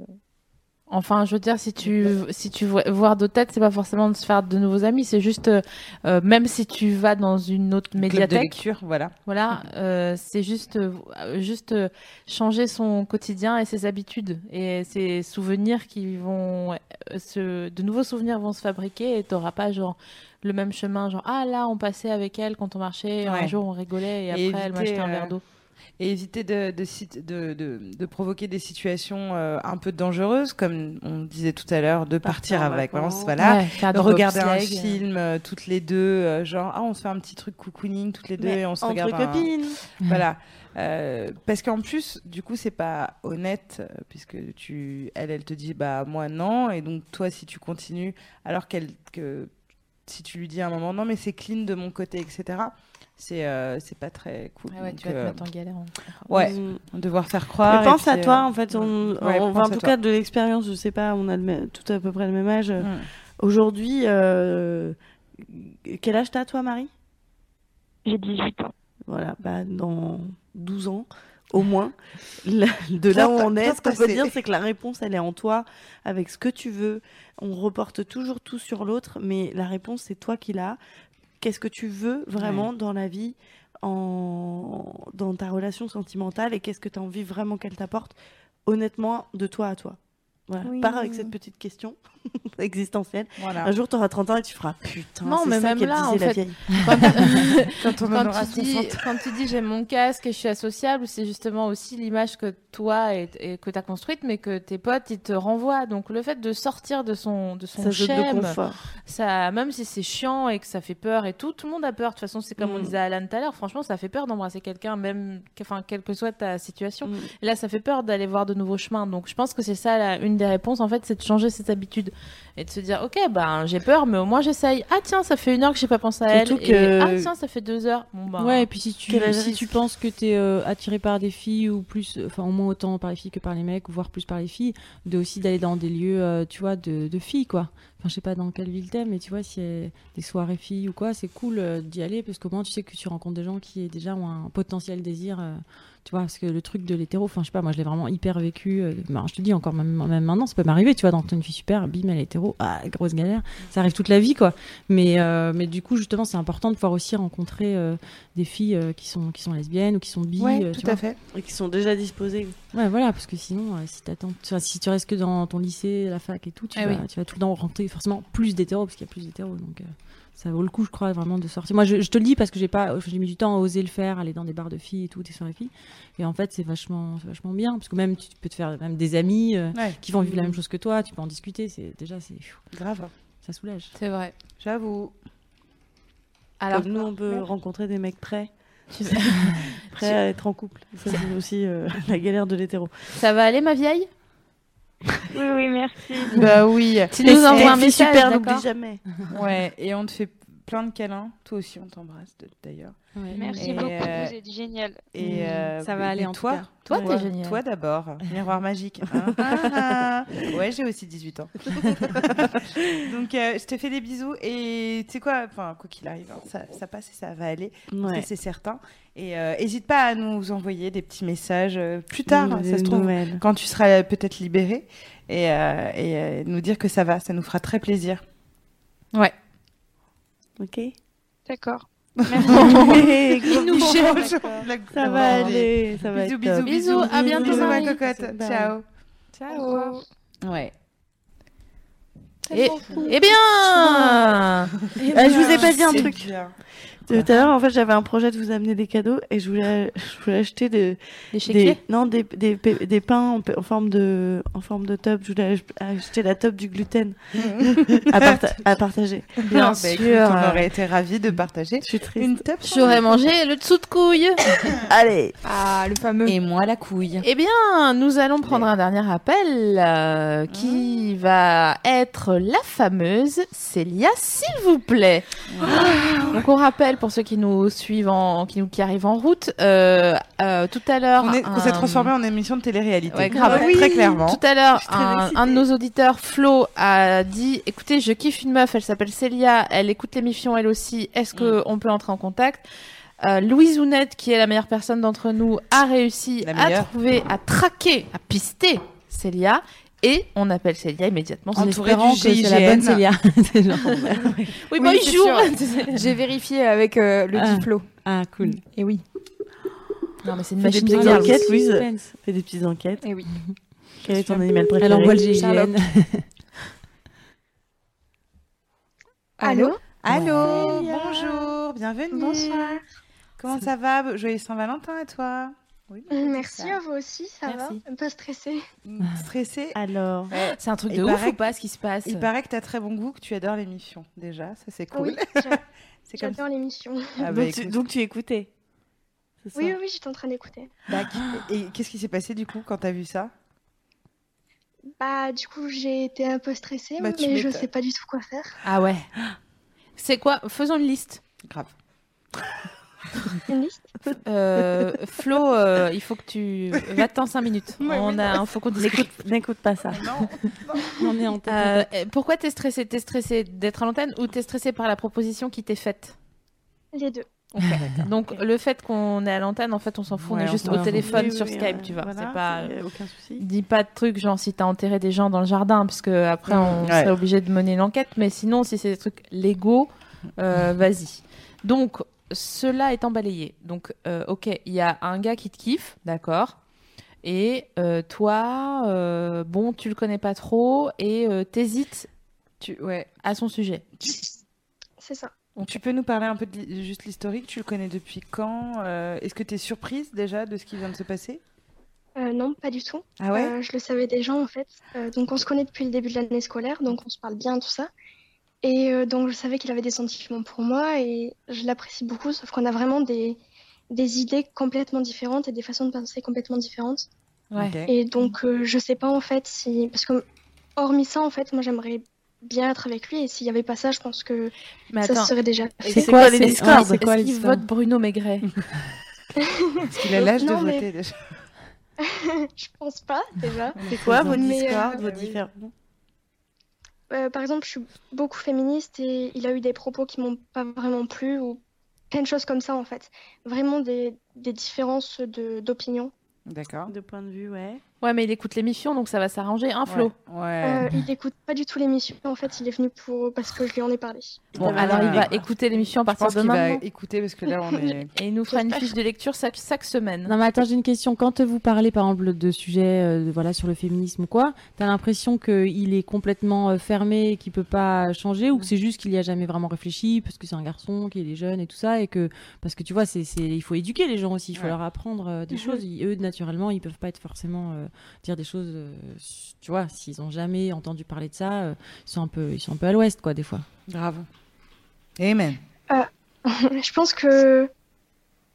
Enfin, je veux dire, si tu, si tu vois voir d'autres têtes, c'est pas forcément de se faire de nouveaux amis, c'est juste, euh, euh, même si tu vas dans une autre médiathèque. lecture, Mm-hmm. voilà. Voilà, euh, c'est juste, euh, juste euh, changer son quotidien et ses habitudes et ses souvenirs qui vont, euh, se, de nouveaux souvenirs vont se fabriquer et t'auras pas genre le même chemin, genre ah là on passait avec elle quand on marchait, un Ouais. jour on rigolait et, après elle éviter, m'achetait un euh, verre d'eau. Et éviter de, de, sit- de- de- de provoquer des situations euh, un peu dangereuses, comme on disait tout à l'heure, de partir, en avec vacances, vacances. voilà, Ouais, faire de du regarder un bobsleigh. film euh, toutes les deux, euh, genre ah on se fait un petit truc cocooning toutes les deux Mais et on se entre regarde un- copines. Voilà, Euh, parce qu'en plus du coup c'est pas honnête euh, puisque tu, elle, elle te dit bah moi non et donc toi si tu continues alors qu'elle que si tu lui dis à un moment non mais c'est clean de mon côté etc c'est euh, c'est pas très cool. Ah ouais, tu Donc, vas te euh, mettre en galère, en fait. Ouais, Mm. devoir faire croire. Mais et pense à puis, toi, euh, en fait. On, ouais, on- pense enfin, en à tout toi. cas, de l'expérience, je sais pas, on a le même- tout à peu près le même âge. Hmm. Aujourd'hui, euh, quel âge t'as, toi, Marie J'ai 18 ans. Voilà, bah, dans 12 ans, au moins, la- de là où Bien on est, pas- ce qu'on bien peut passé. dire, c'est que la réponse, elle est en toi, avec ce que tu veux. On reporte toujours tout sur l'autre, mais la réponse, c'est toi qui l'as. Qu'est-ce que tu veux vraiment Ouais. dans la vie, en... dans ta relation sentimentale, et qu'est-ce que tu as envie vraiment qu'elle t'apporte, honnêtement, de toi à toi voilà. Oui. Pars avec cette petite question existentielle. Voilà. Un jour, tu auras 30 ans et tu feras putain. Non, c'est mais ça même qu'elle là, en disait, la fait, vieille. quand, Quand on quand aura tu dis, 60. quand tu dis j'aime mon casque et je suis associable, c'est justement aussi l'image que toi et, et que tu as construite, mais que tes potes ils te renvoient. Donc le fait de sortir de son de son Sa zone de schème, confort. ça, même si c'est chiant et que ça fait peur et tout, tout le monde a peur. De toute façon, c'est comme on Mm. disait à Alan tout à l'heure. Franchement, ça fait peur d'embrasser quelqu'un, même que- enfin quelle que soit ta situation. Mm. Et là, ça fait peur d'aller voir de nouveaux chemins. Donc je pense que c'est ça la- une des réponses en fait, c'est de changer ses habitudes et de se dire ok ben j'ai peur, mais au moins j'essaye. Ah tiens, ça fait une heure que j'ai pas pensé à Surtout elle. et, que- ah tiens, ça fait deux heures. Bon, bah, ouais, et puis si tu, quel si risque. tu penses que tu es attiré par des filles, ou plus, enfin au moins autant par les filles que par les mecs, voire plus par les filles, de aussi d'aller dans des lieux, euh, tu vois, de, de filles, quoi. Enfin, je sais pas dans quelle ville t'es, mais tu vois, s'il y a des soirées filles ou quoi, c'est cool euh, d'y aller, parce qu'au moins tu sais que tu rencontres des gens qui déjà ont un potentiel désir, euh, tu vois, parce que le truc de l'hétéro, enfin, je sais pas, moi je l'ai vraiment hyper vécu. euh, bah, je te dis encore, même, même maintenant, ça peut m'arriver, tu vois, d'entendre une fille super, bim, elle est hétéro, ah, grosse galère. Ça arrive toute la vie, quoi. Mais, euh, mais du coup, justement, c'est important de pouvoir aussi rencontrer euh, des filles euh, qui, sont, qui sont lesbiennes ou qui sont bi. euh, tu vois. Et qui sont déjà disposés. Ouais, voilà, parce que sinon, euh, si, t'attends- tu vois, si tu restes que dans ton lycée, la fac et tout, tu, Ah vas, oui. tu vas tout le temps rentrer forcément plus d'hétéros, parce qu'il y a plus d'hétéros. Donc euh, ça vaut le coup, je crois, vraiment de sortir. Moi, je, je te le dis parce que j'ai pas, j'ai mis du temps à oser le faire, aller dans des bars de filles et tout, des soirées filles. Et en fait, c'est vachement, c'est vachement bien, parce que même tu peux te faire même des amis euh, Ouais. qui vont vivre la Mhm. même chose que toi, tu peux en discuter. C'est déjà, c'est grave. Ça soulage. C'est vrai. J'avoue. Alors Alors, nous, on peut Merde. rencontrer des mecs prêts. prêts Tu- à être en couple. Ça, c'est aussi euh, la galère de l'hétéro. Ça va aller ma vieille Oui, oui, merci. Bah oui. Tu nous envoies un T'es message, super, d'accord n'oublie jamais. Ouais, et on te fait plein de câlins. Toi aussi, on t'embrasse de- d'ailleurs. Ouais. Mm. Merci Et, beaucoup, euh, vous êtes génial. Et euh, Ça va et- aller et en tout toi, cas. Toi, Ouais. toi, T'es génial. toi d'abord. Miroir magique. hein. Ah, ah. ouais, j'ai aussi 18 ans. Donc, euh, je te fais des bisous. Et tu sais quoi, enfin, quoi qu'il arrive, hein, ça, ça passe et ça va aller. Ouais. Ça, c'est certain. Et n'hésite pas à nous envoyer des petits messages euh, plus tard, Mmh, ça des se trouve, nouvelles. quand tu seras peut-être libéré. Et, euh, et, euh, nous dire que ça va. Ça nous fera très plaisir. Ouais. Ok. D'accord. Il nous change. Ça va aller. Ça va Bisous, être bisous, top. bisous. Bisous, à bientôt, Bisous, ma bisous. cocotte. Bye. Ciao. Ciao. Ouais. Et, eh Ah. bien Eh, je vous ai pas dit un truc. Euh, Tout à l'heure, en fait, j'avais un projet de vous amener des cadeaux et je voulais, je voulais acheter de- Des chéquiers non, des, des, pe- des pains en, pe- en forme de, en forme de top. Je voulais ach- acheter la top du gluten à, parta- à partager. Bien sûr. bah, on euh, aurait été ravis de partager une top. J'aurais mangé le dessous de couille. Allez. Ah, le fameux. Et moi, la couille. Eh bien, nous allons prendre un dernier appel euh, qui va être la fameuse Célia, s'il vous plaît. Donc, on rappelle pour ceux qui nous suivent, en, qui, nous, qui arrivent en route, euh, euh, tout à l'heure. On est- on s'est un- transformé en émission de télé-réalité. Ouais, Ah grave. Très clairement. Tout à l'heure, très un, excitée. un de nos auditeurs, Flo, a dit "Écoutez, je kiffe une meuf. Elle s'appelle Célia. Elle écoute l'émission, elle aussi. Est-ce que Mm. on peut entrer en contact Euh, Louise Ounette, qui est la meilleure personne d'entre nous, a réussi à meilleure. trouver, à traquer, à pister Célia. Et on appelle Célia immédiatement en Entourée du GIGN. C'est genre- Oui, bah, il c'est joue. sûr. J'ai vérifié avec euh, le Ah. diplôme. Ah, cool. Et oui. Non, mais c'est Fais des petites enquêtes, Louise. Fais des petites enquêtes. Et oui. Quel est ton animal préféré Elle envoie le GIGN. Allô Allô Bonjour. Bonjour, bienvenue. Bonsoir. Comment ça va Joyeux Saint-Valentin à toi Oui. Merci à vous aussi, ça Merci. va Pas stressé. Mm. Stressé Alors, c'est un truc il de ouf paraît ou pas ce qui se passe Il paraît que t'as très bon goût, que tu adores l'émission déjà, ça c'est cool. Oui, c'est comme j'adore l'émission. Ah bah, donc, tu, écoute. donc tu écoutais. c'est Oui, ça oui, oui, j'étais en train d'écouter. Bac. Et qu'est-ce qui s'est passé du coup quand t'as vu ça Bah, du coup, j'ai été un peu stressée, Bah, tu mais je m'étonnes. sais pas du tout quoi faire. Ah ouais. C'est quoi Faisons une liste. Grave. Une liste Euh, Flo, euh, il faut que tu va-t'en 5 minutes. On a, hein, faut qu'on discute. N'écoute pas ça. On est en Euh, pourquoi t'es stressé T'es stressé d'être à l'antenne ou t'es stressé par la proposition qui t'est faite Les deux. Donc le fait qu'on est à l'antenne, en fait, on s'en fout. Ouais, on est juste on au s'en téléphone fout. sur Oui, oui, Skype, ouais. tu vois. Voilà, c'est pas. c'est- euh, aucun souci. Dis pas de trucs genre si t'as enterré des gens dans le jardin, parce que après on Ouais. serait obligé de mener l'enquête. Mais sinon, si c'est des trucs légaux, euh, vas-y. Donc cela est embalayé. Donc euh, ok, il y a un gars qui te kiffe, d'accord. Et euh, toi, euh, bon, tu le connais pas trop et euh, t'hésites, tu ouais à son sujet. C'est ça. Tu peux nous parler un peu de l'hi- juste l'historique Tu le connais depuis quand Euh, Est-ce que tu es surprise déjà de ce qui vient de se passer Euh, non, pas du tout. Ah ouais Euh, je le savais déjà en fait. Euh, donc on se connaît depuis le début de l'année scolaire, donc on se parle bien, tout ça. Et euh, donc je savais qu'il avait des sentiments pour moi et je l'apprécie beaucoup, sauf qu'on a vraiment des, des idées complètement différentes et des façons de penser complètement différentes. Ouais. Et donc euh, je sais pas en fait si... Parce que hormis ça en fait, moi j'aimerais bien être avec lui et s'il y avait pas ça, je pense que Mais ça attends. se serait déjà fait. C'est quoi, les discords discordes Est-ce qu'ils votent Bruno Maigret Est-ce qu'il a l'âge de Non, mais- voter déjà Je pense pas déjà. C'est quoi vos Mais, euh, discords, vos différents Euh, par exemple, je suis beaucoup féministe et il a eu des propos qui m'ont pas vraiment plu ou plein de choses comme ça en fait. Vraiment des, des différences de- d'opinion. D'accord. De point de vue, ouais. Ouais, mais il écoute l'émission, donc ça va s'arranger. Un Flo. Euh, il n'écoute pas du tout l'émission en fait, il est venu pour parce que je lui en ai parlé. Bon, alors il va écouter l'émission à Je partir pense de qu'il va maintenant. écouter parce que là on est. Et il nous fera une fiche de lecture chaque, chaque semaine. Non mais attends, j'ai une question. Quand vous parlez par exemple de sujets euh, voilà, sur le féminisme ou quoi, t'as l'impression qu'il est complètement euh, fermé et qu'il peut pas changer ou que c'est juste qu'il y a jamais vraiment réfléchi parce que c'est un garçon, qu'il est jeune et tout ça et que parce que tu vois, c'est c'est- il faut éduquer les gens aussi, il faut Ouais. leur apprendre euh, des Mhm. choses. Ils- eux naturellement, ils peuvent pas être forcément euh, dire des choses euh, s- tu vois, s'ils ont jamais entendu parler de ça, euh, ils sont un peu ils sont un peu à l'ouest quoi des fois. Grave. Amen. Euh, je pense que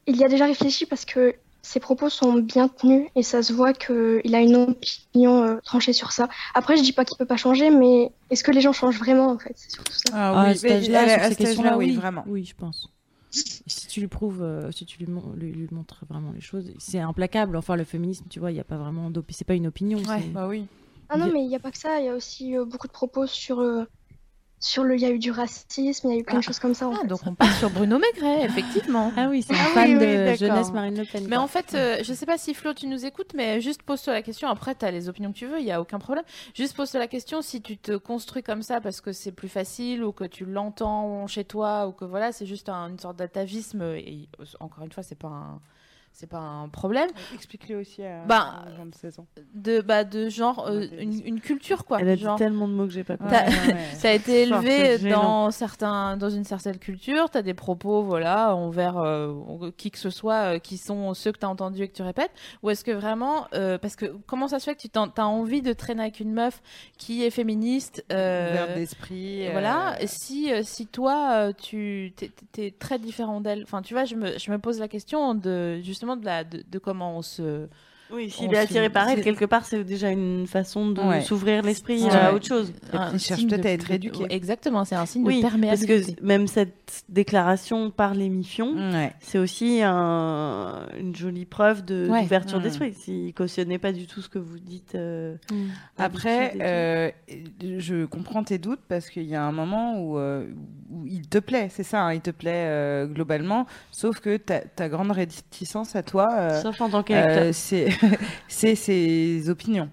il y a déjà réfléchi parce que ses propos sont bien tenus et ça se voit qu'il a une opinion euh, tranchée sur ça. Après, je dis pas qu'il peut pas changer, mais est-ce que les gens changent vraiment en fait C'est surtout ça. Ah, oui, à cet mais âge-là, à- sur à ces cet questions-là, âge-là, oui, vraiment. Oui, je pense. Si tu lui prouves, euh, si tu lui, mon- lui- lui montres vraiment les choses, c'est implacable. Enfin, le féminisme, tu vois, il y a pas vraiment d'op- c'est pas une opinion. c'est- bah oui. Ah non, Il y a- mais il n'y a pas que ça. Il y a aussi euh, beaucoup de propos sur euh, sur le. Il y a eu du racisme, il y a eu plein de choses comme ça. En fait. Ah. Donc on part sur Bruno Maigret, effectivement. Ah oui, c'est un Ah oui, fan oui, de d'accord. jeunesse Marine Le Pen. Mais quoi. en fait, euh, je sais pas si Flo, tu nous écoutes, mais juste pose-toi la question. Après, tu as les opinions que tu veux, il y a aucun problème. Juste pose-toi la question si tu te construis comme ça parce que c'est plus facile ou que tu l'entends chez toi ou que voilà, c'est juste un- une sorte d'atavisme. Et euh, encore une fois, c'est pas un, c'est pas un problème. Explique-le aussi à Bah, à 26 ans. De, bah, de genre euh, une, une culture quoi. Elle a dit Genre- tellement de mots que j'ai pas T'as- compris. Ça a été Fort, élevé c'est gênant. dans, certains, dans une certaine culture. Tu as des propos voilà, envers euh, qui que ce soit euh, qui sont ceux que tu as entendus et que tu répètes. Ou est-ce que vraiment. euh, parce que comment ça se fait que tu as envie de traîner avec une meuf qui est féministe euh, Ouverte d'esprit, et euh, Voilà. Et Si, euh, si toi, euh, tu t'es es très différent d'elle. Enfin, tu vois, je me, je me pose la question de, justement de, la, de, de comment on se. Oui, on s'il est se- attiré par elle, c'est- quelque part, c'est déjà une façon de Ouais. s'ouvrir l'esprit Ouais. à autre chose. Et puis, Un il cherche signe peut-être de- à être de- éduqué. ouais, exactement, c'est un signe de Oui, Parce perméabilité. que même cette déclaration par l'émission, c'est aussi un- une jolie preuve de- Ouais. d'ouverture Mm. d'esprit. S'il cautionnait pas du tout ce que vous dites. euh, Après, d'habitude et tout. euh, je comprends tes doutes parce qu'il y a un moment où, euh, où il te plaît, c'est ça, hein, il te plaît euh, globalement, sauf que ta, ta grande réticence à toi, euh, Sauf en tant qu'électeur. c'est c'est ses opinions.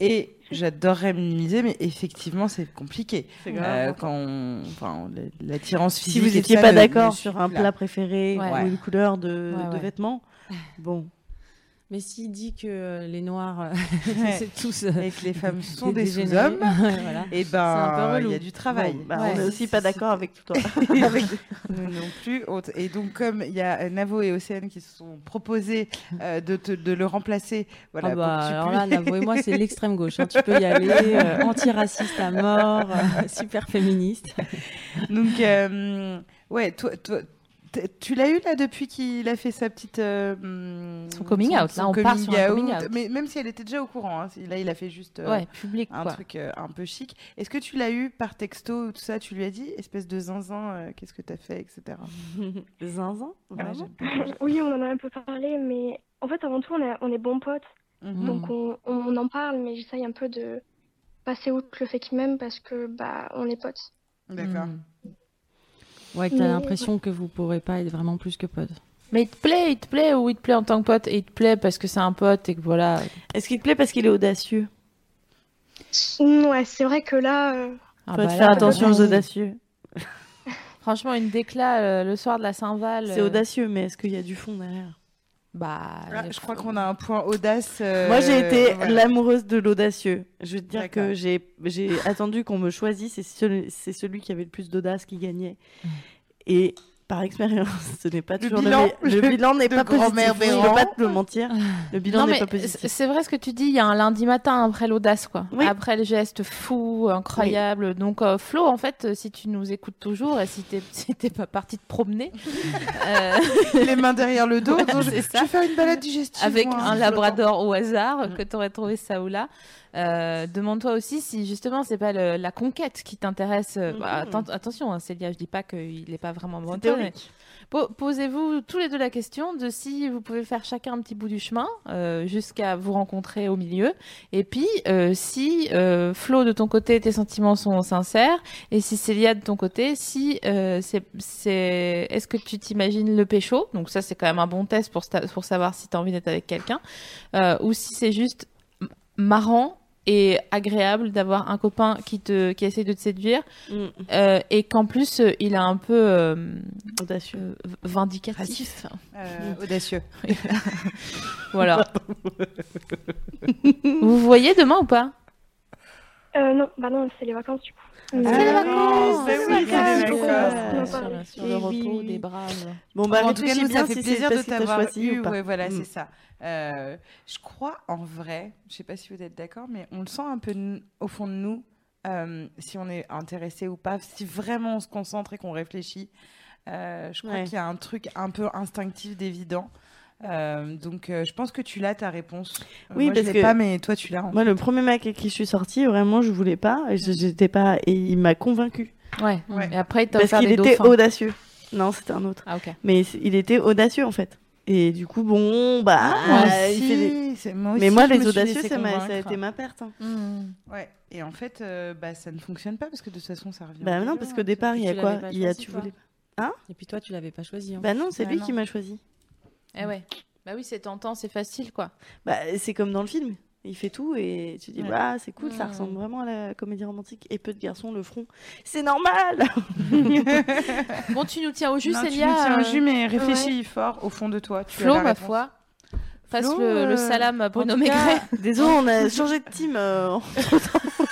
Et J'adorerais minimiser, mais effectivement, c'est compliqué. Euh, C'est grave. quand on- enfin, le- l'attirance Si physique. vous et n'étiez tout pas ça ne- d'accord ne sur suffit un là. plat préféré Ouais. ou une couleur de, Ouais, de ouais. vêtements, bon. Mais s'il dit que euh, les noirs, Ouais. c'est tous. euh, et que les femmes sont des des dégénérés. sous-hommes, Ouais, voilà. et C'est un peu ben il y a relou. du travail. Bon, bah, on est aussi pas d'accord avec toi. Avec- nous non plus. On t- Et donc comme il y a euh, Navo et Océane qui se sont proposés euh, de, te- de le remplacer, voilà. Ah bah, pour que tu alors puisses- là, Navo et moi, c'est l'extrême gauche. hein. Tu peux y aller, euh, antiraciste à mort, euh, super féministe. Donc, euh, ouais, toi, toi, t- tu l'as eu là depuis qu'il a fait sa petite. euh, Son coming out, là, on part sur un coming out. Mais même si elle était déjà au courant, hein, là, il a fait juste euh, Ouais, public, un quoi. truc euh, un peu chic. Est-ce que tu l'as eu par texto, tout ça Tu lui as dit, espèce de zinzin, euh, qu'est-ce que t'as fait, etc. zinzin ouais, vraiment Oui, on en a un peu parlé, mais en fait, avant tout, on, a- on est bons potes. Mhm. Donc, on, on en parle, mais j'essaye un peu de passer outre le fait qu'il m'aime parce que, bah, on est potes. D'accord. Mm. Ouais, que t'as Mais- l'impression que vous pourrez pas être vraiment plus que potes. Mais il te plaît, il te plaît ou il te plaît en tant que pote et il te plaît parce que c'est un pote et que voilà. Est-ce qu'il te plaît parce qu'il est audacieux Ouais, c'est vrai que là. euh, Ah Faut bah faire là, attention aux vas-y. audacieux. Franchement, une décla euh, le soir de la Saint-Val. euh, C'est audacieux, mais est-ce qu'il y a du fond derrière Bah, Ah, je crois qu'on a un point audace. euh, Moi, j'ai été voilà. l'amoureuse de l'audacieux. Je veux te dire que D'accord. j'ai j'ai attendu qu'on me choisisse et celui- c'est celui qui avait le plus d'audace qui gagnait. Et par expérience, ce n'est pas Mm. Le toujours bilan- le, me- le bilan n'est de pas grand-mère positif. Je ne Véran. vais pas te le mentir. Le bilan Non, n'est mais pas positif. c- C'est vrai ce que tu dis, il y a un lundi matin après l'audace, quoi. Après le geste fou, incroyable. Donc, euh, Flo, en fait, euh, si tu nous écoutes toujours et si t'es si t'es pas parti te promener. euh, Les mains derrière le dos. Ouais, disons, je, c'est je vais faire une balade digestive. avec moi, hein. Mm. un flottant. labrador au hasard que t'aurais trouvé ça ou là. Euh, Demande-toi aussi si justement c'est pas le- la conquête qui t'intéresse. Euh, bah, atten- attention, hein, Célia, je dis pas qu'il est pas vraiment bon. théorique. Posez-vous tous les deux la question de si vous pouvez faire chacun un petit bout du chemin euh, jusqu'à vous rencontrer au milieu. Et puis euh, si euh, Flo de ton côté tes sentiments sont sincères et si Célia de ton côté si euh, c'est c'est est-ce que tu t'imagines le pécho donc ça c'est quand même un bon test pour sta- pour savoir si tu as envie d'être avec quelqu'un euh, ou si c'est juste m- marrant et agréable d'avoir un copain qui te qui essaie de te séduire Mm. euh, et qu'en plus euh, il a un peu euh, Audacieux. euh, vindicatif Euh, audacieux. voilà vous voyez demain ou pas euh, non, bah non, c'est Ben les vacances du coup. Mais- Ah, les vacances, mais oui, c'est les Donc, vacances. euh, sur, le- sur le Eh repos oui, oui. des braves Bon, bah, en tout cas, réfléchis nous, bien ça fait si c'est plaisir de parce qu'il t'a t'avoir choisi eu. ou pas. Ouais, voilà, Mm. c'est ça. Euh, je crois, en vrai, je sais pas si vous êtes d'accord, mais on le sent un peu n- au fond de nous, euh, si on est intéressé ou pas, si vraiment on se concentre et qu'on réfléchit. Euh, je crois Ouais. qu'il y a un truc un peu instinctif d'évident. Euh, donc, euh, je pense que tu l'as ta réponse. Euh, Oui, moi, parce je l'ai que pas, mais toi, tu l'as. en Moi, le premier mec avec qui je suis sortie, vraiment, je voulais pas. et je- J'étais pas. Et il m'a convaincu. ouais, et après il t'a Parce offert qu'il des était dauphins audacieux. Non, c'était un autre. ah ok Mais c- il était audacieux, en fait. Et du coup, bon, bah. Ah, il si, fait des- c'est- moi Mais aussi, moi, je me les suis audacieux, laissée ça m'a- ça a convaincre. Mmh. été ma perte. hein. Ouais. Et en fait, euh, bah, ça ne fonctionne pas parce que de toute façon, ça revient. Bah toujours, non, parce hein, qu'au tu- départ, il y a tu quoi l'avais pas Il y a choisi, tu toi. voulais pas. Hein Et puis toi, tu l'avais pas choisi. hein. Bah non, c'est Ouais, lui non. qui m'a choisi. eh ouais bah oui c'est tentant c'est facile quoi Bah c'est comme dans le film. Il fait tout et tu dis Ouais. bah c'est cool, ça Mm. ressemble vraiment à la comédie romantique et peu de garçons le feront. C'est normal. bon tu nous tiens au jus Non, tu Célia me tiens au euh, jus, mais réfléchis ouais. fort au fond de toi. Tu Flo as la ma réponse. foi passe Flo, le, le euh, salam à en Bruno tout cas, Maigret Désolé, on a changé de team. euh, entre-temps.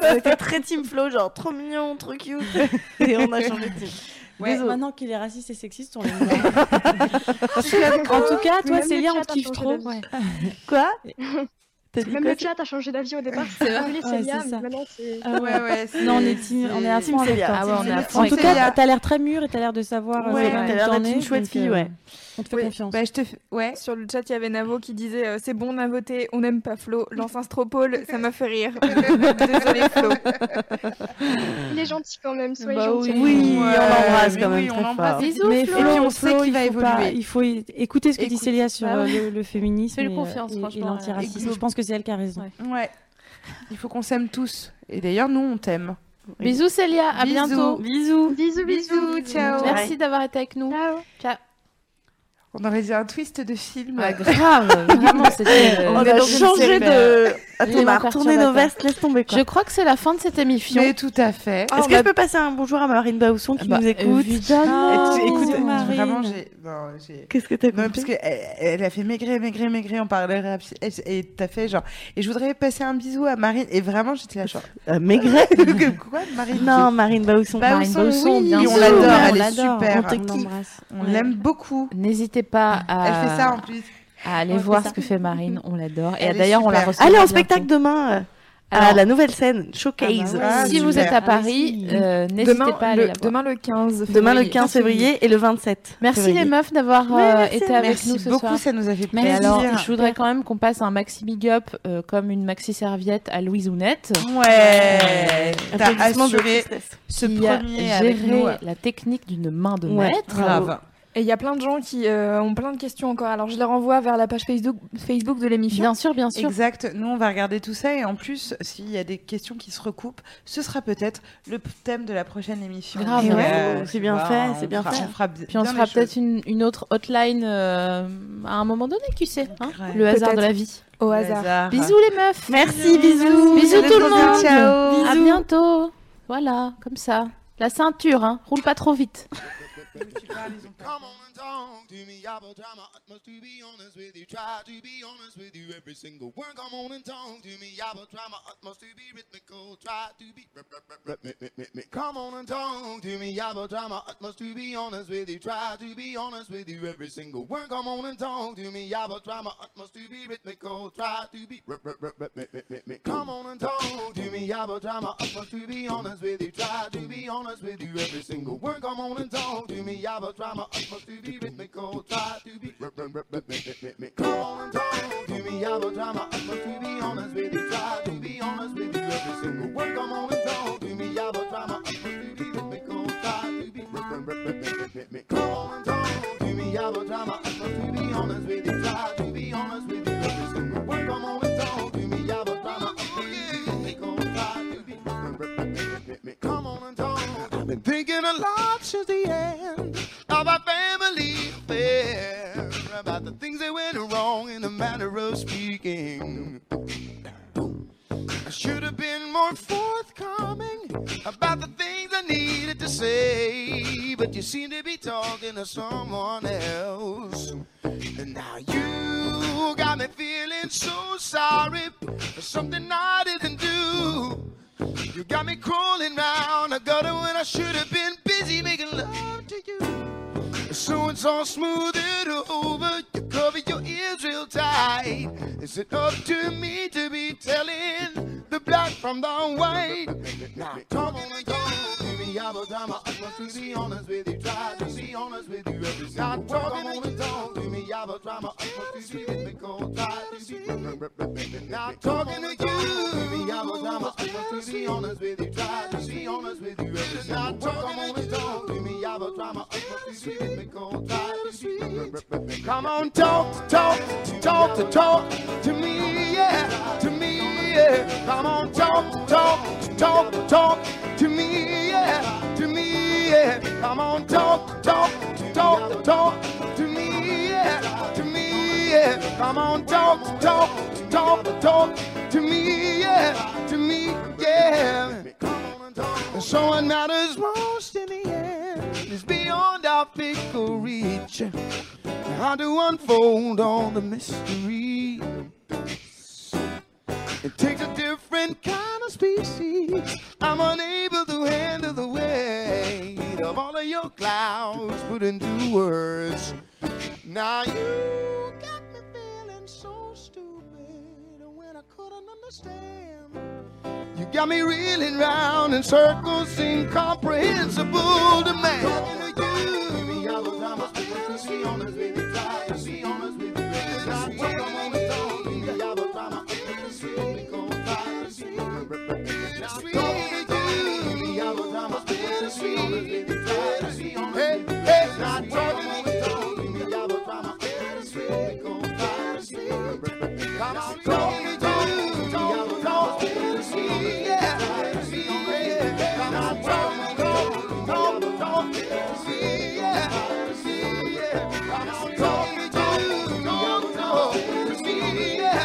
on était très team Flo, genre trop mignon, trop cute. Et on a changé de team. Désolé. Maintenant qu'il est raciste et sexiste, on les En tout cas, toi, Célia, on te kiffe trop. hein, Quoi T'as dit Même quoi, le chat a changé d'avis au départ. C'est vrai. Au début, Ouais, Célia, c'est ça. mais maintenant c'est. Ah ouais, ouais, c'est- Non, on est team, on est à c'est- fond avec Team toi. Célia. Ah ouais, on est à fond En tout avec cas, Célia. t'as l'air très mûre et t'as l'air de savoir. Ouais, euh, t'as l'air où t'en d'être une es, chouette donc, fille, euh, ouais. On te fait Ouais, confiance. Bah, je te fais- Ouais. Sur le chat, il y avait Navo qui disait euh, C'est bon, on a voté, on n'aime pas Flo, lance un stropole, ça m'a fait rire. Désolé, Flo. Il est gentil quand même, soyez Bah gentil. oui, on euh, l'embrasse mais quand oui, même on très l'embrasse. fort. Bisous, Mais Flo. Flo, puis, on sait Flo, qu'il il va faut pas- évoluer. il faut é- écouter ce que dit Écoute. Célia sur Ah euh, ouais. le, le féminisme euh, Fais-lui et, euh, confiance, et- et franchement, l'antiracisme. ouais. Je pense que c'est elle qui a raison. Ouais. Ouais. Il faut qu'on s'aime tous. Et d'ailleurs, nous, on t'aime. Bisous Célia, à Bisous. bientôt. Bisous. Bisous, Bisous, ciao. Merci d'avoir été avec nous. Ciao. Ciao. On aurait dit un twist de film. Ah, grave, vraiment, Ah, c'était. euh, On a changé de Attends, on va retourner nos vestes, laisse tomber. Quoi. Je crois que c'est la fin de cette émission. Mais tout à fait. Ah, Est-ce que je peux passer un bonjour à Marine Bausson qui Bah, nous écoute évidemment. Et tu- écoute, euh, Bisous, Marine. vraiment, j'ai. non, j'ai- Qu'est-ce que t'as Ah, Non, compris parce que elle, elle a fait maigrer, maigrer, maigrer, on parlait rapide. Et et t'as fait genre. Et je voudrais passer un bisou à Marine. Et vraiment, j'étais là genre. Euh, maigret Que- Quoi, Marine Non, Marine bah Bausson. Bah, Marine Bausson, oui, bien on sûr. l'adore, On elle est l'adore, super. on te kiffe. On Ouais. l'aime beaucoup. N'hésitez pas à. Elle fait ça, en plus. À aller Ouais, voir c'est ce ça. que fait Marine, on l'adore. Et Elle est d'ailleurs, on la super. reçoit. Allez en bientôt. spectacle demain euh, à Alors- la nouvelle scène, Showcase. Si vous êtes à Paris, euh, n'hésitez Demain, pas à aller le- la voir. demain, le 15 Demain le février. 15 février et le 27. Merci février. les meufs d'avoir Mais euh, merci. été avec Merci nous ce beaucoup, soir. ça nous a fait Mais plaisir. alors, je voudrais quand même qu'on passe un maxi big up euh, comme une maxi serviette à Louise Ounette. Ouais. Euh, T'as applaudissements de assuré tristesse. ce Qui a premier géré avec nous. la technique d'une main de Ouais, maître. grave. Et il y a plein de gens qui euh, ont plein de questions encore. Alors je les renvoie vers la page Facebook, Facebook de l'émission. Exact. Nous, on va regarder tout ça. Et en plus, s'il y a des questions qui se recoupent, ce sera peut-être le p- thème de la prochaine émission. Grave, Et, ouais. euh, c'est tu bien vois, fait, on c'est bien fera- fait. on fera bi- Puis on bien se les fera choses. peut-être une, une autre hotline euh, à un moment donné, qui sait, hein le hasard de la vie. Au hasard. hasard. Bisous les meufs. Merci, bisous. Bisous tout le monde. Ciao. À Bisous. bientôt. Voilà, comme ça. La ceinture, hein. roule pas trop vite. Come on and talk to me. I will try my utmost to be honest with you. Try to be honest with you every single word. Come on and talk to me. I will try my utmost to be rhythmical. Try to be. rhyp- rhyp- rhyp- rhyp- rhyp- rhyp- rhyp- rhyp. Come on and talk to me. I will try my utmost to be honest with you. Try to be honest with you every single word. Come on and talk to me. I will try my utmost to be rhythmical. Try to be. rhyp- rhyp- rhyp- rhyp- rhyp- rhyp- rhyp. Come on and talk to me. I will try my utmost to be honest with you. Try to be honest with you every single word. Come on and talk to me. I will try my utmost to be rhythmical. Try to be. rhyp- rhyp- rhyp- rhyp- rhyp- rhyp- rhyp. Come on and talk to me. I will try my utmost to be honest with you. Try to be honest with you every single word. Come on and talk to me. I will try my utmost to be rhythmical. Try to be. rhyp- rhyp- rhyp- rhyp- rhyp- rhyp- rhyp. Come on and talk to me. I will try my utmost to be honest with you. Try to be honest with you every single word. Come on and talk to me. I will try my utmost to be rhythmical. Try to be. rhyp- rhyp- rhyp- rhyp- rhyp- rhyp. Come on and talk. I've been thinking a lot since the end of our family affair about the things that went wrong in a matter of speaking. I should have been more forthcoming about the things I needed to say, but you seem to be talking to someone else. And now you got me feeling so sorry for something I didn't do. You got me crawling round a gutter when I should have been busy making love to you. So it's all smooth it over. You cover your ears real tight. Is it up to me to be telling the black from the white? Now come on and talk to me. I will try my utmost to be honest with you. Try to be honest with you every single word. Come on and talk to me. I will try my utmost to be rhythmical. Try to be now talking to you. Me, I will try my utmost to be honest with you. Try to be honest with you every single word. Come on and talk to me. I will try my utmost to be rhythmical. Try to be come on talk, talk, talk to talk to me, yeah, to me, yeah. Come on talk, talk, talk, talk to me, yeah, to me, yeah. Come on talk, talk, talk, talk to me, yeah, to me, yeah. Come on talk, talk, talk, talk to me, yeah, to me, yeah. So what matters most in the end is beyond our fickle reach. How to unfold all the mystery. It takes a different kind of species. I'm unable to handle the weight of all of your clouds put into words. Now you got me feeling so stupid when I couldn't understand. You got me reeling round in circles incomprehensible to man. Talking to you. I was I must be honest be honest with you. Try to be honest with you. It's not what I'm on the phone. I was I must be honest with you. Try to be honest with you. I was I must be honest with you. Try to be honest with you. It's not talking to you. I was I must be honest with you. Try to be honest with you. Come on, talk, talk, talk, talk to me, yeah. To me, yeah. Come on, talk, talk, talk, talk to me, yeah. To me, yeah. Come on, talk, talk, talk, talk to me, yeah.